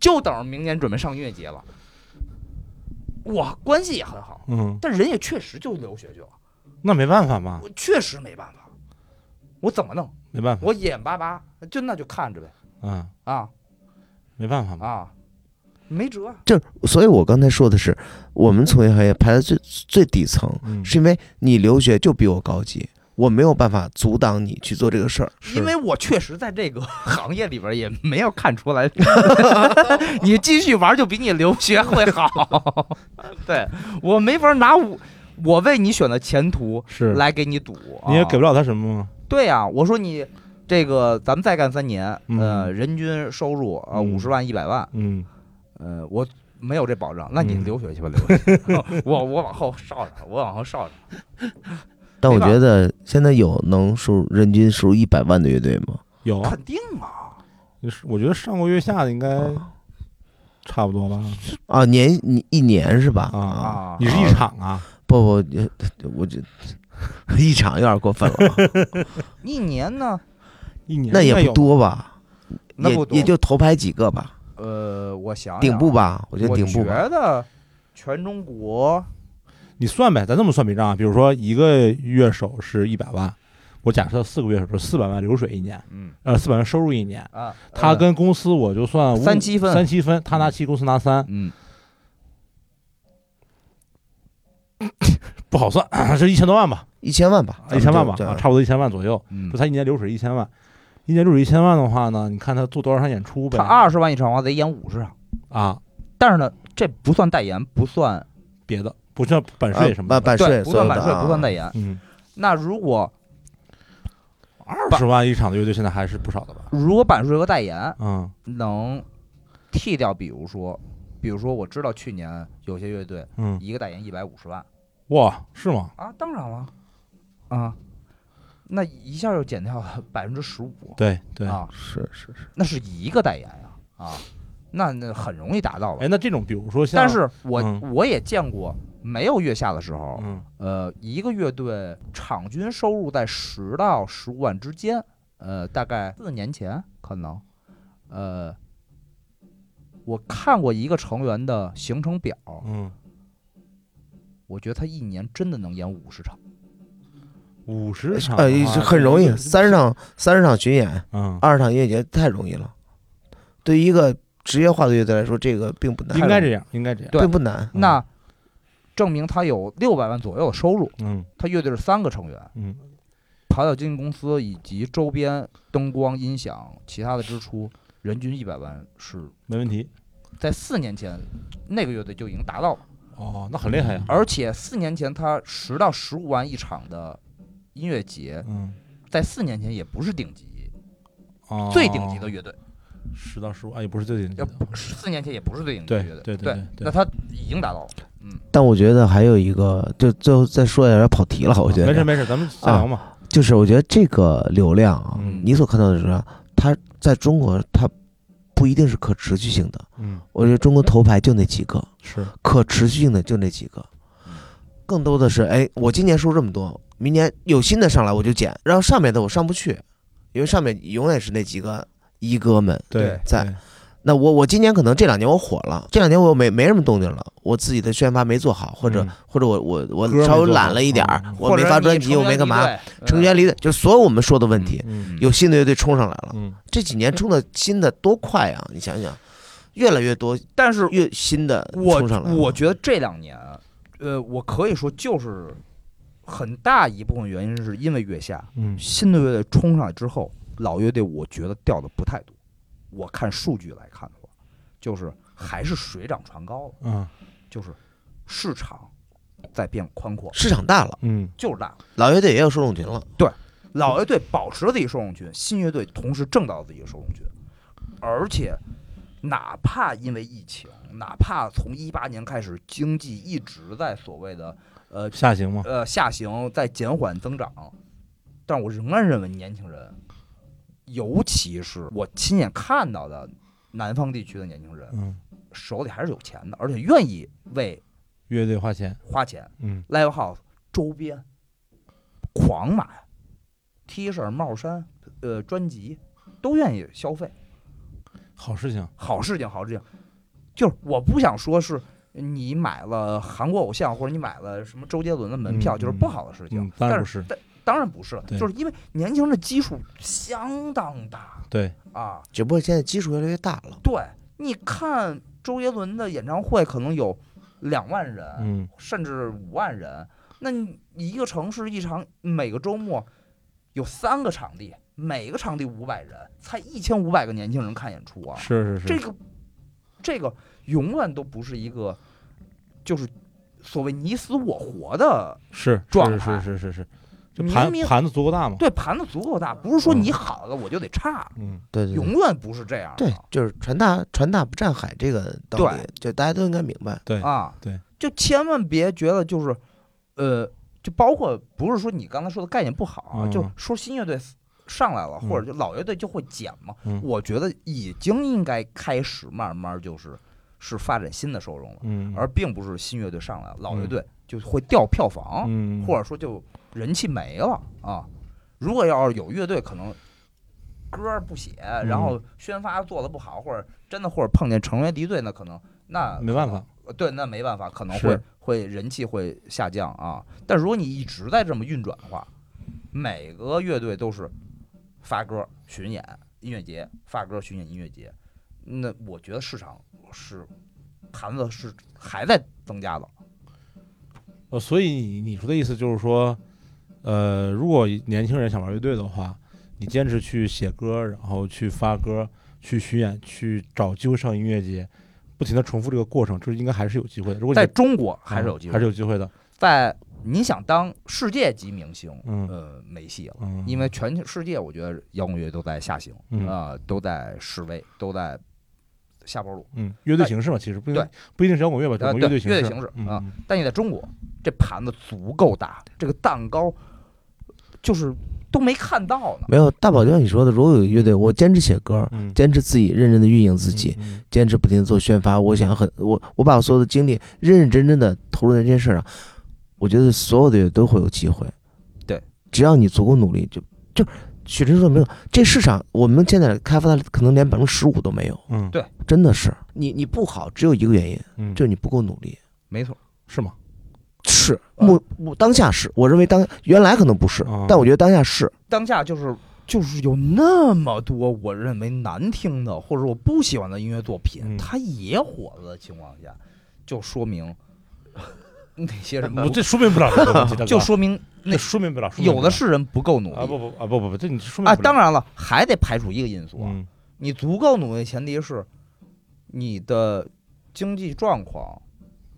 [SPEAKER 2] 就等着明年准备上音乐节了。哇，关系也很好，
[SPEAKER 3] 嗯，
[SPEAKER 2] 但人也确实就留学去了，
[SPEAKER 3] 那没办法嘛，
[SPEAKER 2] 我确实没办法，我怎么弄？
[SPEAKER 3] 没办法，
[SPEAKER 2] 我眼巴巴，就那就看着呗，
[SPEAKER 3] 嗯，
[SPEAKER 2] 啊
[SPEAKER 3] 没办法嘛，
[SPEAKER 2] 啊，没辙啊，
[SPEAKER 1] 就是，所以我刚才说的是，我们从业行业排在最最底层，
[SPEAKER 3] 嗯，
[SPEAKER 1] 是因为你留学就比我高级，我没有办法阻挡你去做这个事儿。
[SPEAKER 3] 是
[SPEAKER 2] 因为我确实在这个行业里边也没有看出来， <laughs> 你继续玩就比你留学会好。 <laughs> 对我没法拿我我为你选的前途
[SPEAKER 3] 是，
[SPEAKER 2] 来给你赌，
[SPEAKER 3] 你也
[SPEAKER 2] 啊
[SPEAKER 3] 给不了他什么嘛，
[SPEAKER 2] 对呀、我说你这个咱们再干三年，
[SPEAKER 3] 嗯
[SPEAKER 2] 呃，人均收入啊
[SPEAKER 3] 嗯
[SPEAKER 2] 五十万一百万，
[SPEAKER 3] 嗯，
[SPEAKER 2] 呃，我没有这保障，那你
[SPEAKER 3] 嗯
[SPEAKER 2] 留学去吧， <laughs> 留学，我我往后稍着，我往后稍着。
[SPEAKER 1] 但我
[SPEAKER 2] 没办法
[SPEAKER 1] 觉得现在有能收入人均收入一百万的乐队吗？
[SPEAKER 3] 有啊，
[SPEAKER 2] 肯定啊，
[SPEAKER 3] 就是我觉得上个月下的应该差不多吧，
[SPEAKER 1] 啊，年你一年是吧？
[SPEAKER 3] 啊
[SPEAKER 2] 啊
[SPEAKER 3] 你是一场啊，
[SPEAKER 1] 不不，呃我这一场有点过分了啊，
[SPEAKER 3] <laughs>
[SPEAKER 2] 一年呢，
[SPEAKER 3] 一年
[SPEAKER 1] 那也
[SPEAKER 3] 有
[SPEAKER 1] 不，多吧？
[SPEAKER 2] 那
[SPEAKER 1] 也
[SPEAKER 2] 不多
[SPEAKER 1] 也就头排几个吧，
[SPEAKER 2] 呃，我想想
[SPEAKER 3] 哎
[SPEAKER 1] 顶部，吧，我觉得
[SPEAKER 2] 我
[SPEAKER 1] 顶
[SPEAKER 2] 觉
[SPEAKER 1] 部吧。
[SPEAKER 2] 得全中国
[SPEAKER 3] 你算呗，咱这么算笔账啊，比如说一个乐手是一百万，我假设四个乐手是四百万流水一年，
[SPEAKER 2] 嗯
[SPEAKER 3] 呃，四百万收入一年。
[SPEAKER 2] 啊，
[SPEAKER 3] 他
[SPEAKER 2] 呃
[SPEAKER 3] 跟公司我就算五
[SPEAKER 2] 三七分
[SPEAKER 3] 三七分，他拿七，公司拿三，
[SPEAKER 2] 嗯
[SPEAKER 3] 不好算， <clears throat> 这一千多万吧，
[SPEAKER 1] 一千万吧，
[SPEAKER 3] 一千万吧，
[SPEAKER 1] 咱
[SPEAKER 3] 啊
[SPEAKER 1] 们就
[SPEAKER 3] 差不多一千万左右。
[SPEAKER 2] 嗯
[SPEAKER 3] 就，他一年流水一千万，一年流水一千万的话呢，你看他做多少场演出呗？
[SPEAKER 2] 他二十万一场的话得演五十场，
[SPEAKER 3] 啊，
[SPEAKER 2] 但是呢，这不算代言，不算
[SPEAKER 3] 别的不像版
[SPEAKER 1] 啊
[SPEAKER 3] 税什么
[SPEAKER 1] 版
[SPEAKER 3] 的，
[SPEAKER 1] 版
[SPEAKER 2] 对，
[SPEAKER 1] 税，
[SPEAKER 2] 不算
[SPEAKER 1] 所
[SPEAKER 2] 版
[SPEAKER 1] 有
[SPEAKER 2] 税
[SPEAKER 1] 的，啊
[SPEAKER 2] 不算代言。
[SPEAKER 3] 嗯，
[SPEAKER 2] 那如果
[SPEAKER 3] 二十万一场的乐队现在还是不少的吧？
[SPEAKER 2] 如果版税和代言
[SPEAKER 3] 嗯
[SPEAKER 2] 能剃掉，比如说，比如说我知道去年有些乐队
[SPEAKER 3] 嗯，
[SPEAKER 2] 一个代言一百五十万
[SPEAKER 3] 哇，是吗？
[SPEAKER 2] 啊，当然了，啊，那一下就减掉了百分之十五
[SPEAKER 3] 对对，
[SPEAKER 2] 啊，
[SPEAKER 1] 是是是，
[SPEAKER 2] 那是一个代言呀啊那那很容易达到了。
[SPEAKER 3] 哎，那这种比如说像，
[SPEAKER 2] 但是我、
[SPEAKER 3] 嗯
[SPEAKER 2] 我也见过没有月下的时候，
[SPEAKER 3] 嗯
[SPEAKER 2] 呃，一个乐队场均收入在十到十五万之间，呃，大概四年前可能，呃，我看过一个成员的行程表，
[SPEAKER 3] 嗯，
[SPEAKER 2] 我觉得他一年真的能演五十场，
[SPEAKER 3] 五十场啊
[SPEAKER 1] 呃，
[SPEAKER 3] 的话
[SPEAKER 1] 是很容易，三十，场三十场巡演，
[SPEAKER 3] 嗯，
[SPEAKER 1] 二十场音乐节太容易了。对于一个职业化的乐队来说，这个并不难，
[SPEAKER 3] 应该这样，应该这样，
[SPEAKER 2] 对
[SPEAKER 1] 并不难。
[SPEAKER 2] 那证明他有六百万左右的收入。
[SPEAKER 3] 嗯
[SPEAKER 2] 他乐队是三个成员，
[SPEAKER 3] 嗯，
[SPEAKER 2] 淘汰经纪公司以及周边灯光、音响、其他的支出，人均一百万是
[SPEAKER 3] 没问题。
[SPEAKER 2] 在四年前那个乐队就已经达到了。
[SPEAKER 3] 哦，那很厉害呀，
[SPEAKER 2] 而且四年前他十到十五万一场的音乐节，
[SPEAKER 3] 嗯，
[SPEAKER 2] 在四年前也不是顶级、
[SPEAKER 3] 哦
[SPEAKER 2] 最顶级的乐队，
[SPEAKER 3] 十到十五，哎，也不是最顶级
[SPEAKER 2] 要
[SPEAKER 3] 的，
[SPEAKER 2] 不四年前也不是最顶级
[SPEAKER 3] 对
[SPEAKER 2] 的乐队，
[SPEAKER 3] 对对对
[SPEAKER 2] 那他已经达到了。
[SPEAKER 1] 但我觉得还有一个，就最后再说一下，有点跑题了，我觉得。
[SPEAKER 3] 没事没事，咱们瞎聊嘛，
[SPEAKER 1] 就是我觉得这个流量啊，
[SPEAKER 3] 嗯
[SPEAKER 1] 你所看到的流量，它在中国它不一定是可持续性的。
[SPEAKER 3] 嗯，
[SPEAKER 1] 我觉得中国头牌就那几个，
[SPEAKER 3] 是，
[SPEAKER 1] 可持续性的就那几个，更多的是哎，我今年收这么多，明年有新的上来我就减，然后上面的我上不去，因为上面永远是那几个一哥们。
[SPEAKER 3] 对，嗯
[SPEAKER 1] 在那我我今年可能这两年我火了，这两年我又没没什么动静了，我自己的宣发没做好，或者、
[SPEAKER 3] 嗯
[SPEAKER 1] 或者我我
[SPEAKER 3] 歌没
[SPEAKER 1] 我稍微
[SPEAKER 3] 做
[SPEAKER 1] 懒
[SPEAKER 3] 好
[SPEAKER 1] 了一点儿
[SPEAKER 3] 嗯，
[SPEAKER 1] 我没发专辑，我没干嘛，，成员离队，就是所有我们说的问题，
[SPEAKER 3] 嗯
[SPEAKER 1] 有新的乐队冲上来了，
[SPEAKER 3] 嗯，
[SPEAKER 1] 这几年冲的新的多快啊！你想想，越来越多，
[SPEAKER 2] 但是
[SPEAKER 1] 越新的
[SPEAKER 2] 我
[SPEAKER 1] <laughs> 冲上来了
[SPEAKER 2] 我觉得这两年，呃，我可以说就是很大一部分原因是因为月下
[SPEAKER 3] 嗯
[SPEAKER 2] 新的乐队冲上来之后，老乐队我觉得掉的不太多。我看数据来看的话，就是还是水涨船高了。
[SPEAKER 3] 嗯
[SPEAKER 2] 就是市场在变宽阔，
[SPEAKER 1] 市场大了，
[SPEAKER 3] 嗯
[SPEAKER 2] 就是大
[SPEAKER 1] 老乐队也有受众群了，
[SPEAKER 2] 老乐队保持了自己受众群，新乐队同时挣到了自己的受众群，而且哪怕因为疫情，哪怕从一八年开始经济一直在所谓的呃
[SPEAKER 3] 下行嘛，
[SPEAKER 2] 呃下行，在减缓增长，但我仍然认为年轻人尤其是我亲眼看到的南方地区的年轻人，
[SPEAKER 3] 嗯，
[SPEAKER 2] 手里还是有钱的，而且愿意为
[SPEAKER 3] 乐队花钱，
[SPEAKER 2] 花钱
[SPEAKER 3] 嗯
[SPEAKER 2] live house 周边狂买 T 恤、帽衫、呃专辑，都愿意消费。
[SPEAKER 3] 好事情，
[SPEAKER 2] 好事情，好事情，就是我不想说是你买了韩国偶像或者你买了什么周杰伦的门票，
[SPEAKER 3] 嗯
[SPEAKER 2] 就是不好的事情。
[SPEAKER 3] 嗯，当然
[SPEAKER 2] 但
[SPEAKER 3] 不是，
[SPEAKER 2] 当然不是，
[SPEAKER 3] 对
[SPEAKER 2] 就是因为年轻人的基数相当大
[SPEAKER 3] 对，
[SPEAKER 2] 啊。
[SPEAKER 1] 只不过现在基数越来越大了。
[SPEAKER 2] 对，你看周杰伦的演唱会，可能有两万人，
[SPEAKER 3] 嗯，
[SPEAKER 2] 甚至五万人。那你一个城市一场，每个周末有三个场地，每个场地五百人，才一千五百个年轻人看演出啊！
[SPEAKER 3] 是是
[SPEAKER 2] 这
[SPEAKER 3] 是，
[SPEAKER 2] 个这个永远都不是一个就是所谓你死我活的，
[SPEAKER 3] 是
[SPEAKER 2] 状
[SPEAKER 3] 是
[SPEAKER 2] 态
[SPEAKER 3] 是是是是，就
[SPEAKER 2] 明
[SPEAKER 3] 盘
[SPEAKER 2] 明
[SPEAKER 3] 盘子足够大嘛，
[SPEAKER 2] 对盘子足够大，不是说你好了我就得差，
[SPEAKER 3] 嗯，
[SPEAKER 1] 对对对
[SPEAKER 2] 永远不是这样啊的
[SPEAKER 1] 对，就是船大船大不占海这个道理，就大家都应该明白。
[SPEAKER 3] 对，
[SPEAKER 2] 啊，
[SPEAKER 3] 对，
[SPEAKER 2] 就千万别觉得就是呃，就包括不是说你刚才说的概念不好啊，
[SPEAKER 3] 嗯
[SPEAKER 2] 就是说新乐队。上来了，或者就老乐队就会减嘛？
[SPEAKER 3] 嗯
[SPEAKER 2] 我觉得已经应该开始慢慢就是是发展新的受众了，
[SPEAKER 3] 嗯，
[SPEAKER 2] 而并不是新乐队上来了，老乐
[SPEAKER 3] 嗯
[SPEAKER 2] 队就会掉票房。
[SPEAKER 3] 嗯，
[SPEAKER 2] 或者说就人气没了啊。如果要是有乐队，可能歌儿不写，然后
[SPEAKER 3] 嗯
[SPEAKER 2] 宣发做的不好，或者真的或者碰见成员敌对，那可能那
[SPEAKER 3] 没办法，
[SPEAKER 2] 呃对，那没办法，可能
[SPEAKER 3] 是
[SPEAKER 2] 会会人气会下降啊。但如果你一直在这么运转的话，每个乐队都是发歌巡演音乐节，发歌巡演音乐节，那我觉得市场是盘子是还在增加的。
[SPEAKER 3] 呃，所以你你说的意思就是说，呃，如果年轻人想玩乐队的话，你坚持去写歌，然后去发歌，去巡演，去找机会上音乐节，不停的重复这个过程，就是应该还是有机会的。如果你
[SPEAKER 2] 在中国还是有机会
[SPEAKER 3] 嗯还，是有机会的。
[SPEAKER 2] 在你想当世界级明星，
[SPEAKER 3] 嗯
[SPEAKER 2] 呃，没戏了，
[SPEAKER 3] 嗯，
[SPEAKER 2] 因为全球世界我觉得摇滚乐都在下行
[SPEAKER 3] 嗯
[SPEAKER 2] 啊、都在示威，都在下坡路。
[SPEAKER 3] 嗯，乐队形式嘛，其实不一定
[SPEAKER 2] 对
[SPEAKER 3] 不一定是摇滚乐吧，整
[SPEAKER 2] 呃对
[SPEAKER 3] 个乐队
[SPEAKER 2] 乐
[SPEAKER 3] 式
[SPEAKER 2] 队形式
[SPEAKER 3] 嗯
[SPEAKER 2] 啊
[SPEAKER 3] 嗯
[SPEAKER 2] 但你在中国，这盘子足够大，这个蛋糕就是都没看到呢。
[SPEAKER 1] 没有大宝，就像你说的，如果有乐队，我坚持写歌，
[SPEAKER 3] 嗯，
[SPEAKER 1] 坚持自己认真的运营自
[SPEAKER 3] 自
[SPEAKER 1] 己，，坚持不停的做宣发。我想很，我我把我所有的精力认认真真的投入在这件事上，我觉得所有的都会有机会。
[SPEAKER 2] 对，
[SPEAKER 1] 只要你足够努力，就就许晨说没有，这市场我们现在开发的可能连百分之十五都没有，
[SPEAKER 3] 嗯，
[SPEAKER 2] 对
[SPEAKER 1] 真的是你你不好，只有一个原因，
[SPEAKER 3] 嗯，
[SPEAKER 1] 就是你不够努力。
[SPEAKER 2] 没错，
[SPEAKER 3] 是吗？
[SPEAKER 1] 是，目目当下是，我认为当原来可能不是
[SPEAKER 3] 哦，
[SPEAKER 1] 但我觉得当下是。
[SPEAKER 2] 当下就是就是有那么多我认为难听的或者我不喜欢的音乐作品，
[SPEAKER 3] 嗯
[SPEAKER 2] 它也火了的情况下，就说明那些人
[SPEAKER 3] 我这说 <laughs> 明不了这
[SPEAKER 2] <laughs>
[SPEAKER 3] 个问题，大哥
[SPEAKER 2] 就说明那
[SPEAKER 3] 这说明不了，说明
[SPEAKER 2] 有
[SPEAKER 3] 不
[SPEAKER 2] 的
[SPEAKER 3] 了
[SPEAKER 2] 是人不够努
[SPEAKER 3] 啊，
[SPEAKER 2] 力
[SPEAKER 3] 不不啊不不不，这你说明
[SPEAKER 2] 啊。
[SPEAKER 3] 不了
[SPEAKER 2] 当然了，还得排除一个因素啊，
[SPEAKER 3] 嗯
[SPEAKER 2] 你足够努力的前提是你的经济状况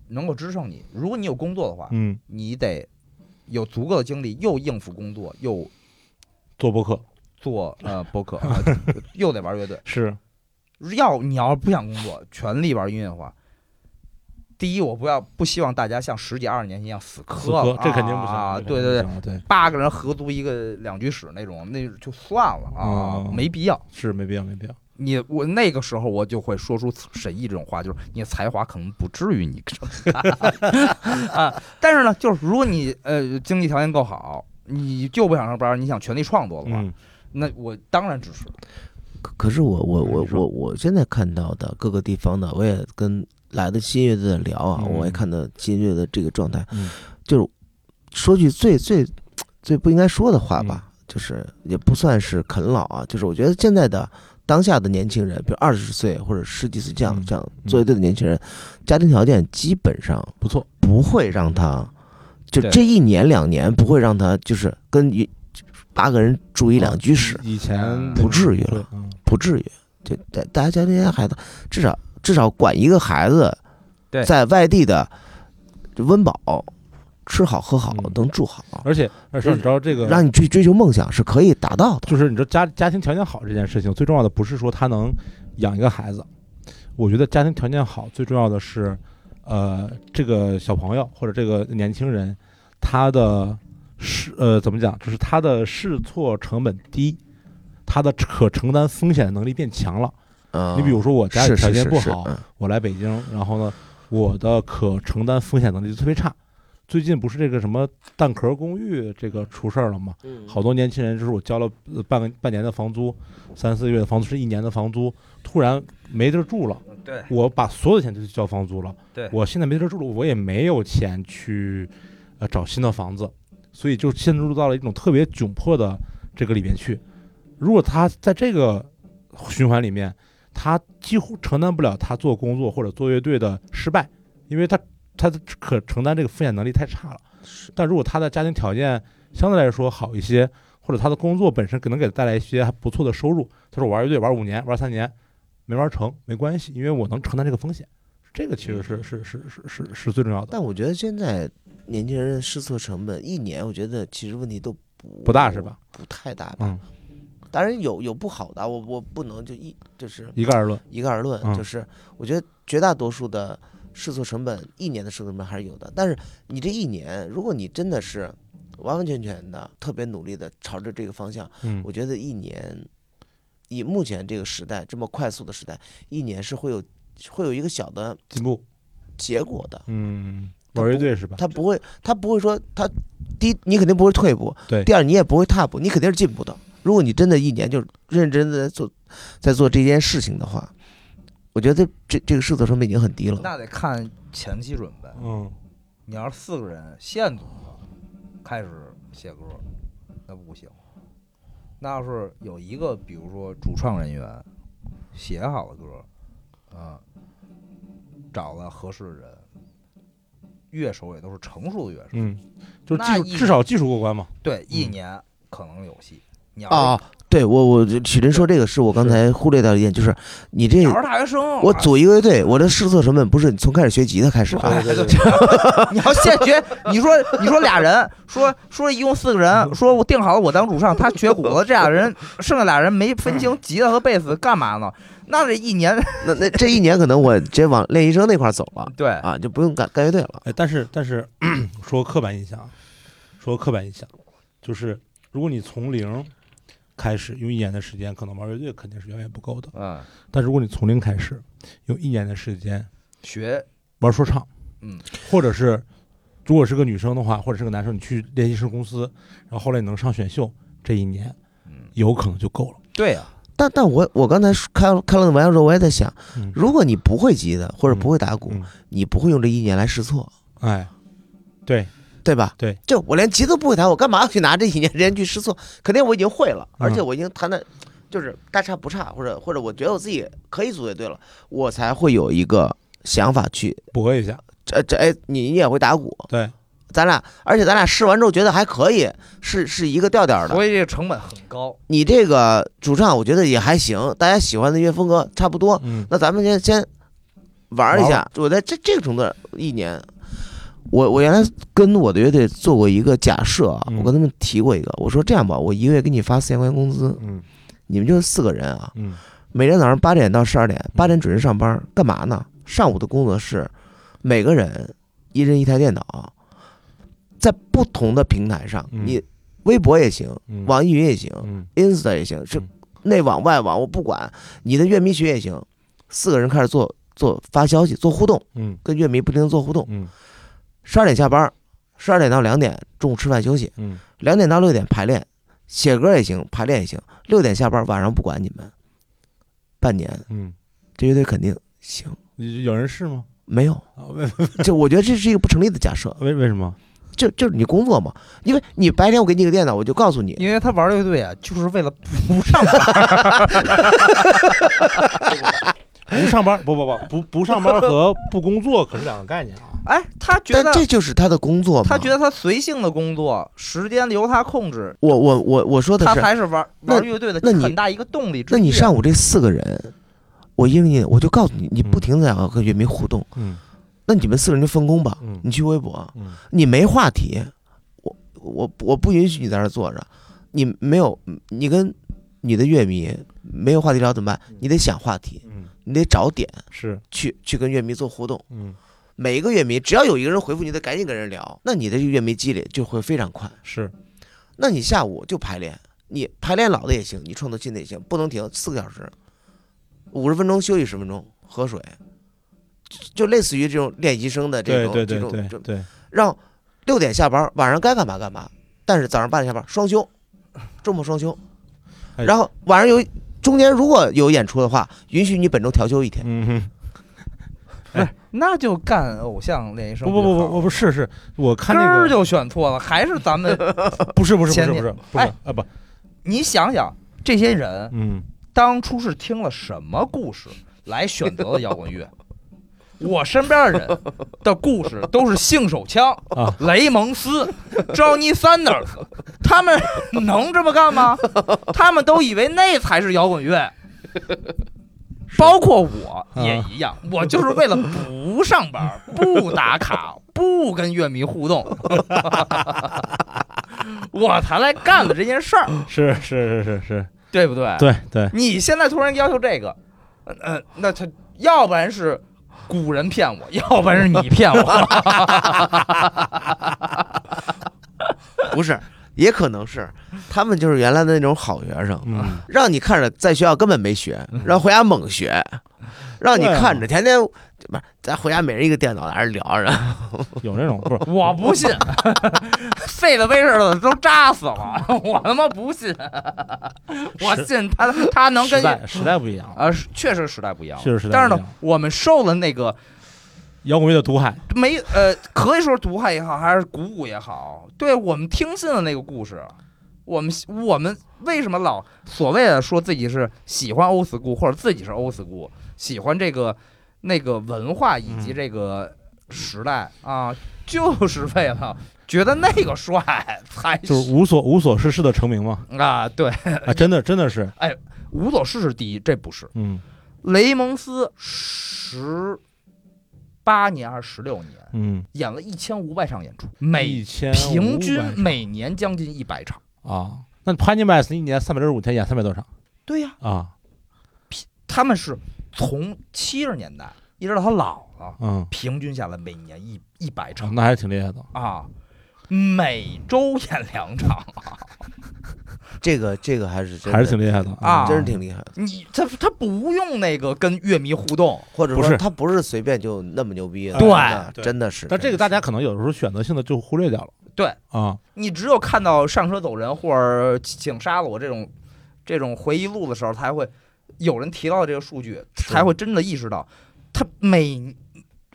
[SPEAKER 2] 能够支撑你。如果你有工作的话，
[SPEAKER 3] 嗯，
[SPEAKER 2] 你得有足够的精力，又应付工作，又
[SPEAKER 3] 做播客
[SPEAKER 2] 做
[SPEAKER 3] <laughs>
[SPEAKER 2] 呃播客，啊又得玩乐队。
[SPEAKER 3] 是
[SPEAKER 2] 要你要是不想工作，全力玩音乐的话，第一，我不要不希望大家像十几二十年前一样死磕
[SPEAKER 3] 死磕
[SPEAKER 2] 了，
[SPEAKER 3] 这肯定不行
[SPEAKER 2] 啊！
[SPEAKER 3] 这
[SPEAKER 2] 对
[SPEAKER 3] 肯定不
[SPEAKER 2] 对对，
[SPEAKER 3] 行对，
[SPEAKER 2] 八个人合租一个两居室那种，那就算了啊，
[SPEAKER 3] 哦
[SPEAKER 2] 没必要。
[SPEAKER 3] 是没必要，没必要。
[SPEAKER 2] 你我那个时候我就会说出沈毅这种话，就是你的才华可能不至于你 <laughs> 啊，但是呢，就是如果你呃经济条件够好，你就不想上班，你想全力创作的话，
[SPEAKER 3] 嗯
[SPEAKER 2] 那我当然支持。
[SPEAKER 1] 可可是我我我
[SPEAKER 3] 你说
[SPEAKER 1] 我我现在看到的各个地方的，我也跟来的新乐队的聊啊，
[SPEAKER 3] 嗯
[SPEAKER 1] 我也看到新乐队的这个状态，
[SPEAKER 3] 嗯
[SPEAKER 1] 就是说句最最最不应该说的话
[SPEAKER 3] 嗯
[SPEAKER 1] 吧，就是也不算是啃老啊，就是我觉得现在的当下的年轻人，比如二十岁或者十几岁这样、
[SPEAKER 3] 嗯
[SPEAKER 1] 这样做乐队的年轻人，家庭条件基本上
[SPEAKER 3] 不错，
[SPEAKER 1] 不会让他，就
[SPEAKER 2] 对
[SPEAKER 1] 这一年两年不会让他就是跟一八个人住一两居室，
[SPEAKER 3] 以前
[SPEAKER 2] 嗯
[SPEAKER 1] 不至于了，
[SPEAKER 3] 嗯，
[SPEAKER 1] 不至于。就大大家家这些孩子，至少至少管一个孩子
[SPEAKER 2] 对，
[SPEAKER 1] 在外地的温饱、吃好喝好
[SPEAKER 3] 嗯，
[SPEAKER 1] 能住好，
[SPEAKER 3] 而且而且你知道这个，
[SPEAKER 1] 让你去追求梦想是可以达到的。
[SPEAKER 3] 就是你知道家家庭条件好这件事情，最重要的不是说他能养一个孩子，我觉得家庭条件好最重要的是，呃，这个小朋友或者这个年轻人，他的试呃怎么讲，就是他的试错成本低，他的可承担风险能力变强了。
[SPEAKER 1] 嗯，
[SPEAKER 3] 你比如说我家
[SPEAKER 1] 是
[SPEAKER 3] 里条
[SPEAKER 1] 是
[SPEAKER 3] 件
[SPEAKER 1] 是
[SPEAKER 3] 不
[SPEAKER 1] 是
[SPEAKER 3] 好，
[SPEAKER 1] 嗯
[SPEAKER 3] 我来北京，然后呢，我的可承担风险能力就特别差。最近不是这个什么蛋壳公寓这个出事儿了吗？
[SPEAKER 2] 嗯
[SPEAKER 3] 好多年轻人就是我交了呃半个半年的房租，三四个月的房租是一年的房租，突然没地儿住了，
[SPEAKER 2] 对
[SPEAKER 3] 我把所有的钱都去交房租了，
[SPEAKER 2] 对
[SPEAKER 3] 我现在没地儿住了，我也没有钱去呃找新的房子，所以就陷入到了一种特别窘迫的这个里面去。如果他在这个循环里面，他几乎承担不了他做工作或者做乐队的失败，因为他他的可承担这个风险能力太差了。
[SPEAKER 1] 嗯
[SPEAKER 3] 但如果他的家庭条件相对来说好一些，或者他的工作本身可能给他带来一些还不错的收入，他说我玩乐队玩五年，玩三年没玩成没关系，因为我能承担这个风险。这个其实是是是是是是最重要的，
[SPEAKER 1] 但我觉得现在年轻人的试错成本一年，我觉得其实问题都不
[SPEAKER 3] 不大是吧？？
[SPEAKER 1] 不太大吧。
[SPEAKER 3] 嗯，
[SPEAKER 1] 当然有有不好的，我我不能就一就是
[SPEAKER 3] 一概而论。
[SPEAKER 1] 一概而论，
[SPEAKER 3] 嗯
[SPEAKER 1] 就是我觉得绝大多数的试错成本，一年的试错成本还是有的。但是你这一年，如果你真的是完完全全的特别努力的朝着这个方向，
[SPEAKER 3] 嗯，
[SPEAKER 1] 我觉得一年，以目前这个时代这么快速的时代，一年是会有会有一个小的
[SPEAKER 3] 进步。
[SPEAKER 1] 结果的。
[SPEAKER 3] 嗯，
[SPEAKER 1] 他
[SPEAKER 3] 玩乐
[SPEAKER 1] 不
[SPEAKER 3] 队是吧？
[SPEAKER 1] 他不会，他不会说他第一，你肯定不会退步；
[SPEAKER 3] 对
[SPEAKER 1] 第二，你也不会踏步，你肯定是进步的。如果你真的一年就认真的做，在做这件事情的话，我觉得这这个试错成本已经很低了。
[SPEAKER 2] 那得看前期准备。
[SPEAKER 3] 嗯，
[SPEAKER 2] 你要是四个人现组合开始写歌，那不行。那要是有一个，比如说主创人员写好了歌，啊，找了合适的人，乐手也都是成熟的乐手，
[SPEAKER 3] 嗯，就技
[SPEAKER 2] 那
[SPEAKER 3] 术
[SPEAKER 2] 一
[SPEAKER 3] 至少技术过关嘛。
[SPEAKER 2] 对，一
[SPEAKER 3] 嗯
[SPEAKER 2] 年可能有戏。你要是
[SPEAKER 1] 啊，对我我许晨说这个是我刚才忽略到一点，就是你这
[SPEAKER 2] 你要是大学生，
[SPEAKER 1] 我
[SPEAKER 2] 啊
[SPEAKER 1] 组一个乐队，我的试错成本不是你从开始学吉他开始啊，
[SPEAKER 2] 哎对 <laughs> 你要现学，你
[SPEAKER 1] <laughs>
[SPEAKER 2] 说你说俩人，说说一共四个人，说我定好了我当主唱，他学鼓了，这俩
[SPEAKER 1] <laughs>
[SPEAKER 2] 人剩下俩人没分清吉他和贝斯干嘛呢？那这一年
[SPEAKER 1] 那那这一年可能我直接往练习生那块儿走了
[SPEAKER 2] 对
[SPEAKER 1] 啊，就不用干干乐队了。
[SPEAKER 3] 哎，但是但是说刻板印象，啊，说刻板印象，就是如果你从零开始，用一年的时间，可能玩乐队肯定是远远不够的。
[SPEAKER 2] 嗯，
[SPEAKER 3] 但如果你从零开始，用一年的时间
[SPEAKER 2] 学
[SPEAKER 3] 玩说唱，
[SPEAKER 2] 嗯，
[SPEAKER 3] 或者是如果是个女生的话，或者是个男生，你去练习生公司，然后后来你能上选秀，这一年
[SPEAKER 2] 嗯
[SPEAKER 3] 有可能就够了。
[SPEAKER 2] 对呀、
[SPEAKER 1] 但但我我刚才说开开了玩笑之后，我也在想，
[SPEAKER 3] 嗯，
[SPEAKER 1] 如果你不会吉他或者不会打鼓，
[SPEAKER 3] 嗯
[SPEAKER 1] 你不会用这一年来试错，
[SPEAKER 3] 哎，对，
[SPEAKER 1] 对吧？
[SPEAKER 3] 对，
[SPEAKER 1] 就我连吉他都不会弹，我干嘛要去拿这一年时间去试错？肯定我已经会了，而且我已经弹的，就是大差不差，或者或者我觉得我自己可以组乐队了，我才会有一个想法去。
[SPEAKER 3] 补一下，
[SPEAKER 1] 这这哎，你你也会打鼓，
[SPEAKER 3] 对，
[SPEAKER 1] 咱俩，而且咱俩试完之后觉得还可以，是是一个调调的。
[SPEAKER 2] 所以这个成本很高。
[SPEAKER 1] 你这个主唱我觉得也还行，大家喜欢的音乐风格差不多，
[SPEAKER 3] 嗯，
[SPEAKER 1] 那咱们先先玩儿一下。我在这这个程度一年，我我原来跟我的乐队做过一个假设啊，
[SPEAKER 3] 嗯
[SPEAKER 1] 我跟他们提过一个，我说这样吧，我一个月给你发四千块钱工资，
[SPEAKER 3] 嗯
[SPEAKER 1] 你们就是四个人啊，
[SPEAKER 3] 嗯
[SPEAKER 1] 每天早上八点到十二点，八点准时上班，干嘛呢？上午的工作是每个人一人一台电脑，在不同的平台上，
[SPEAKER 3] 嗯
[SPEAKER 1] 你微博也行，
[SPEAKER 3] 嗯，
[SPEAKER 1] 网易云也行
[SPEAKER 3] 嗯
[SPEAKER 1] ，Insta 也行，是
[SPEAKER 3] 嗯
[SPEAKER 1] 内网外网我不管，你的乐迷群也行，四个人开始做做发消息，做互动，
[SPEAKER 3] 嗯
[SPEAKER 1] 跟乐迷不停地做互动。
[SPEAKER 3] 嗯
[SPEAKER 1] 十二点下班，十二点到两点，中午吃饭休息，
[SPEAKER 3] 嗯，
[SPEAKER 1] 两点到六点排练，写歌也行，排练也行。六点下班，晚上不管你们。半年，
[SPEAKER 3] 嗯，
[SPEAKER 1] 这乐队肯定行。
[SPEAKER 3] 有人试吗？
[SPEAKER 1] 没有，
[SPEAKER 3] 啊， <laughs> 为
[SPEAKER 1] 就我觉得这是一个不成立的假设，
[SPEAKER 3] 为为什么？
[SPEAKER 1] 就就是你工作嘛，因为你白天我给你个电脑，我就告诉你，
[SPEAKER 2] 因为他玩乐队啊，就是为了不
[SPEAKER 1] <laughs>
[SPEAKER 2] 上班。
[SPEAKER 3] 不上班，不不不不不上班和不工作可是两个概念啊。
[SPEAKER 2] 哎，他觉
[SPEAKER 1] 但
[SPEAKER 2] 得
[SPEAKER 1] 这就是他的工作嘛。
[SPEAKER 2] 他觉得他随性的工作时间由他控制，
[SPEAKER 1] 我我我我说的
[SPEAKER 2] 他
[SPEAKER 1] 是，
[SPEAKER 2] 才是玩
[SPEAKER 1] 那
[SPEAKER 2] 玩乐队的
[SPEAKER 1] 那你
[SPEAKER 2] 很大一个动力之
[SPEAKER 1] 那
[SPEAKER 2] 一啊
[SPEAKER 1] 你上午这四个人，我一个人，我就告诉你，你不停的要和乐迷互动，
[SPEAKER 3] 嗯
[SPEAKER 1] 那你们四个人就分工吧。
[SPEAKER 3] 嗯
[SPEAKER 1] 你去微博，
[SPEAKER 3] 嗯
[SPEAKER 1] 你没话题，我我我不允许你在那儿坐着，你没有，你跟你的乐迷没有话题聊怎么办？你得想话题，
[SPEAKER 3] 嗯，
[SPEAKER 1] 你得找点
[SPEAKER 3] 是，
[SPEAKER 1] 去去跟乐迷做互动。
[SPEAKER 3] 嗯
[SPEAKER 1] 每一个乐迷，只要有一个人回复，你得赶紧跟人聊，那你的这个乐迷积累就会非常快。
[SPEAKER 3] 是，
[SPEAKER 1] 那你下午就排练，你排练老的也行，你创作新的也行，不能停四个小时，五十分钟休息十分钟，喝水，就就类似于这种练习生的这
[SPEAKER 3] 对
[SPEAKER 1] 种
[SPEAKER 3] 对对
[SPEAKER 1] 这
[SPEAKER 3] 对
[SPEAKER 1] 种，
[SPEAKER 3] 对，
[SPEAKER 1] 让六点下班，晚上该干嘛干嘛，但是早上八点下班双休，周末双休，
[SPEAKER 3] 哎
[SPEAKER 1] 然后晚上有中间如果有演出的话，允许你本周调休一天。
[SPEAKER 3] 嗯哼，
[SPEAKER 2] 那就干偶像练习生
[SPEAKER 3] 不不
[SPEAKER 2] 就
[SPEAKER 3] 不
[SPEAKER 2] 好
[SPEAKER 3] 不，我不是是，我看
[SPEAKER 2] 根
[SPEAKER 3] 那
[SPEAKER 2] 儿
[SPEAKER 3] 个
[SPEAKER 2] 就选错了，还是咱
[SPEAKER 1] <laughs>
[SPEAKER 2] 们，
[SPEAKER 3] 不是不是不
[SPEAKER 2] 前
[SPEAKER 3] 是不
[SPEAKER 2] 面
[SPEAKER 3] 是不是
[SPEAKER 2] 哎
[SPEAKER 3] 啊不，
[SPEAKER 2] 你想想这些人
[SPEAKER 3] 嗯，
[SPEAKER 2] 当初是听了什么故事来选择了摇滚乐？我身边的人的故事都是性手枪、
[SPEAKER 3] 啊
[SPEAKER 2] 雷蒙斯、Johnny Sanders，他们能这么干吗？他们都以为那才是摇滚乐，包括我也一样，我就是为了不上班、不打卡、不跟乐迷互动， <laughs> 我才来干的这件事儿，
[SPEAKER 3] 是是是是是，
[SPEAKER 2] 对不对？
[SPEAKER 3] 对对，
[SPEAKER 2] 你现在突然要求这个，嗯、呃，那他要不然是古人骗我，要不然是你骗
[SPEAKER 3] <laughs>
[SPEAKER 2] 我。
[SPEAKER 1] 不是，也可能是他们就是原来的那种好学生，
[SPEAKER 2] <laughs>
[SPEAKER 3] 嗯，
[SPEAKER 1] 让你看着在学校根本没学，然后回家猛学，让你
[SPEAKER 3] 对啊
[SPEAKER 1] 看着天天不是咱回家每人一个电脑在那儿聊着，
[SPEAKER 3] 有那种不是
[SPEAKER 2] 我不
[SPEAKER 3] <laughs>
[SPEAKER 2] 信，费了威似的都扎死了，我他妈不信， <laughs> 我信他他能
[SPEAKER 3] 时
[SPEAKER 2] 跟
[SPEAKER 3] 代时代不一样了，
[SPEAKER 2] 啊，是确实时代不一样了，
[SPEAKER 3] 确实时代
[SPEAKER 2] 但是
[SPEAKER 3] 不一
[SPEAKER 2] 呢
[SPEAKER 3] 样，
[SPEAKER 2] 我们受了那个
[SPEAKER 3] 摇滚乐的毒害，
[SPEAKER 2] 没呃，可以说是毒害也好，还是鼓舞也好，对我们听信了那个故事。我们我们为什么老所谓的说自己是喜欢 old school，或者自己是 old school，喜欢这个那个文化以及
[SPEAKER 3] 嗯
[SPEAKER 2] 这个时代、啊，就是为了觉得那个帅才
[SPEAKER 3] <laughs> 就是无所无所事事的成名嘛，
[SPEAKER 2] 啊，对，
[SPEAKER 3] 啊，真的真的是，
[SPEAKER 2] 无所事事第一，这不是
[SPEAKER 3] 嗯
[SPEAKER 2] 雷蒙斯十八年还是十六年，
[SPEAKER 3] 嗯，
[SPEAKER 2] 演了一千五百场演出，每
[SPEAKER 3] 一
[SPEAKER 1] 啊
[SPEAKER 3] 千
[SPEAKER 2] 平均
[SPEAKER 3] 500
[SPEAKER 2] 每年将近一百场。
[SPEAKER 3] 啊，那 Patti m a s 一年三百六十五天演三百多场
[SPEAKER 2] 对呀、
[SPEAKER 3] 啊，
[SPEAKER 2] 他们是从七十年代一直到他老了，
[SPEAKER 3] 嗯，
[SPEAKER 2] 平均下来每年一一百场
[SPEAKER 1] 嗯
[SPEAKER 3] 那还是挺厉害的，
[SPEAKER 2] 啊，每周演两场。
[SPEAKER 1] 这个这个还是真的
[SPEAKER 3] 还是挺厉害的
[SPEAKER 2] 啊
[SPEAKER 1] 真是挺厉害的。
[SPEAKER 2] 你他他不用那个跟乐迷互动，
[SPEAKER 1] 或者
[SPEAKER 3] 不是
[SPEAKER 1] 说他不是随便就那么牛逼的，
[SPEAKER 3] 对
[SPEAKER 1] 真的
[SPEAKER 3] 对
[SPEAKER 1] 真的是。
[SPEAKER 3] 但这个
[SPEAKER 1] 真
[SPEAKER 3] 大
[SPEAKER 1] 的
[SPEAKER 3] 家
[SPEAKER 1] 是
[SPEAKER 3] 可能有的时候选择性的就忽略掉了。
[SPEAKER 2] 对
[SPEAKER 3] 啊，
[SPEAKER 2] 你只有看到上车走人或者请杀了我这种这种回忆录的时候，才会有人提到这个数据，
[SPEAKER 1] 是
[SPEAKER 2] 才会真的意识到他每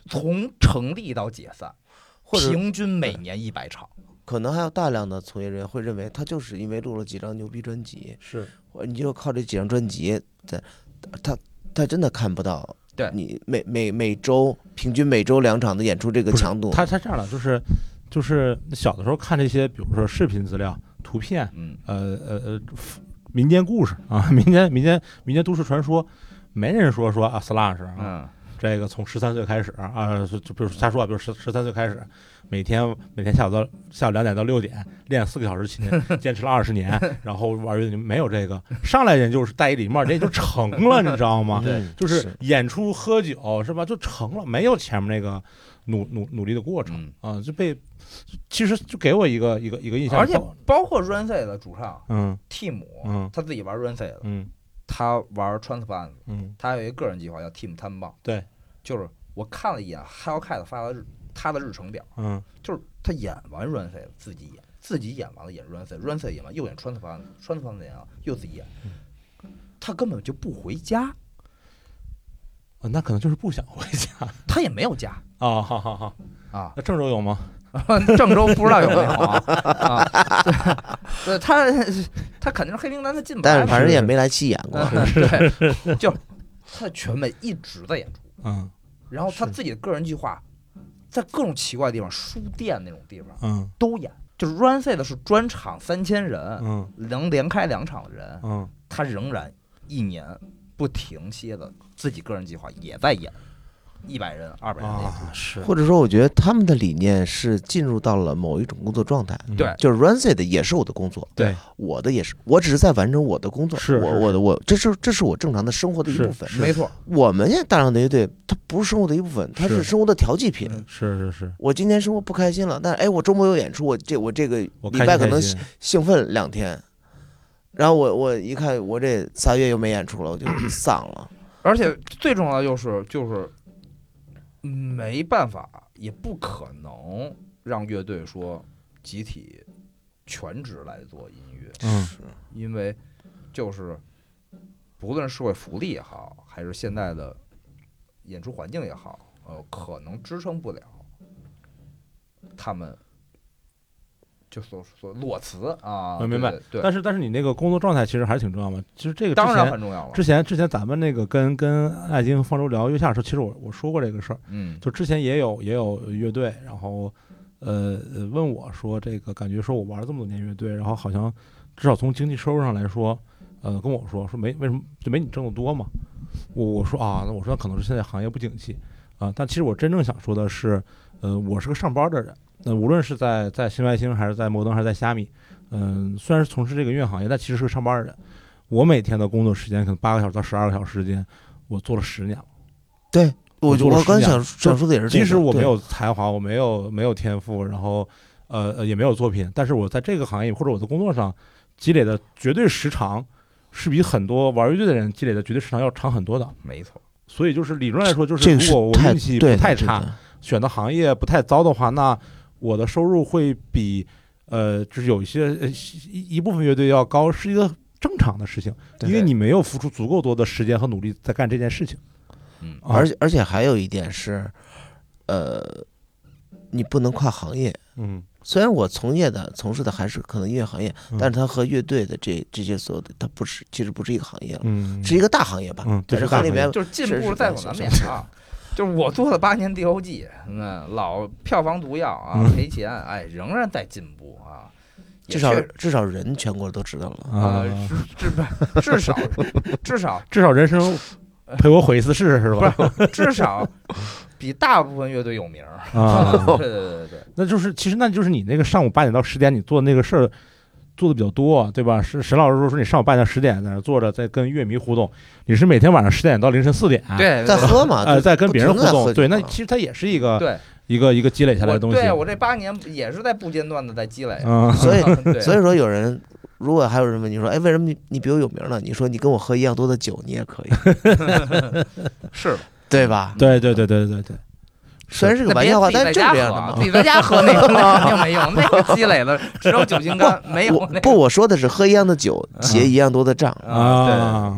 [SPEAKER 2] 从成立到解散，
[SPEAKER 1] 或者
[SPEAKER 2] 平均每年一百场。
[SPEAKER 1] 可能还有大量的从业人员会认为他就是因为录了几张牛逼专辑，
[SPEAKER 3] 是
[SPEAKER 1] 或者你就靠这几张专辑在，他他真的看不到。
[SPEAKER 2] 对
[SPEAKER 1] 你每每每周平均每周两场的演出这个
[SPEAKER 3] 不是
[SPEAKER 1] 强度，
[SPEAKER 3] 他他这样的，就是就是小的时候看这些，比如说视频资料、图片，
[SPEAKER 2] 嗯，
[SPEAKER 3] 呃呃呃，民间故事啊，民间民间民间都市传说，没人说说啊，Slash 啊，
[SPEAKER 2] 嗯，
[SPEAKER 3] 这个从十三岁开始啊，就就比如瞎说啊，比如十十三岁开始，每天每天下午到下午两点到六点练四个小时
[SPEAKER 2] <laughs>
[SPEAKER 3] 琴，坚持了二十年，然后玩乐队没有这个，上来人就是戴一礼帽，人家就成了，你知道吗？
[SPEAKER 2] 对
[SPEAKER 1] 嗯
[SPEAKER 3] 就是演出喝酒是吧，就成了，没有前面那个努努努力的过程
[SPEAKER 2] 嗯
[SPEAKER 3] 啊，就被其实就给我一个一个一个印象，
[SPEAKER 2] 而且包括 Run C 的主唱
[SPEAKER 3] 嗯
[SPEAKER 2] Team，
[SPEAKER 3] 嗯
[SPEAKER 2] 他自己玩 Run C 的，
[SPEAKER 3] 嗯
[SPEAKER 2] 他玩 Transplant，
[SPEAKER 3] 嗯
[SPEAKER 2] 他有一个个人计划叫 Team 摊棒。
[SPEAKER 3] 对，
[SPEAKER 2] 就是我看了一眼 Hellcat 发的日他的日程表，
[SPEAKER 3] 嗯
[SPEAKER 2] 就是他演完 Run C 自己演，自己演完了演 Run C，Run C 演完又演 Transplant，Transplant 演完又自己演，他根本就不回家，
[SPEAKER 3] 啊那可能就是不想回家 <laughs>
[SPEAKER 2] 他也没有家
[SPEAKER 3] 啊，好好好，
[SPEAKER 2] 啊。
[SPEAKER 3] 那郑州有吗？
[SPEAKER 2] 郑州不知道有没有啊？啊，对，他他肯定是黑名单，他进不来
[SPEAKER 1] 但
[SPEAKER 2] 嘛。
[SPEAKER 1] 是反正也没来戏演过。
[SPEAKER 3] <laughs>
[SPEAKER 2] 嗯，对，就他的全美一直在演出，
[SPEAKER 3] 嗯
[SPEAKER 2] 然后他
[SPEAKER 3] 是
[SPEAKER 2] 自己的个人计划，在各种奇怪的地方，书店那种地方
[SPEAKER 3] 嗯
[SPEAKER 2] 都演。就是 Run C 的是专场三千人，
[SPEAKER 3] 嗯
[SPEAKER 2] 能连开两场的人，
[SPEAKER 3] 嗯。
[SPEAKER 2] 他仍然一年不停歇的自己个人计划也在演，一百人、二百人的演出。
[SPEAKER 3] 啊，是
[SPEAKER 1] 或者说，我觉得他们的理念是进入到了某一种工作状态，
[SPEAKER 3] 嗯
[SPEAKER 2] 对
[SPEAKER 1] 就是 Rancid 的也是我的工作，
[SPEAKER 3] 对，
[SPEAKER 1] 我的也是，我只是在完成我的工作，
[SPEAKER 3] 是
[SPEAKER 1] 我
[SPEAKER 3] 是
[SPEAKER 1] 我的我，这是这是我正常的生活的一
[SPEAKER 3] 是
[SPEAKER 1] 部分。
[SPEAKER 3] 是
[SPEAKER 2] 没错，
[SPEAKER 1] 我们现在大量的乐队，它不是生活的一部分，它
[SPEAKER 3] 是
[SPEAKER 1] 是生活的调剂品。
[SPEAKER 2] 嗯
[SPEAKER 3] 是是是，
[SPEAKER 1] 我今天生活不开心了，但是哎，我周末有演出，我这我这个
[SPEAKER 3] 我
[SPEAKER 1] 礼
[SPEAKER 3] 开
[SPEAKER 1] 拜
[SPEAKER 3] 心
[SPEAKER 1] 可
[SPEAKER 3] 开
[SPEAKER 1] 能
[SPEAKER 3] 心，
[SPEAKER 1] 兴奋两天，然后我我一看，我这仨月又没演出了，我
[SPEAKER 3] <clears throat>
[SPEAKER 1] 就丧了。
[SPEAKER 2] 而且最重要的就是就是没办法，也不可能让乐队说集体全职来做音乐，
[SPEAKER 3] 嗯
[SPEAKER 1] 是，
[SPEAKER 2] 因为就是不论是社会福利也好，还是现在的演出环境也好，呃，可能支撑不了他们。就所所裸辞啊，
[SPEAKER 3] 我嗯明白
[SPEAKER 2] 对，对，
[SPEAKER 3] 但是但是你那个工作状态其实还是挺重要嘛。其实这个之
[SPEAKER 2] 当然
[SPEAKER 3] 前
[SPEAKER 2] 很重要了
[SPEAKER 3] 之。前之前咱们那个跟跟爱金和方舟聊月下的时候，其实我我说过这个事儿，
[SPEAKER 2] 嗯，
[SPEAKER 3] 就之前也有也有乐队，然后呃呃问我说这个感觉说我玩了这么多年乐队，然后好像至少从经济收入上来说，呃跟我说说没为什么就没你挣得多嘛。我我说啊，那我说可能是现在行业不景气啊、但其实我真正想说的是，呃，我是个上班的人，那、无论是在在新外星还是在摩登还是在虾米，嗯、虽然是从事这个音乐行业，但其实是个上班的人。我每天的工作时间可能八个小时到十二个小时之间，我做了十年了。
[SPEAKER 1] 我
[SPEAKER 3] 我
[SPEAKER 1] 就
[SPEAKER 3] 做了
[SPEAKER 1] 我刚
[SPEAKER 3] 十年
[SPEAKER 1] 想想说的也是这
[SPEAKER 3] 即
[SPEAKER 1] 个，
[SPEAKER 3] 使我没
[SPEAKER 1] 对
[SPEAKER 3] 有才华，我没有没有天赋，然后呃呃也没有作品，但是我在这个行业或者我的工作上积累的绝对时长，是比很多玩乐队的人积累的绝对时长要长很多的。
[SPEAKER 2] 没错，
[SPEAKER 3] 所以就是理论来说，就
[SPEAKER 1] 这个
[SPEAKER 3] 是如
[SPEAKER 1] 是
[SPEAKER 3] 果我
[SPEAKER 1] 太
[SPEAKER 3] 运气
[SPEAKER 1] 对
[SPEAKER 3] 不
[SPEAKER 1] 的
[SPEAKER 3] 太
[SPEAKER 1] 对
[SPEAKER 3] 差，
[SPEAKER 1] 的
[SPEAKER 3] 选的行业不太糟的话，那我的收入会比呃，就是有一些呃一一部分乐队要高，是一个正常的事情，
[SPEAKER 1] 对
[SPEAKER 3] 因为你没有付出足够多的时间和努力在干这件事情。
[SPEAKER 2] 嗯
[SPEAKER 3] 啊，
[SPEAKER 1] 而且而且还有一点是，呃，你不能跨行业。
[SPEAKER 3] 嗯，
[SPEAKER 1] 虽然我从业的从事的还是可能音乐行业，
[SPEAKER 3] 嗯
[SPEAKER 1] 但是它和乐队的这这些所有的，它不是其实不是一个行业了，
[SPEAKER 3] 嗯
[SPEAKER 1] 是一个大行业吧？
[SPEAKER 3] 嗯
[SPEAKER 1] 在
[SPEAKER 3] 对
[SPEAKER 1] 这
[SPEAKER 3] 是大
[SPEAKER 1] 行里
[SPEAKER 3] 行业
[SPEAKER 1] 面，
[SPEAKER 2] 就是进
[SPEAKER 1] 是
[SPEAKER 2] 步
[SPEAKER 1] 是
[SPEAKER 2] 在
[SPEAKER 1] 是
[SPEAKER 2] 所
[SPEAKER 1] 是
[SPEAKER 2] 难
[SPEAKER 1] 是
[SPEAKER 2] 免啊。就是我做了八年 DOG，那嗯老票房毒药啊，
[SPEAKER 3] 嗯
[SPEAKER 2] 赔钱，哎，仍然在进步啊。也
[SPEAKER 1] 至少
[SPEAKER 2] 确
[SPEAKER 1] 至少人全国都知道了。
[SPEAKER 2] 啊
[SPEAKER 3] 啊，，
[SPEAKER 2] 至至不至少至
[SPEAKER 1] <laughs>
[SPEAKER 2] 少
[SPEAKER 3] 至少人生 <laughs> 陪我毁一次试是
[SPEAKER 2] 不
[SPEAKER 3] 吧？
[SPEAKER 2] 是至少比大部分乐队有名儿。
[SPEAKER 3] 啊，
[SPEAKER 2] <laughs> 对对对对对，
[SPEAKER 3] <laughs> 那就是其实那就是你那个上午八点到十点你做的那个事儿做的比较多，对吧？是沈老师说说你上午八点到十点在那儿坐着在跟乐迷互动，你是每天晚上十点到凌晨四点，
[SPEAKER 2] 对
[SPEAKER 1] 在
[SPEAKER 2] 对
[SPEAKER 1] 喝
[SPEAKER 3] <laughs>
[SPEAKER 1] 嘛，
[SPEAKER 3] 呃，
[SPEAKER 1] 啊就
[SPEAKER 3] 在跟
[SPEAKER 1] 不
[SPEAKER 3] 别人
[SPEAKER 1] 停
[SPEAKER 3] 互
[SPEAKER 1] 地啊
[SPEAKER 3] 动，
[SPEAKER 1] 喝酒
[SPEAKER 3] 对，那
[SPEAKER 1] 嘛
[SPEAKER 3] <laughs> 其实它也是一个
[SPEAKER 2] 对
[SPEAKER 3] 一个一个积累下来的
[SPEAKER 2] 我
[SPEAKER 3] 东西。
[SPEAKER 2] 对我这八年也是在不间断的在积累。
[SPEAKER 1] <laughs>
[SPEAKER 3] 嗯，
[SPEAKER 2] <laughs>
[SPEAKER 1] 所以
[SPEAKER 2] 以
[SPEAKER 1] 啊所以说有人。如果还有人问你说，哎，为什么你你比我有名呢？你说你跟我喝一样多的酒，你也
[SPEAKER 3] <laughs>
[SPEAKER 1] 可以，
[SPEAKER 2] 是的
[SPEAKER 1] 对
[SPEAKER 2] <laughs>
[SPEAKER 1] 吧？
[SPEAKER 3] 对对对对对对，
[SPEAKER 1] 虽然是
[SPEAKER 2] 那
[SPEAKER 1] 个玩
[SPEAKER 2] 别
[SPEAKER 1] 笑话，
[SPEAKER 2] 自己
[SPEAKER 1] 但是
[SPEAKER 2] 在家
[SPEAKER 1] 这是这样
[SPEAKER 2] 喝
[SPEAKER 1] 的
[SPEAKER 2] 啊，
[SPEAKER 1] 嘛
[SPEAKER 2] 自。己在家喝那个那肯定没用，那个积累的只有酒精肝，没有
[SPEAKER 1] 我
[SPEAKER 2] 那个
[SPEAKER 1] 不，我说的是喝一样的酒，结一样多的账。
[SPEAKER 2] 啊，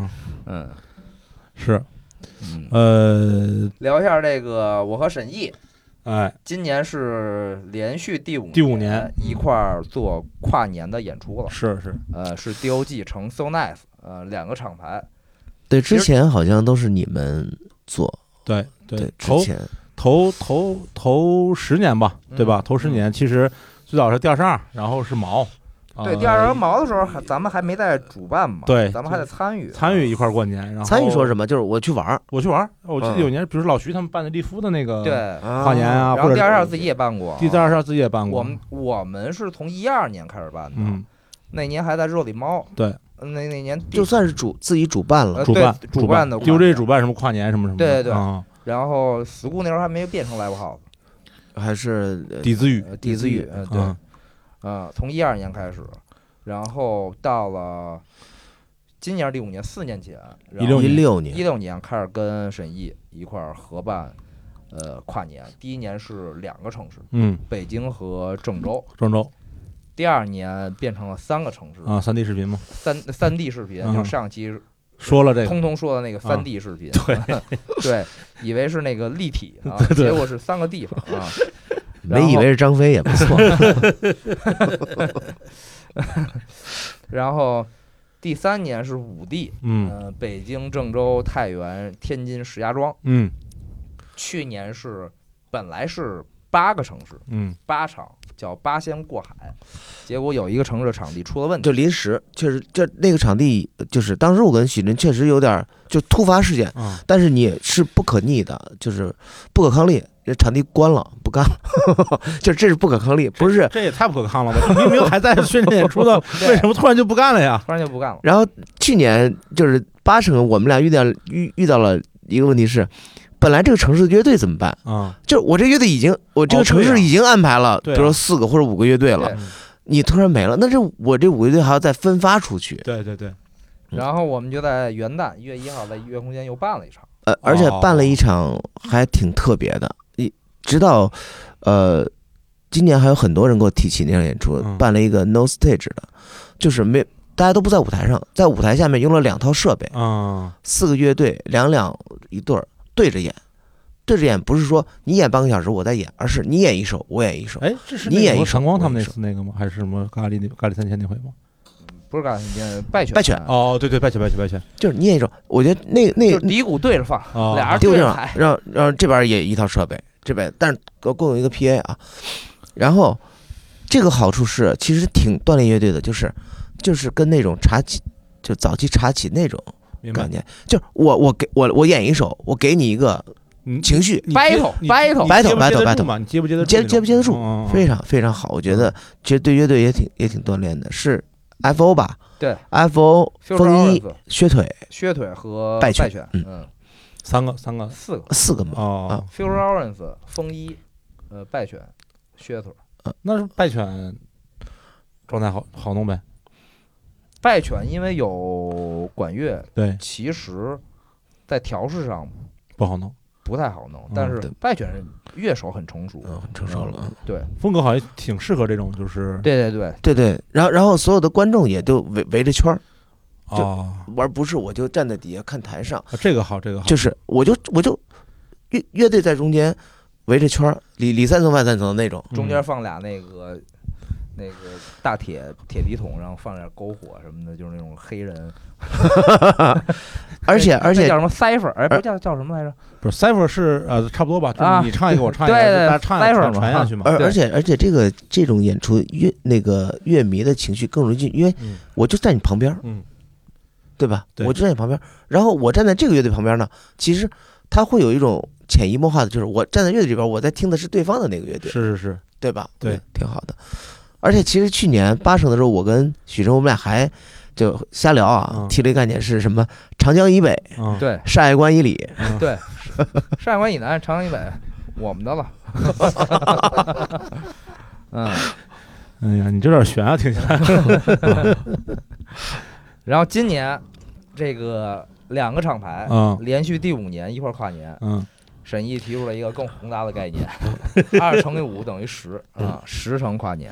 [SPEAKER 3] 啊，
[SPEAKER 2] 对，嗯
[SPEAKER 3] 是
[SPEAKER 2] 嗯，
[SPEAKER 3] 呃，
[SPEAKER 2] 聊一下这个，我和沈毅
[SPEAKER 3] 哎，
[SPEAKER 2] 今年是连续第五
[SPEAKER 3] 第五年
[SPEAKER 2] 一块儿做跨年的演出了，
[SPEAKER 3] 是是，
[SPEAKER 2] 呃，是 DOG 乘 So Nice，呃，两个厂牌，
[SPEAKER 1] 对，之前好像都是你们做，
[SPEAKER 3] 对
[SPEAKER 1] 对
[SPEAKER 3] 对，，
[SPEAKER 1] 之
[SPEAKER 3] 头
[SPEAKER 1] 前
[SPEAKER 3] 头头头十年吧，
[SPEAKER 2] 嗯
[SPEAKER 3] 对吧？头十年其实最早是第二十二，然后是毛，
[SPEAKER 2] 对，
[SPEAKER 3] 呃
[SPEAKER 2] 第二轮毛的时候还咱们还没在主办嘛，
[SPEAKER 3] 对
[SPEAKER 2] 咱们还得参与
[SPEAKER 3] 参与一块儿过年，然后
[SPEAKER 1] 参与说什么？就是我去玩儿
[SPEAKER 3] 我去玩儿，我记得
[SPEAKER 1] 嗯
[SPEAKER 3] 有年，比如老徐他们办的利夫的那个
[SPEAKER 2] 对，
[SPEAKER 3] 跨年，啊，
[SPEAKER 2] 然
[SPEAKER 3] 或
[SPEAKER 2] 后
[SPEAKER 3] 者
[SPEAKER 2] 第
[SPEAKER 3] 是
[SPEAKER 2] 二二自己也办过，
[SPEAKER 3] 第二。十二自己也办过，
[SPEAKER 2] 我们我们是从一二年开始办的，
[SPEAKER 3] 嗯，
[SPEAKER 2] 那年还在热力猫，呃
[SPEAKER 3] 对，
[SPEAKER 2] 那那年第
[SPEAKER 1] 就算是主自己主办
[SPEAKER 2] 呃
[SPEAKER 1] 了，
[SPEAKER 3] 主办
[SPEAKER 2] 对主
[SPEAKER 3] 主
[SPEAKER 2] 办的
[SPEAKER 3] 丢
[SPEAKER 2] 跨
[SPEAKER 3] 这
[SPEAKER 2] 年
[SPEAKER 3] 主办什么跨年什么什么的，
[SPEAKER 2] 对对对
[SPEAKER 3] 啊，
[SPEAKER 2] 然后 school 那时候还没有变成 live house，
[SPEAKER 1] 还是呃
[SPEAKER 3] 底子语，
[SPEAKER 2] 呃地子语，呃对，
[SPEAKER 3] 嗯
[SPEAKER 2] 呃，从一二年开始，然后到了今年第五年，四年前，然后
[SPEAKER 1] 一
[SPEAKER 3] 16年
[SPEAKER 1] 六
[SPEAKER 2] 一
[SPEAKER 1] 年，
[SPEAKER 2] 六年开始跟沈毅一块儿合办，呃，跨年。第一年是两个城市，
[SPEAKER 3] 嗯，
[SPEAKER 2] 北京和郑州。
[SPEAKER 3] 郑州
[SPEAKER 2] 第二年变成了三个城市，
[SPEAKER 3] 啊，三 D 视频嘛，
[SPEAKER 2] 三三 D 视频，
[SPEAKER 3] 嗯
[SPEAKER 2] 就是上期
[SPEAKER 3] 说了这个，
[SPEAKER 2] 通通说的那个三 D 视频，对对，以为是那个立体啊，
[SPEAKER 3] 对对
[SPEAKER 2] 结果是三个地方啊。然后
[SPEAKER 1] 没以为是张飞也不错。 <laughs>
[SPEAKER 2] 然后第三年是五 D，
[SPEAKER 3] 嗯
[SPEAKER 2] 呃，北京、郑州、太原、天津、石家庄。
[SPEAKER 3] 嗯
[SPEAKER 2] 去年是本来是八个城市，
[SPEAKER 3] 嗯，
[SPEAKER 2] 八场叫八仙过海，结果有一个城市的场地出了问题
[SPEAKER 1] 就，临时，确实，就那个场地，就是当时我跟许晨确实有点儿就突发事件，
[SPEAKER 2] 嗯
[SPEAKER 3] 啊，
[SPEAKER 1] 但是你是不可逆的，就是不可抗力。这场地关了，不干了， <laughs> 就这是不可抗力，不是。
[SPEAKER 3] 这也太不可抗了吧！你明明还在训
[SPEAKER 2] <laughs>
[SPEAKER 3] 练演出的，为什么突然就不干了呀？
[SPEAKER 2] 突然就不干了。
[SPEAKER 1] 然后去年就是八成，我们俩遇到遇遇到了一个问题是，本来这个城市的乐队怎么办？
[SPEAKER 3] 啊，
[SPEAKER 1] 就是我这乐队已经，我这个
[SPEAKER 3] 哦对
[SPEAKER 1] 城
[SPEAKER 3] 啊
[SPEAKER 1] 市已经安排了，比
[SPEAKER 3] 对啊
[SPEAKER 1] 如说四个或者五个乐队
[SPEAKER 3] 嗯
[SPEAKER 2] 对
[SPEAKER 1] 了，你突然没了，那这我这五个乐队还要再分发出去，
[SPEAKER 3] 对对对，
[SPEAKER 2] 然后我们就在元旦一月一号在月空间又办了一场，
[SPEAKER 3] 哦
[SPEAKER 1] 呃，而且办了一场还挺特别的，一直到呃今年还有很多人给我提起那场演出
[SPEAKER 3] 嗯，
[SPEAKER 1] 办了一个 no stage 的，就是没大家都不在舞台上，在舞台下面用了两套设备，
[SPEAKER 3] 啊
[SPEAKER 1] 四个乐队两两一对儿对着演，对着演不是说你演半个小时我再演，而是你演一首我演一首，
[SPEAKER 3] 哎，这是
[SPEAKER 1] 你
[SPEAKER 3] 那个
[SPEAKER 1] 演
[SPEAKER 3] 什么
[SPEAKER 1] 一首
[SPEAKER 3] 闪光他
[SPEAKER 1] 我
[SPEAKER 3] 们
[SPEAKER 1] 演
[SPEAKER 3] 那
[SPEAKER 1] 一首
[SPEAKER 3] 次那个吗？还是什么咖喱那咖喱三千那回吗？
[SPEAKER 2] 不是干呃拜犬
[SPEAKER 1] 拜犬
[SPEAKER 3] 哦，对对，拜犬拜犬拜犬，
[SPEAKER 1] 就是你演一首，我觉得那那
[SPEAKER 2] 就是底鼓对着放，
[SPEAKER 3] 哦
[SPEAKER 2] 俩人
[SPEAKER 1] 丢
[SPEAKER 2] 对着
[SPEAKER 1] 上了
[SPEAKER 2] 排，，
[SPEAKER 1] 让让这边也一套设备，这边但是共共有一个 PA 啊。然后这个好处是，其实挺锻炼乐队的，就是就是跟那种茶起，就早期茶起那种
[SPEAKER 3] 明白
[SPEAKER 1] 感。觉，就是我我给我我演一首，我给你一个
[SPEAKER 3] 嗯
[SPEAKER 1] 情绪，
[SPEAKER 3] 你接
[SPEAKER 2] Battle，
[SPEAKER 3] 你
[SPEAKER 2] battle
[SPEAKER 3] 你接不接得
[SPEAKER 1] battle，
[SPEAKER 3] 住嘛？你接不接得住
[SPEAKER 1] 接
[SPEAKER 3] 那种？
[SPEAKER 1] 接不接得住
[SPEAKER 3] 嗯？
[SPEAKER 1] 非
[SPEAKER 3] 嗯
[SPEAKER 1] 常非常好。我觉得其实对乐队也挺也挺锻炼的，是 FO 吧？
[SPEAKER 2] 对
[SPEAKER 1] ，FO 风衣、
[SPEAKER 2] Future Hours
[SPEAKER 1] 靴腿
[SPEAKER 2] 靴腿和
[SPEAKER 1] 拜犬
[SPEAKER 2] 犬，嗯，
[SPEAKER 3] 三个三个
[SPEAKER 2] 四个
[SPEAKER 1] 四个嘛，
[SPEAKER 3] 哦，
[SPEAKER 2] Future Orange 风衣，呃，拜犬，靴腿，
[SPEAKER 3] 那是拜犬状态好好弄呗？
[SPEAKER 2] 拜犬因为有管乐，
[SPEAKER 3] 对，
[SPEAKER 2] 其实在调试上
[SPEAKER 3] 不好弄，
[SPEAKER 2] 不太好弄
[SPEAKER 3] 嗯，
[SPEAKER 2] 但是
[SPEAKER 1] 对
[SPEAKER 2] 拜犬乐手很成熟，
[SPEAKER 1] 嗯，
[SPEAKER 3] 哦
[SPEAKER 1] 成熟了。嗯
[SPEAKER 2] 对
[SPEAKER 3] 风格好像挺适合这种，就是
[SPEAKER 2] 对对对，
[SPEAKER 1] 对对，然后然后所有的观众也都围围着圈儿。就
[SPEAKER 3] 哦，
[SPEAKER 1] 玩不是我就站在底下看台上，
[SPEAKER 3] 啊这个好，这个好，
[SPEAKER 1] 就是我就我就乐乐队在中间围着圈儿，里里三层外三层的那
[SPEAKER 3] <laughs>
[SPEAKER 1] 种，
[SPEAKER 3] 嗯
[SPEAKER 2] 中间放俩那个。那个大铁铁皮桶，然后放点篝火什么的，就是那种黑人，
[SPEAKER 1] 而且
[SPEAKER 2] 那那
[SPEAKER 1] 而且
[SPEAKER 2] 叫什么 cipher，哎，不叫叫什么来着？
[SPEAKER 3] 不是 cipher 是呃差不多吧，就是
[SPEAKER 2] 啊
[SPEAKER 3] 你唱一个我 <laughs> 唱一个，
[SPEAKER 2] 对
[SPEAKER 3] 就
[SPEAKER 2] 对
[SPEAKER 3] 大家唱一个
[SPEAKER 2] Cypher
[SPEAKER 3] 传
[SPEAKER 2] 嘛
[SPEAKER 3] 传下去嘛。
[SPEAKER 1] 而
[SPEAKER 2] 对
[SPEAKER 1] 而且而且这个这种演出乐那个乐迷的情绪更容易进，因为
[SPEAKER 3] 嗯
[SPEAKER 1] 我就在你旁边儿，
[SPEAKER 3] 嗯，
[SPEAKER 1] 对吧？
[SPEAKER 3] 对
[SPEAKER 1] 我就在你旁边儿，然后我站在这个乐队旁边呢，其实他会有一种潜移默化的，就是我站在乐队这边，我在听的是对方的那个乐队，
[SPEAKER 3] 是是是，
[SPEAKER 1] 对吧？
[SPEAKER 3] 对
[SPEAKER 1] 嗯，挺好的。而且其实去年八成的时候，我跟许晨我们俩还就瞎聊啊
[SPEAKER 3] 嗯，
[SPEAKER 1] 提了一个概念是什么？长江以北，
[SPEAKER 3] 嗯，
[SPEAKER 2] 对，
[SPEAKER 1] 山海关以里，
[SPEAKER 3] 嗯
[SPEAKER 2] 对，上海关以南、长江以北，我们的了。 <laughs> 嗯，
[SPEAKER 3] 哎呀，你这有点悬啊，听起来。
[SPEAKER 2] 然后今年这个两个厂牌
[SPEAKER 3] 嗯
[SPEAKER 2] 连续第五年一块儿跨年，
[SPEAKER 3] 嗯，
[SPEAKER 2] 沈毅提出了一个更宏大的概
[SPEAKER 1] <laughs>
[SPEAKER 2] 念：二乘以五等于十啊，
[SPEAKER 1] 嗯
[SPEAKER 2] 十乘跨年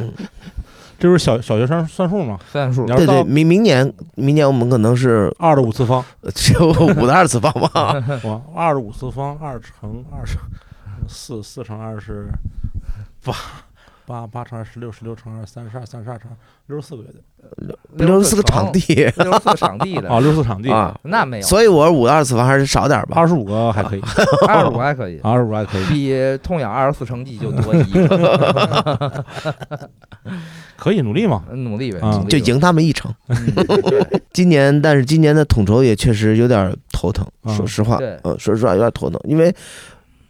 [SPEAKER 3] 这不是小小学生算数吗？
[SPEAKER 2] 算数
[SPEAKER 3] 你。要是
[SPEAKER 1] 对嗯对，
[SPEAKER 3] 到
[SPEAKER 1] 明明年明年我们可能
[SPEAKER 3] <laughs>
[SPEAKER 1] 是
[SPEAKER 3] 二的五次方，
[SPEAKER 1] 呃只有五的二次方吧，
[SPEAKER 3] 哇，二的五次方，二乘二乘四，四乘二是八，八八乘二十六，十六乘二三十二，三十二乘六十四个乐队
[SPEAKER 1] 六十四个场，地
[SPEAKER 2] 六十四个场地
[SPEAKER 1] <laughs>
[SPEAKER 3] 啊，
[SPEAKER 2] 的，
[SPEAKER 3] 六十四场地，
[SPEAKER 1] 啊，
[SPEAKER 2] 那没有，
[SPEAKER 1] 所以我说五的二次方还是少点儿吧。
[SPEAKER 3] 二十五个还可以，
[SPEAKER 2] 二十
[SPEAKER 1] 哦
[SPEAKER 2] 五还可以，
[SPEAKER 3] 二十五还可以，
[SPEAKER 2] 比痛痒二十四乘绩就多一
[SPEAKER 1] <laughs>
[SPEAKER 2] 个，
[SPEAKER 3] 可以努力嘛。
[SPEAKER 2] 努力呗，
[SPEAKER 3] 啊
[SPEAKER 2] 努力
[SPEAKER 1] 就
[SPEAKER 2] 呗
[SPEAKER 1] 嗯赢他们一场。
[SPEAKER 2] 嗯对
[SPEAKER 1] 今年，但是今年的统筹也确实有点头疼，
[SPEAKER 3] 嗯
[SPEAKER 1] 说实话
[SPEAKER 2] 对，
[SPEAKER 1] 嗯，说实话有点头疼，因为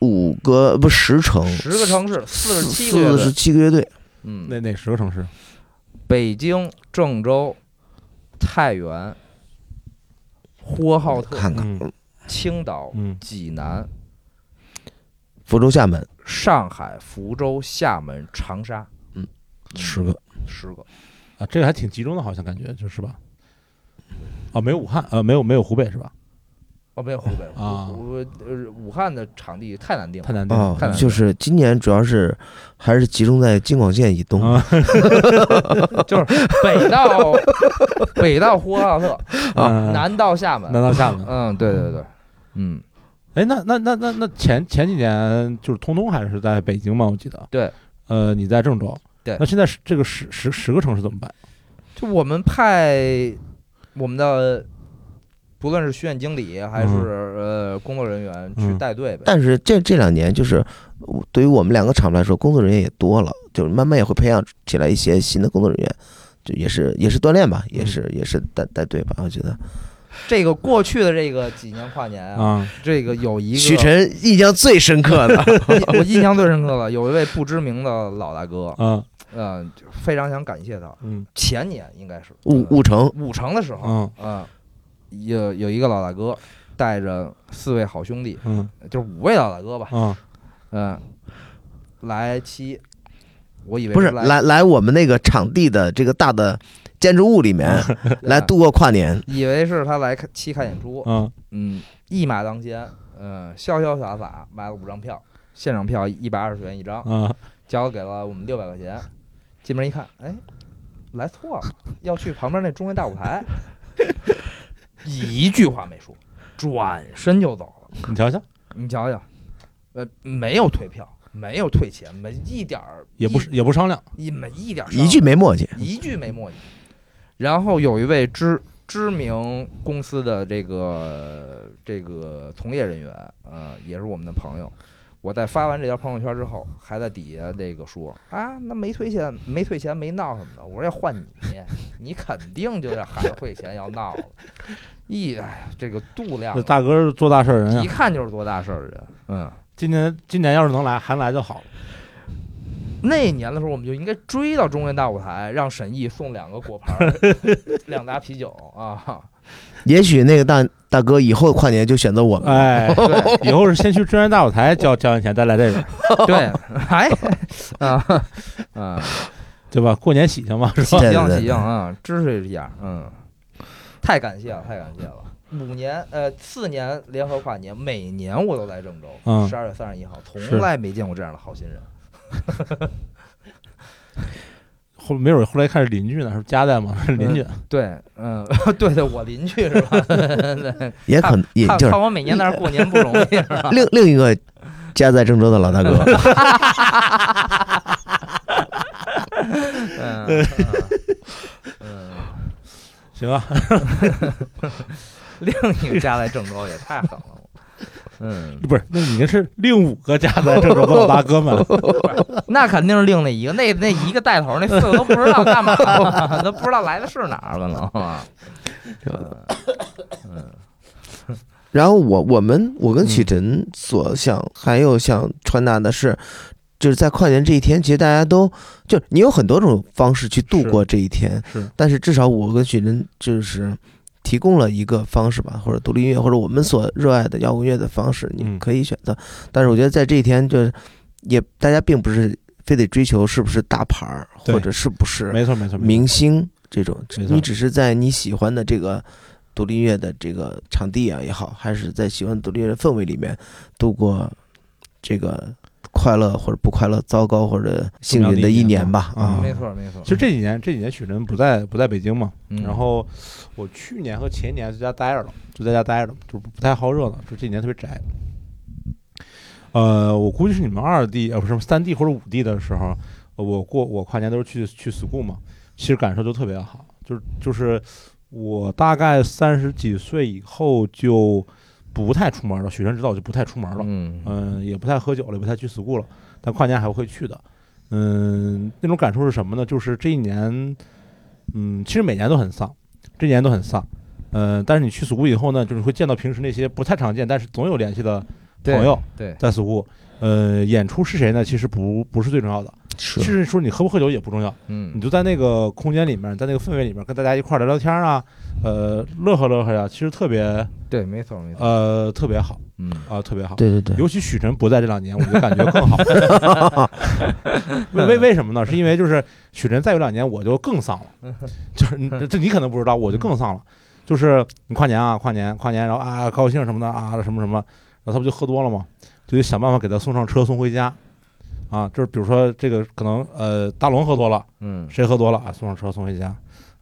[SPEAKER 1] 五个不十城，
[SPEAKER 2] 十个城市，四十七个乐
[SPEAKER 1] 哦
[SPEAKER 2] 队
[SPEAKER 1] 四十七个乐队，
[SPEAKER 2] 嗯，
[SPEAKER 3] 哪哪十个城市？
[SPEAKER 2] 北京、郑州、太原、呼和浩特、
[SPEAKER 1] 看看
[SPEAKER 3] 嗯
[SPEAKER 2] 青岛、
[SPEAKER 3] 嗯，
[SPEAKER 2] 济南、
[SPEAKER 1] 福州、厦门
[SPEAKER 2] 上海、福州、厦门、长沙，
[SPEAKER 1] 嗯，十个，
[SPEAKER 2] 十个，
[SPEAKER 3] 啊，这个还挺集中的，好像感觉就是吧？啊，没有武汉，呃，没有没有湖北是吧？
[SPEAKER 2] 哦，没有湖北，
[SPEAKER 3] 啊
[SPEAKER 2] 湖呃武汉的场地太难定了
[SPEAKER 3] 太，难定了
[SPEAKER 1] 哦
[SPEAKER 2] 看看，
[SPEAKER 1] 就是今年主要是还是集中在京广线以东
[SPEAKER 3] 啊 <laughs>
[SPEAKER 2] 就是北到 <laughs> 北到呼和浩特，
[SPEAKER 3] 啊，
[SPEAKER 2] 南到厦
[SPEAKER 3] 南
[SPEAKER 2] 门，
[SPEAKER 3] 到厦门。
[SPEAKER 2] 嗯，对对对，嗯，
[SPEAKER 3] 哎，那那那那那前前几年就是通通还是在北京嘛，我记得。
[SPEAKER 2] 对。
[SPEAKER 3] 呃，你在郑州。
[SPEAKER 2] 对
[SPEAKER 3] 那现在是这个十十十个城市怎么办？
[SPEAKER 2] 就我们派我们的。不论是巡演经理还是呃工作人员去
[SPEAKER 3] 嗯
[SPEAKER 2] 带队呗，
[SPEAKER 1] 但是这这两年就是我对于我们两个厂来说，工作人员也多了，就是慢慢也会培养起来一些新的工作人员，就也是也是锻炼吧，也是也是带带队吧，我觉得。
[SPEAKER 2] 这个过去的这个几年跨年啊，
[SPEAKER 3] 啊，
[SPEAKER 2] 这个有一个
[SPEAKER 1] 许晨印象最深
[SPEAKER 2] <laughs>
[SPEAKER 1] 刻的，
[SPEAKER 2] 我印象最深刻了，有一位不知名的老大哥，
[SPEAKER 3] 嗯
[SPEAKER 2] 嗯、就非常想感谢他。
[SPEAKER 3] 嗯
[SPEAKER 2] 前年应该是
[SPEAKER 1] 五五成，
[SPEAKER 2] 五成的时候，
[SPEAKER 3] 嗯
[SPEAKER 2] 嗯、有有一个老大哥带着四位好兄弟，
[SPEAKER 3] 嗯啊
[SPEAKER 2] 就是五位老大哥吧，
[SPEAKER 3] 嗯
[SPEAKER 2] 嗯、来七我以为
[SPEAKER 1] 不是
[SPEAKER 2] 来
[SPEAKER 1] 来来我们那个场地的这个大的建筑物
[SPEAKER 2] <laughs>
[SPEAKER 1] 里面
[SPEAKER 2] 啊
[SPEAKER 1] 来度过跨年。
[SPEAKER 2] 以为是他来看期看演出，
[SPEAKER 3] 嗯，
[SPEAKER 2] 嗯，一马当先，嗯，潇潇洒洒买了五张票，现场票一百二十元一张，
[SPEAKER 3] 啊，
[SPEAKER 2] 交给了我们六百块钱。进门一看，哎，来错了，要去旁边那中卫大舞台， <laughs> 一句话没说，转身就走了。
[SPEAKER 3] 你瞧瞧，
[SPEAKER 2] 你瞧瞧，呃，没有退票，没有退钱，没一点儿
[SPEAKER 3] 也不是也不商量，
[SPEAKER 2] 一一没一点儿
[SPEAKER 1] 一
[SPEAKER 2] 商
[SPEAKER 1] 句没墨迹，
[SPEAKER 2] 一句没墨迹。然后有一位知知名公司的这个这个从业人员，呃，也是我们的朋友。我在发完这条朋友圈之后，还在底下这个说啊，那没退钱，没退钱，没闹什么的。我说要换你，你肯定就是还退钱要闹了。 <laughs> 一哎呀，这个度量啊
[SPEAKER 3] 这，大哥是做大事儿人
[SPEAKER 2] 一
[SPEAKER 3] 啊。
[SPEAKER 2] 看就是多大事儿的人。嗯，
[SPEAKER 3] 今年今年要是能来，还来就好了。
[SPEAKER 2] 那年的时候，我们就应该追到中原大舞台，让沈毅送两个果盘儿、两打啤酒啊。
[SPEAKER 1] 也许那个大大哥以后跨年就选择我
[SPEAKER 2] 啊
[SPEAKER 1] 们。
[SPEAKER 3] 哎，
[SPEAKER 2] 对
[SPEAKER 3] 以后是先去中原大舞台交交完钱，再来这个，
[SPEAKER 2] 对，哎啊啊，
[SPEAKER 3] 对吧？过年喜庆嘛，是
[SPEAKER 2] 喜
[SPEAKER 3] 吧？
[SPEAKER 1] 对对
[SPEAKER 2] 庆
[SPEAKER 1] 对
[SPEAKER 2] 喜庆啊，支持一下，嗯，太感谢了，太感谢了。五年呃，四年联合跨年，每年我都来郑州，
[SPEAKER 3] 嗯
[SPEAKER 2] 十二月三十一号，
[SPEAKER 3] 是
[SPEAKER 2] 从来没见过这样的好心人。
[SPEAKER 3] 后没准后来看是邻居呢，是家在嘛，是邻居。
[SPEAKER 2] 对，嗯， <laughs> 对对，我邻居是吧？ <laughs> 对
[SPEAKER 1] 也可能也
[SPEAKER 2] 看
[SPEAKER 1] 就是
[SPEAKER 2] 看我每年在那儿过年不容易是吧？
[SPEAKER 1] 另另一个家在郑州的老大哥，
[SPEAKER 2] <laughs> <laughs> 嗯嗯嗯，
[SPEAKER 3] 行啊，
[SPEAKER 2] 另一个家在郑州也太狠了，嗯，
[SPEAKER 3] 不是，那你那是另五个家在郑州的老大哥们，
[SPEAKER 2] 那肯定是另那一个，那那一个带头那四个都不知道干嘛了，都不知道来的是哪儿
[SPEAKER 3] <laughs>
[SPEAKER 2] 了啊都。嗯
[SPEAKER 1] 然后我我们我跟
[SPEAKER 3] 嗯
[SPEAKER 1] 许晨所想还有想传达的是，就是在跨年这一天，其实大家都就是你有很多种方式去度
[SPEAKER 3] 是
[SPEAKER 1] 过这一天，
[SPEAKER 3] 是
[SPEAKER 1] 但是至少我跟许晨就是提供了一个方式吧，或者独立音乐，或者我们所热爱的摇滚乐的方式，你
[SPEAKER 3] 嗯
[SPEAKER 1] 可以选择。但是我觉得在这一天，就是也大家并不是非得追求是不是大牌儿，
[SPEAKER 3] 对
[SPEAKER 1] 或者是不是
[SPEAKER 3] 没错没错，没错
[SPEAKER 1] 明星这种，
[SPEAKER 3] 没错
[SPEAKER 1] 你只是在你喜欢的这个独立音乐的这个场地啊也好，还是在喜欢独立音乐的氛围里面度过这个快乐或者不快乐、糟糕或者幸运的一年吧
[SPEAKER 3] 重要的
[SPEAKER 1] 啊
[SPEAKER 3] 一年吧嗯
[SPEAKER 2] 没错没错。
[SPEAKER 3] 其实这几年这几年许晨不在不在北京嘛，
[SPEAKER 2] 嗯
[SPEAKER 3] 然后我去年和前年在家待着了，就在家待着，就不太好热闹，就这几年特别宅。呃，我估计是你们二弟呃不是三弟或者五弟的时候，呃我过我跨年都是去去 school 嘛，其实感受都特别好，就是就是我大概三十几岁以后就不太出门了，许晨知道我就不太出门了，
[SPEAKER 2] 嗯
[SPEAKER 3] 嗯，也不太喝酒了，也不太去 school 了，但跨年还会去的。嗯，那种感受是什么呢？就是这一年，嗯，其实每年都很丧，这一年都很丧。嗯，但是你去 school 以后呢，就是会见到平时那些不太常见，但是总有联系的
[SPEAKER 2] 对
[SPEAKER 3] 朋友
[SPEAKER 2] 对
[SPEAKER 3] 在 school。呃，演出是谁呢？其实不不是最重要的，
[SPEAKER 1] 是
[SPEAKER 3] 甚至说你喝不喝酒也不重要，你
[SPEAKER 2] 嗯
[SPEAKER 3] 就在那个空间里面，在那个氛围里面跟大家一块儿聊聊天儿啊，呃，乐呵乐呵呀、其实特别
[SPEAKER 2] 对没错没错
[SPEAKER 3] 呃特别好
[SPEAKER 2] 嗯
[SPEAKER 3] 啊、特别好。
[SPEAKER 1] 对对对，
[SPEAKER 3] 尤其许晨不在这两年，我就感觉更好。为为为什么呢？是因为就是许晨再有两年，我就更丧了。就是你这这你可能不知道，我就更丧了。就是你跨年啊，跨年跨年，然后啊高兴什么的啊什么什么，然后他不就喝多了吗？就得想办法给他送上车送回家。啊，就是比如说这个可能呃大龙喝多了，
[SPEAKER 2] 嗯
[SPEAKER 3] 谁喝多了啊送上车送回家。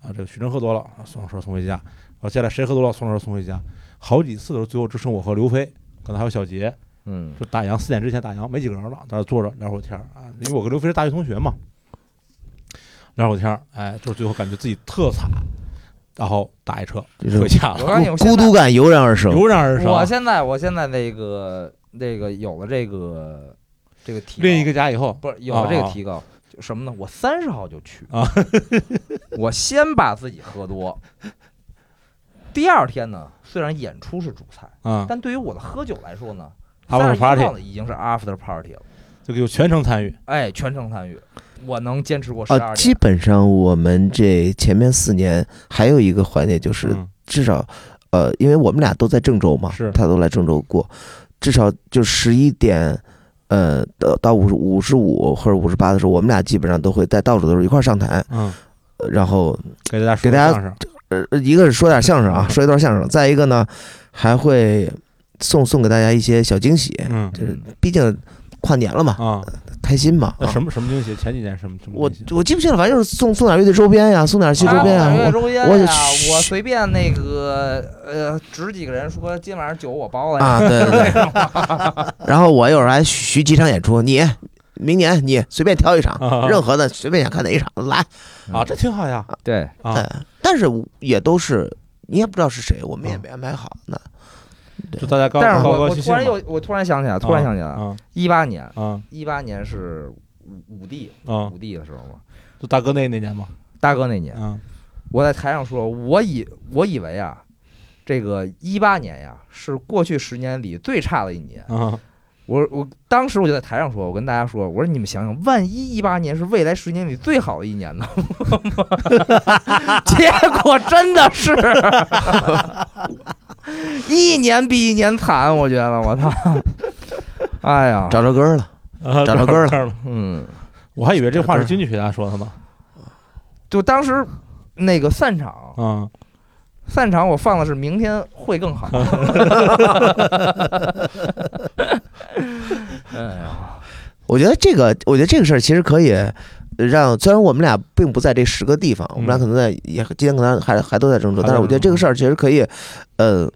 [SPEAKER 3] 啊这个许晨喝多了啊送上车送回家。然后接下来谁喝多了送上车送回家。好几次都是最后只剩我和刘飞，可能还有小杰。
[SPEAKER 2] 嗯
[SPEAKER 3] 就打烊，四点之前打烊，没几个人了，在那坐着聊会儿天儿啊。因为我跟刘飞是大学同学嘛，聊会儿天儿，哎，就是最后感觉自己特惨，然后打一车
[SPEAKER 1] 这种
[SPEAKER 3] 回家
[SPEAKER 2] 我
[SPEAKER 3] 了，
[SPEAKER 2] 告诉你，我
[SPEAKER 1] 孤
[SPEAKER 2] 现在
[SPEAKER 1] 独感油然而生。
[SPEAKER 3] 油然而
[SPEAKER 2] 我
[SPEAKER 3] 生。
[SPEAKER 2] 现在我现在那个那个有了这个这个提高
[SPEAKER 3] 另一个家以后，
[SPEAKER 2] 不是有了这个
[SPEAKER 3] 啊
[SPEAKER 2] 提高，就什么呢？我三十号就去
[SPEAKER 3] 啊，
[SPEAKER 2] <laughs> 我先把自己喝多。第二天呢，虽然演出是主菜，
[SPEAKER 3] 啊，
[SPEAKER 2] 但对于我的喝酒来说呢，三
[SPEAKER 3] after
[SPEAKER 2] 十号
[SPEAKER 3] party
[SPEAKER 2] 呢已经是 after party 了，
[SPEAKER 3] 就有全程参与，
[SPEAKER 2] 哎，全程参与，我能坚持过十
[SPEAKER 1] 啊，
[SPEAKER 2] 二
[SPEAKER 1] 基
[SPEAKER 2] 点。
[SPEAKER 1] 本上我们这前面四年还有一个环节就是
[SPEAKER 3] 嗯
[SPEAKER 1] 至少，呃，因为我们俩都在郑州嘛，
[SPEAKER 3] 是
[SPEAKER 1] 他都来郑州过，至少就十一点呃，到到五十五十五或者五十八的时候，我们俩基本上都会在倒数的时候一块儿上台，
[SPEAKER 3] 嗯，
[SPEAKER 1] 呃然后
[SPEAKER 3] 给大家说
[SPEAKER 1] 给大家
[SPEAKER 3] 相声，
[SPEAKER 1] 呃，一个是说点相声啊，说一段相声，再一个呢，还会送送给大家一些小惊喜，
[SPEAKER 3] 嗯
[SPEAKER 1] 就是毕竟跨年了嘛，
[SPEAKER 3] 啊，
[SPEAKER 1] 开心嘛。
[SPEAKER 3] 那
[SPEAKER 1] 啊
[SPEAKER 3] 什么什么惊喜？前几年什么什么
[SPEAKER 1] 我
[SPEAKER 3] 惊喜？
[SPEAKER 1] 我记不清了，反正就是送送点乐队周边呀，送点戏周边
[SPEAKER 2] 啊
[SPEAKER 1] 呀。
[SPEAKER 2] 我
[SPEAKER 1] 我
[SPEAKER 2] 周边
[SPEAKER 1] 我
[SPEAKER 2] 呀，
[SPEAKER 1] 嘘
[SPEAKER 2] 我随便那个呃，指几个人说今晚上酒我包了呀，
[SPEAKER 1] 啊，对对对。然后我有时候还许几场演出，你明年你随便挑一场，
[SPEAKER 3] 啊
[SPEAKER 1] 任何的随便想看哪一场来。
[SPEAKER 3] 啊，这挺好呀，
[SPEAKER 2] 对，
[SPEAKER 3] 啊
[SPEAKER 1] 哎但是也都是你也不知道是谁，我们也没安排好呢。
[SPEAKER 3] 就大家高
[SPEAKER 2] 但是
[SPEAKER 3] 高
[SPEAKER 2] 我
[SPEAKER 3] 高
[SPEAKER 2] 我
[SPEAKER 3] 兴兴
[SPEAKER 2] 突然
[SPEAKER 3] 嘛
[SPEAKER 2] 又我突然想起来，突然想起来，
[SPEAKER 3] 啊
[SPEAKER 2] 一八年
[SPEAKER 3] 啊
[SPEAKER 2] 一八年是五五 D
[SPEAKER 3] 啊
[SPEAKER 2] 五，D 的时候嘛，
[SPEAKER 3] 就大哥那那年嘛，
[SPEAKER 2] 大哥那年，
[SPEAKER 3] 啊
[SPEAKER 2] 我在台上说，我以我以为啊，这个一八年呀是过去十年里最差的一年。
[SPEAKER 3] 啊
[SPEAKER 2] 我我当时我就在台上说，我跟大家说，我说你们想想，万一一八年是未来十年里最好的一年呢？ <laughs> 结果真的是 <laughs> 一年比一年惨，我觉得我操，哎呀，
[SPEAKER 1] 找着歌了，
[SPEAKER 3] 啊，
[SPEAKER 1] 找着歌了
[SPEAKER 3] 了。
[SPEAKER 2] 嗯，
[SPEAKER 3] <laughs> 我还以为这话是经济学家说的呢。
[SPEAKER 2] 就当时那个散场，
[SPEAKER 1] 嗯
[SPEAKER 3] 啊，
[SPEAKER 2] 散场我放的是明天会更好。 <laughs> 哎呀，
[SPEAKER 1] 我觉得这个，我觉得这个事儿其实可以让，虽然我们俩并不在这十个地方，我们俩可能在也今天可能还嗯还都在郑州，但是我觉得这个事儿其实可以，呃，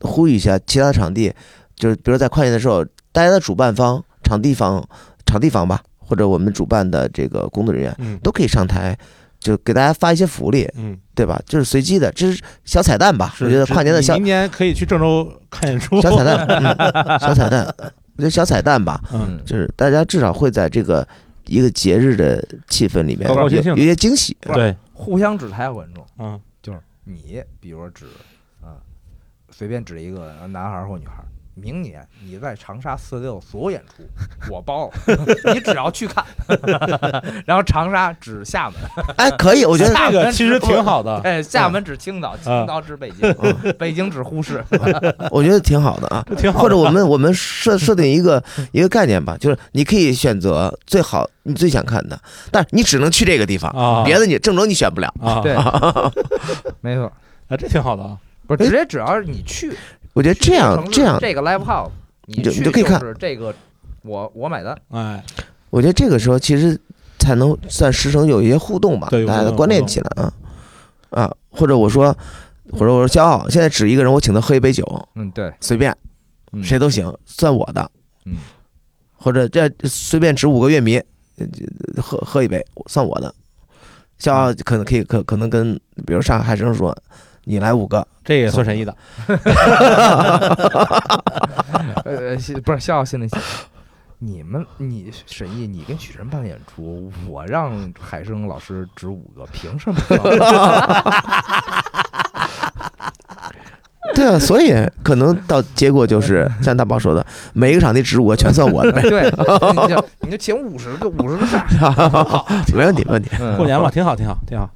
[SPEAKER 1] 呼吁一下其他场地，就是比如在跨年的时候，大家的主办方、场地方、场地方吧，或者我们主办的这个工作人员
[SPEAKER 3] 嗯
[SPEAKER 1] 都可以上台。就给大家发一些福利，
[SPEAKER 3] 嗯，
[SPEAKER 1] 对吧？就是随机的，这是小彩蛋吧？我
[SPEAKER 3] 是
[SPEAKER 1] 觉得
[SPEAKER 3] 是
[SPEAKER 1] 跨年的
[SPEAKER 3] 你
[SPEAKER 1] 小
[SPEAKER 3] 明年可以去郑州看演出。
[SPEAKER 1] 小彩蛋，嗯、小彩蛋， <laughs> 我觉得小彩蛋吧，
[SPEAKER 3] 嗯，
[SPEAKER 1] 就是大家至少会在这个一个节日的气氛里面
[SPEAKER 3] 高高兴
[SPEAKER 1] 有
[SPEAKER 3] 兴
[SPEAKER 1] 有一些惊喜。
[SPEAKER 3] <laughs> 对，
[SPEAKER 2] 互相指台和观众，
[SPEAKER 3] 嗯
[SPEAKER 2] 你比如说指啊，随便指一个男孩儿或女孩儿，明年你在长沙四六所有演 <laughs> 出我包了，你只要去看， <laughs> 然后长沙指厦门，
[SPEAKER 1] 哎，可以，我觉得
[SPEAKER 3] <laughs>
[SPEAKER 2] 大
[SPEAKER 3] 这个其实挺好的。
[SPEAKER 2] 哎，厦门指青岛，青岛指北京，北京指呼市，
[SPEAKER 1] 我觉得挺好的啊。
[SPEAKER 3] 这挺好
[SPEAKER 1] 或
[SPEAKER 3] 的嗯
[SPEAKER 1] 者我们我们设设定一个一个概念吧，就是你可以选择最好你最想看的，但是你只能去这个地方，
[SPEAKER 3] 啊，
[SPEAKER 1] 别的你郑州你选不了。
[SPEAKER 3] 啊，
[SPEAKER 2] 对，没错，
[SPEAKER 3] 啊，这挺好的啊。
[SPEAKER 2] 不是直接只要是你去，
[SPEAKER 1] 我觉得
[SPEAKER 2] 去
[SPEAKER 1] 哎这样
[SPEAKER 2] 城市
[SPEAKER 1] 这样，
[SPEAKER 2] 这个 live house，你
[SPEAKER 1] 你就
[SPEAKER 2] 去
[SPEAKER 1] 你就可以看
[SPEAKER 2] 是这个我我买单，
[SPEAKER 3] 哎，
[SPEAKER 1] 我觉得这个时候其实才能算实诚有一些互动吧，
[SPEAKER 3] 对有
[SPEAKER 1] 大
[SPEAKER 3] 互
[SPEAKER 1] 家
[SPEAKER 3] 动
[SPEAKER 1] 关联起来啊啊，或者我说我说我说骄傲，现在指一个人，我请他喝一杯酒，
[SPEAKER 2] 嗯对，
[SPEAKER 1] 随便
[SPEAKER 2] 嗯
[SPEAKER 1] 谁都行，算我的，
[SPEAKER 2] 嗯，
[SPEAKER 1] 或者这随便指五个乐迷，呃这喝喝一杯算我的。骄傲可能可以可可能跟比如上海生说，你来五个，
[SPEAKER 3] 这也算神医的。
[SPEAKER 2] 呃，是不是笑笑心里想，你们你沈毅，你跟许晨办演出，我让海生老师指五个，凭什么？
[SPEAKER 1] <laughs> 对啊，所以可能到结果就是像大宝说的，每一个场地指五个全算我
[SPEAKER 2] <laughs>
[SPEAKER 1] 的呗，
[SPEAKER 2] 对，你就你就请五十个，五十个啥？
[SPEAKER 1] 没问题没问题。
[SPEAKER 2] 嗯
[SPEAKER 3] 过年嘛，挺好，挺好，挺好。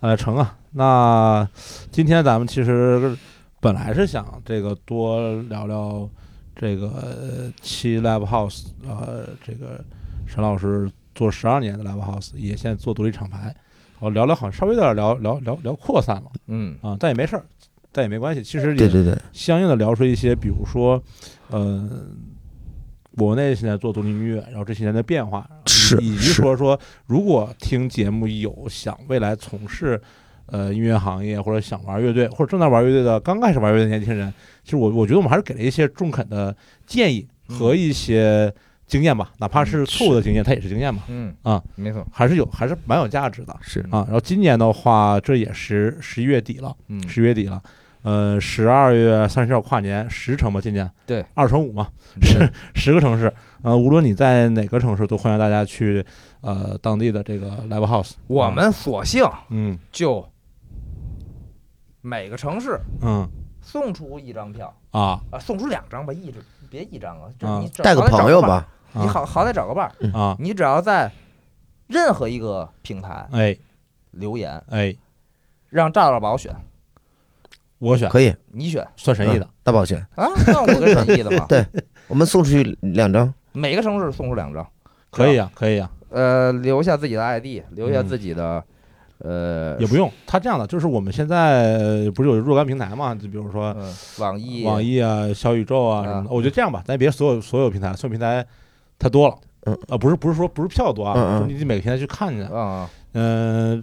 [SPEAKER 3] 呃，成啊，那今天咱们其实本来是想这个多聊聊这个呃七 Live House，呃，这个沈老师做十二年的 Live House，也现在做独立厂牌，哦，聊聊好像稍微有点聊聊聊聊扩散了
[SPEAKER 2] 嗯
[SPEAKER 3] 啊，但也没事儿，但也没关系，其实
[SPEAKER 1] 对
[SPEAKER 3] 也
[SPEAKER 1] 对对，
[SPEAKER 3] 相应的聊出一些，比如说，呃，国内现在做独立音乐，然后这些年的变化，
[SPEAKER 1] 是
[SPEAKER 3] 以以及
[SPEAKER 1] 是
[SPEAKER 3] 说说，如果听节目有想未来从事呃音乐行业，或者想玩乐队，或者正在玩乐队的刚开始玩乐队的年轻人，其实我我觉得我们还是给了一些中肯的建议和一些经验吧，哪怕是错误的经验，它也是经验嘛，
[SPEAKER 2] 嗯
[SPEAKER 3] 啊，
[SPEAKER 2] 没错，
[SPEAKER 3] 还是有，还是蛮有价值的
[SPEAKER 1] 是
[SPEAKER 3] 啊。然后今年的话，这也是十一月底了。
[SPEAKER 2] 嗯
[SPEAKER 3] 十月底了，呃，十二月三十号跨年，十城吧，今年
[SPEAKER 2] 对，
[SPEAKER 3] 二乘五嘛，
[SPEAKER 2] 是
[SPEAKER 3] <laughs> 十个城市，呃，无论你在哪个城市，都欢迎大家去呃当地的这个 live house。
[SPEAKER 2] 我们索性
[SPEAKER 3] 嗯
[SPEAKER 2] 就每个城市
[SPEAKER 3] 嗯
[SPEAKER 2] 送出一张票
[SPEAKER 3] 啊
[SPEAKER 2] 啊，送出两张吧，一张别一张啊，这
[SPEAKER 3] 啊
[SPEAKER 2] 你找
[SPEAKER 1] 带个
[SPEAKER 2] 好歹找
[SPEAKER 1] 朋友
[SPEAKER 2] 伴儿，
[SPEAKER 1] 吧，
[SPEAKER 2] 你好好歹找个伴儿，
[SPEAKER 3] 啊，
[SPEAKER 2] 你只要在任何一个平台
[SPEAKER 3] 哎
[SPEAKER 2] 留言，
[SPEAKER 3] 哎，
[SPEAKER 2] 让赵大宝选，
[SPEAKER 3] 我选
[SPEAKER 1] 可以，
[SPEAKER 2] 你选
[SPEAKER 3] 算神意的
[SPEAKER 1] 嗯，大宝选， <laughs>，
[SPEAKER 2] 啊？那我跟沈毅的嘛
[SPEAKER 1] 对我们送出去两张，
[SPEAKER 2] 每个城市送出两张，
[SPEAKER 3] 可以啊，可以啊，
[SPEAKER 2] 呃，留下自己的 ID，留
[SPEAKER 1] 嗯
[SPEAKER 2] 下自己的，呃，
[SPEAKER 3] 也不用。他这样的，就是我们现在呃不是有若干平台嘛？就比如说
[SPEAKER 2] 嗯，网易，
[SPEAKER 3] 网
[SPEAKER 2] 易，
[SPEAKER 3] 易啊、小宇宙啊什么的。我觉得这样吧，咱别所有所有平台，所有平台太多了。
[SPEAKER 1] 嗯，
[SPEAKER 3] 啊，不是不是说不是票多
[SPEAKER 1] 嗯嗯
[SPEAKER 3] 啊，就是你得每个平台去看去。
[SPEAKER 2] 嗯，
[SPEAKER 3] 嗯，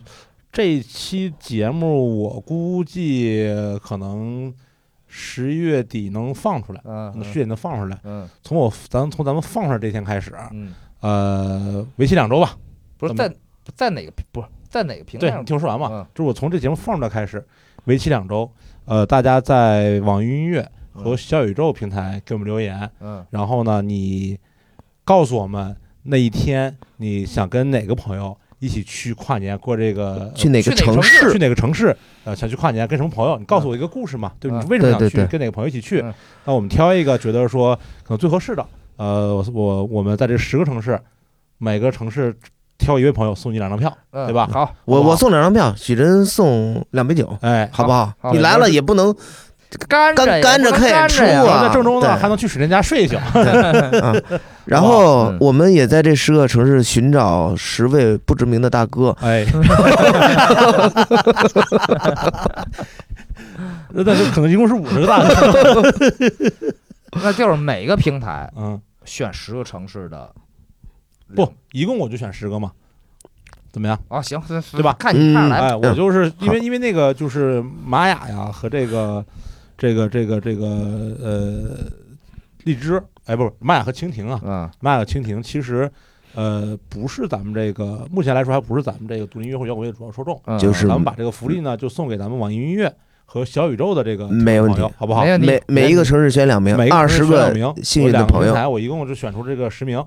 [SPEAKER 3] 这期节目我估计可能十一月底能放出来，
[SPEAKER 2] 嗯，
[SPEAKER 3] 十月底能放出来。
[SPEAKER 2] 嗯
[SPEAKER 3] 从我咱从咱们放出来这天开
[SPEAKER 1] 啊
[SPEAKER 3] 始，啊
[SPEAKER 2] 嗯，
[SPEAKER 3] 呃，为期两周吧。
[SPEAKER 2] 不是
[SPEAKER 3] 咱
[SPEAKER 2] 在在哪个不是在哪个平台
[SPEAKER 3] 对，
[SPEAKER 2] 上
[SPEAKER 3] 你听我说完嘛，
[SPEAKER 2] 嗯
[SPEAKER 3] 就是我从这节目放出来开始，为期两周。呃，大家在网易云音乐和小宇宙平台给我们留言，
[SPEAKER 2] 嗯
[SPEAKER 3] 然后呢，你告诉我们那一天你想跟哪个朋友一起去跨年过这个
[SPEAKER 1] 去哪
[SPEAKER 2] 去
[SPEAKER 1] 个
[SPEAKER 2] 哪个城
[SPEAKER 1] 市
[SPEAKER 3] 呃去？哪个城市？呃，想去跨年，跟什么朋友？你告诉我一个故事嘛，对吧？
[SPEAKER 2] 嗯
[SPEAKER 3] 你为什么想
[SPEAKER 1] 对
[SPEAKER 3] 去？
[SPEAKER 1] 对对
[SPEAKER 3] 跟哪个朋友一起去
[SPEAKER 2] 嗯？
[SPEAKER 3] 那我们挑一个觉得说可能最合适的。呃，我我我们在这十个城市，每个城市挑一位朋友送你两张票，
[SPEAKER 2] 嗯，
[SPEAKER 3] 对吧
[SPEAKER 2] 好，
[SPEAKER 1] 我
[SPEAKER 3] 好不好
[SPEAKER 1] 我送两张票，许晨送两杯酒，
[SPEAKER 3] 哎。
[SPEAKER 1] 好不好？
[SPEAKER 2] 好
[SPEAKER 1] 你来
[SPEAKER 2] 我
[SPEAKER 1] 了
[SPEAKER 2] 是
[SPEAKER 1] 也不能
[SPEAKER 2] 干
[SPEAKER 1] 干
[SPEAKER 2] 着
[SPEAKER 1] 干着看演出
[SPEAKER 3] 哎然
[SPEAKER 1] 啊
[SPEAKER 3] 后在郑州呢，
[SPEAKER 1] 对
[SPEAKER 3] 还能去史天家睡一宿。 <laughs>
[SPEAKER 1] 啊。然
[SPEAKER 3] 好不
[SPEAKER 1] 后
[SPEAKER 2] 嗯
[SPEAKER 1] 我们也在这十个城市寻找十位不知名的大哥，
[SPEAKER 3] 哎， <laughs> 那那就可能一共是五十个大哥。
[SPEAKER 2] 那就是每个平台
[SPEAKER 3] 嗯，
[SPEAKER 2] 选十个城市的
[SPEAKER 3] 不，一共我就选十个嘛，怎么样？
[SPEAKER 2] 啊，行，对
[SPEAKER 3] 对吧
[SPEAKER 2] 看
[SPEAKER 1] 嗯
[SPEAKER 2] 你看着来吧，
[SPEAKER 3] 哎，我就是因为因为那个就是玛雅呀和这个这个这个这个呃荔枝，哎，不是玛雅和蜻蜓啊，
[SPEAKER 2] 嗯
[SPEAKER 3] 玛雅和蜻蜓其实呃不是咱们这个目前来说还不是咱们这个独立音乐或摇滚乐主要受众，
[SPEAKER 2] 嗯，
[SPEAKER 1] 就是
[SPEAKER 3] 咱们把这个福利呢就送给咱们网易云音乐和小宇宙的这个
[SPEAKER 1] 嗯没问
[SPEAKER 3] 朋
[SPEAKER 1] 题
[SPEAKER 3] 友，，好不好
[SPEAKER 2] 没？问题
[SPEAKER 1] 每每一个城市选两名
[SPEAKER 3] 每，
[SPEAKER 1] 二
[SPEAKER 3] 个
[SPEAKER 1] 十
[SPEAKER 3] 城市选
[SPEAKER 1] 个
[SPEAKER 3] 两名
[SPEAKER 1] 幸
[SPEAKER 3] 我
[SPEAKER 1] 运的
[SPEAKER 3] 两个
[SPEAKER 1] 朋
[SPEAKER 3] 平
[SPEAKER 1] 友。
[SPEAKER 3] 台我一共就选出这个十名，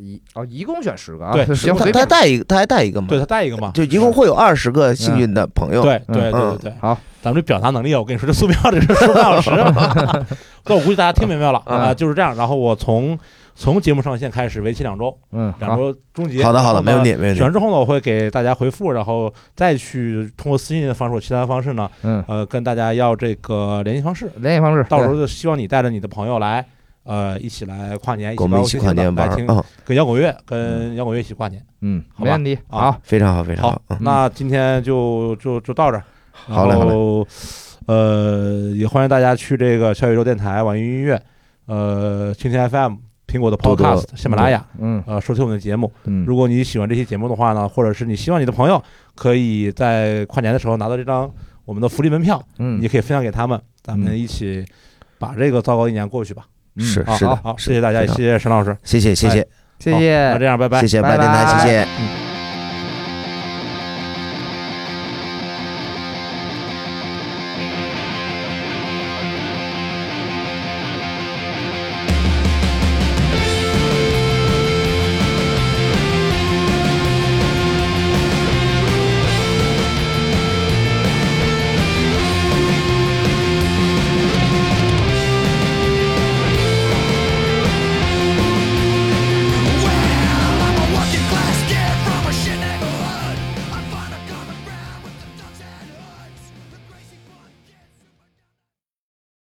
[SPEAKER 2] 一哦，一共选十个啊，
[SPEAKER 3] 对
[SPEAKER 2] 行，
[SPEAKER 1] 他
[SPEAKER 2] 随
[SPEAKER 1] 他
[SPEAKER 2] 便
[SPEAKER 1] 带一个，他还带一个嘛
[SPEAKER 3] 对，他带一个嘛，
[SPEAKER 1] 就一共会有二十个幸运的朋友。
[SPEAKER 3] 对对对
[SPEAKER 1] 嗯
[SPEAKER 3] 对对，
[SPEAKER 2] 好，
[SPEAKER 3] 咱们这表达能力啊，我跟你说，这素描这事儿说半小时，啊
[SPEAKER 1] <laughs>
[SPEAKER 3] 但我估计大家听明白了
[SPEAKER 2] 嗯
[SPEAKER 3] 啊，就是这样。然后我从从节目上线开始，为期两周，
[SPEAKER 2] 嗯，
[SPEAKER 3] 两
[SPEAKER 2] 好，
[SPEAKER 3] 周终结。
[SPEAKER 1] 好的好的，
[SPEAKER 3] 然后呢
[SPEAKER 1] 没问。题没问
[SPEAKER 3] 选完
[SPEAKER 1] 题。
[SPEAKER 3] 之后呢，我会给大家回复，然后再去通过私信的方式或其他的方式呢，
[SPEAKER 2] 嗯，
[SPEAKER 3] 呃，跟大家要这个联系方式。
[SPEAKER 2] 联系方式，
[SPEAKER 3] 到时候就希望你带着你的朋友来，呃，一起来跨年，
[SPEAKER 1] 跟
[SPEAKER 3] 一起
[SPEAKER 1] 我们
[SPEAKER 3] 包
[SPEAKER 1] 一起跨年玩
[SPEAKER 3] 来
[SPEAKER 1] 儿
[SPEAKER 3] 听
[SPEAKER 1] 啊，
[SPEAKER 3] 跟摇滚乐，跟摇滚乐一起跨年。
[SPEAKER 2] 嗯，
[SPEAKER 3] 好吧
[SPEAKER 2] 没问题，
[SPEAKER 3] 啊
[SPEAKER 2] 好，
[SPEAKER 1] 非常好非常
[SPEAKER 3] 好
[SPEAKER 1] 好。嗯，
[SPEAKER 3] 那今天就就就到这儿。
[SPEAKER 1] 好嘞好嘞
[SPEAKER 3] 然后，呃，也欢迎大家去这个小宇宙电台、网易云音乐、呃蜻蜓 FM、苹果的
[SPEAKER 1] 多多
[SPEAKER 3] Podcast、喜马拉雅，
[SPEAKER 2] 嗯
[SPEAKER 3] 呃，收听我们的节目。
[SPEAKER 2] 嗯
[SPEAKER 3] 如果你喜欢这期节目的话呢，或者是你希望你的朋友可以在跨年的时候拿到这张我们的福利门票，
[SPEAKER 2] 嗯
[SPEAKER 3] 你也，可以分享给他们，咱们
[SPEAKER 2] 嗯
[SPEAKER 3] 一起把这个糟糕一年过去吧。
[SPEAKER 2] 嗯
[SPEAKER 1] 是
[SPEAKER 3] 啊
[SPEAKER 1] 是的
[SPEAKER 3] 好，好，
[SPEAKER 1] 是
[SPEAKER 3] 谢谢大家，
[SPEAKER 1] 非
[SPEAKER 3] 也
[SPEAKER 1] 常
[SPEAKER 3] 谢谢沈老师，
[SPEAKER 1] 谢谢谢谢
[SPEAKER 2] 谢谢
[SPEAKER 3] 哎那这样，拜拜
[SPEAKER 1] 谢。谢，拜拜电
[SPEAKER 2] 拜拜
[SPEAKER 1] 台，谢谢。
[SPEAKER 3] 嗯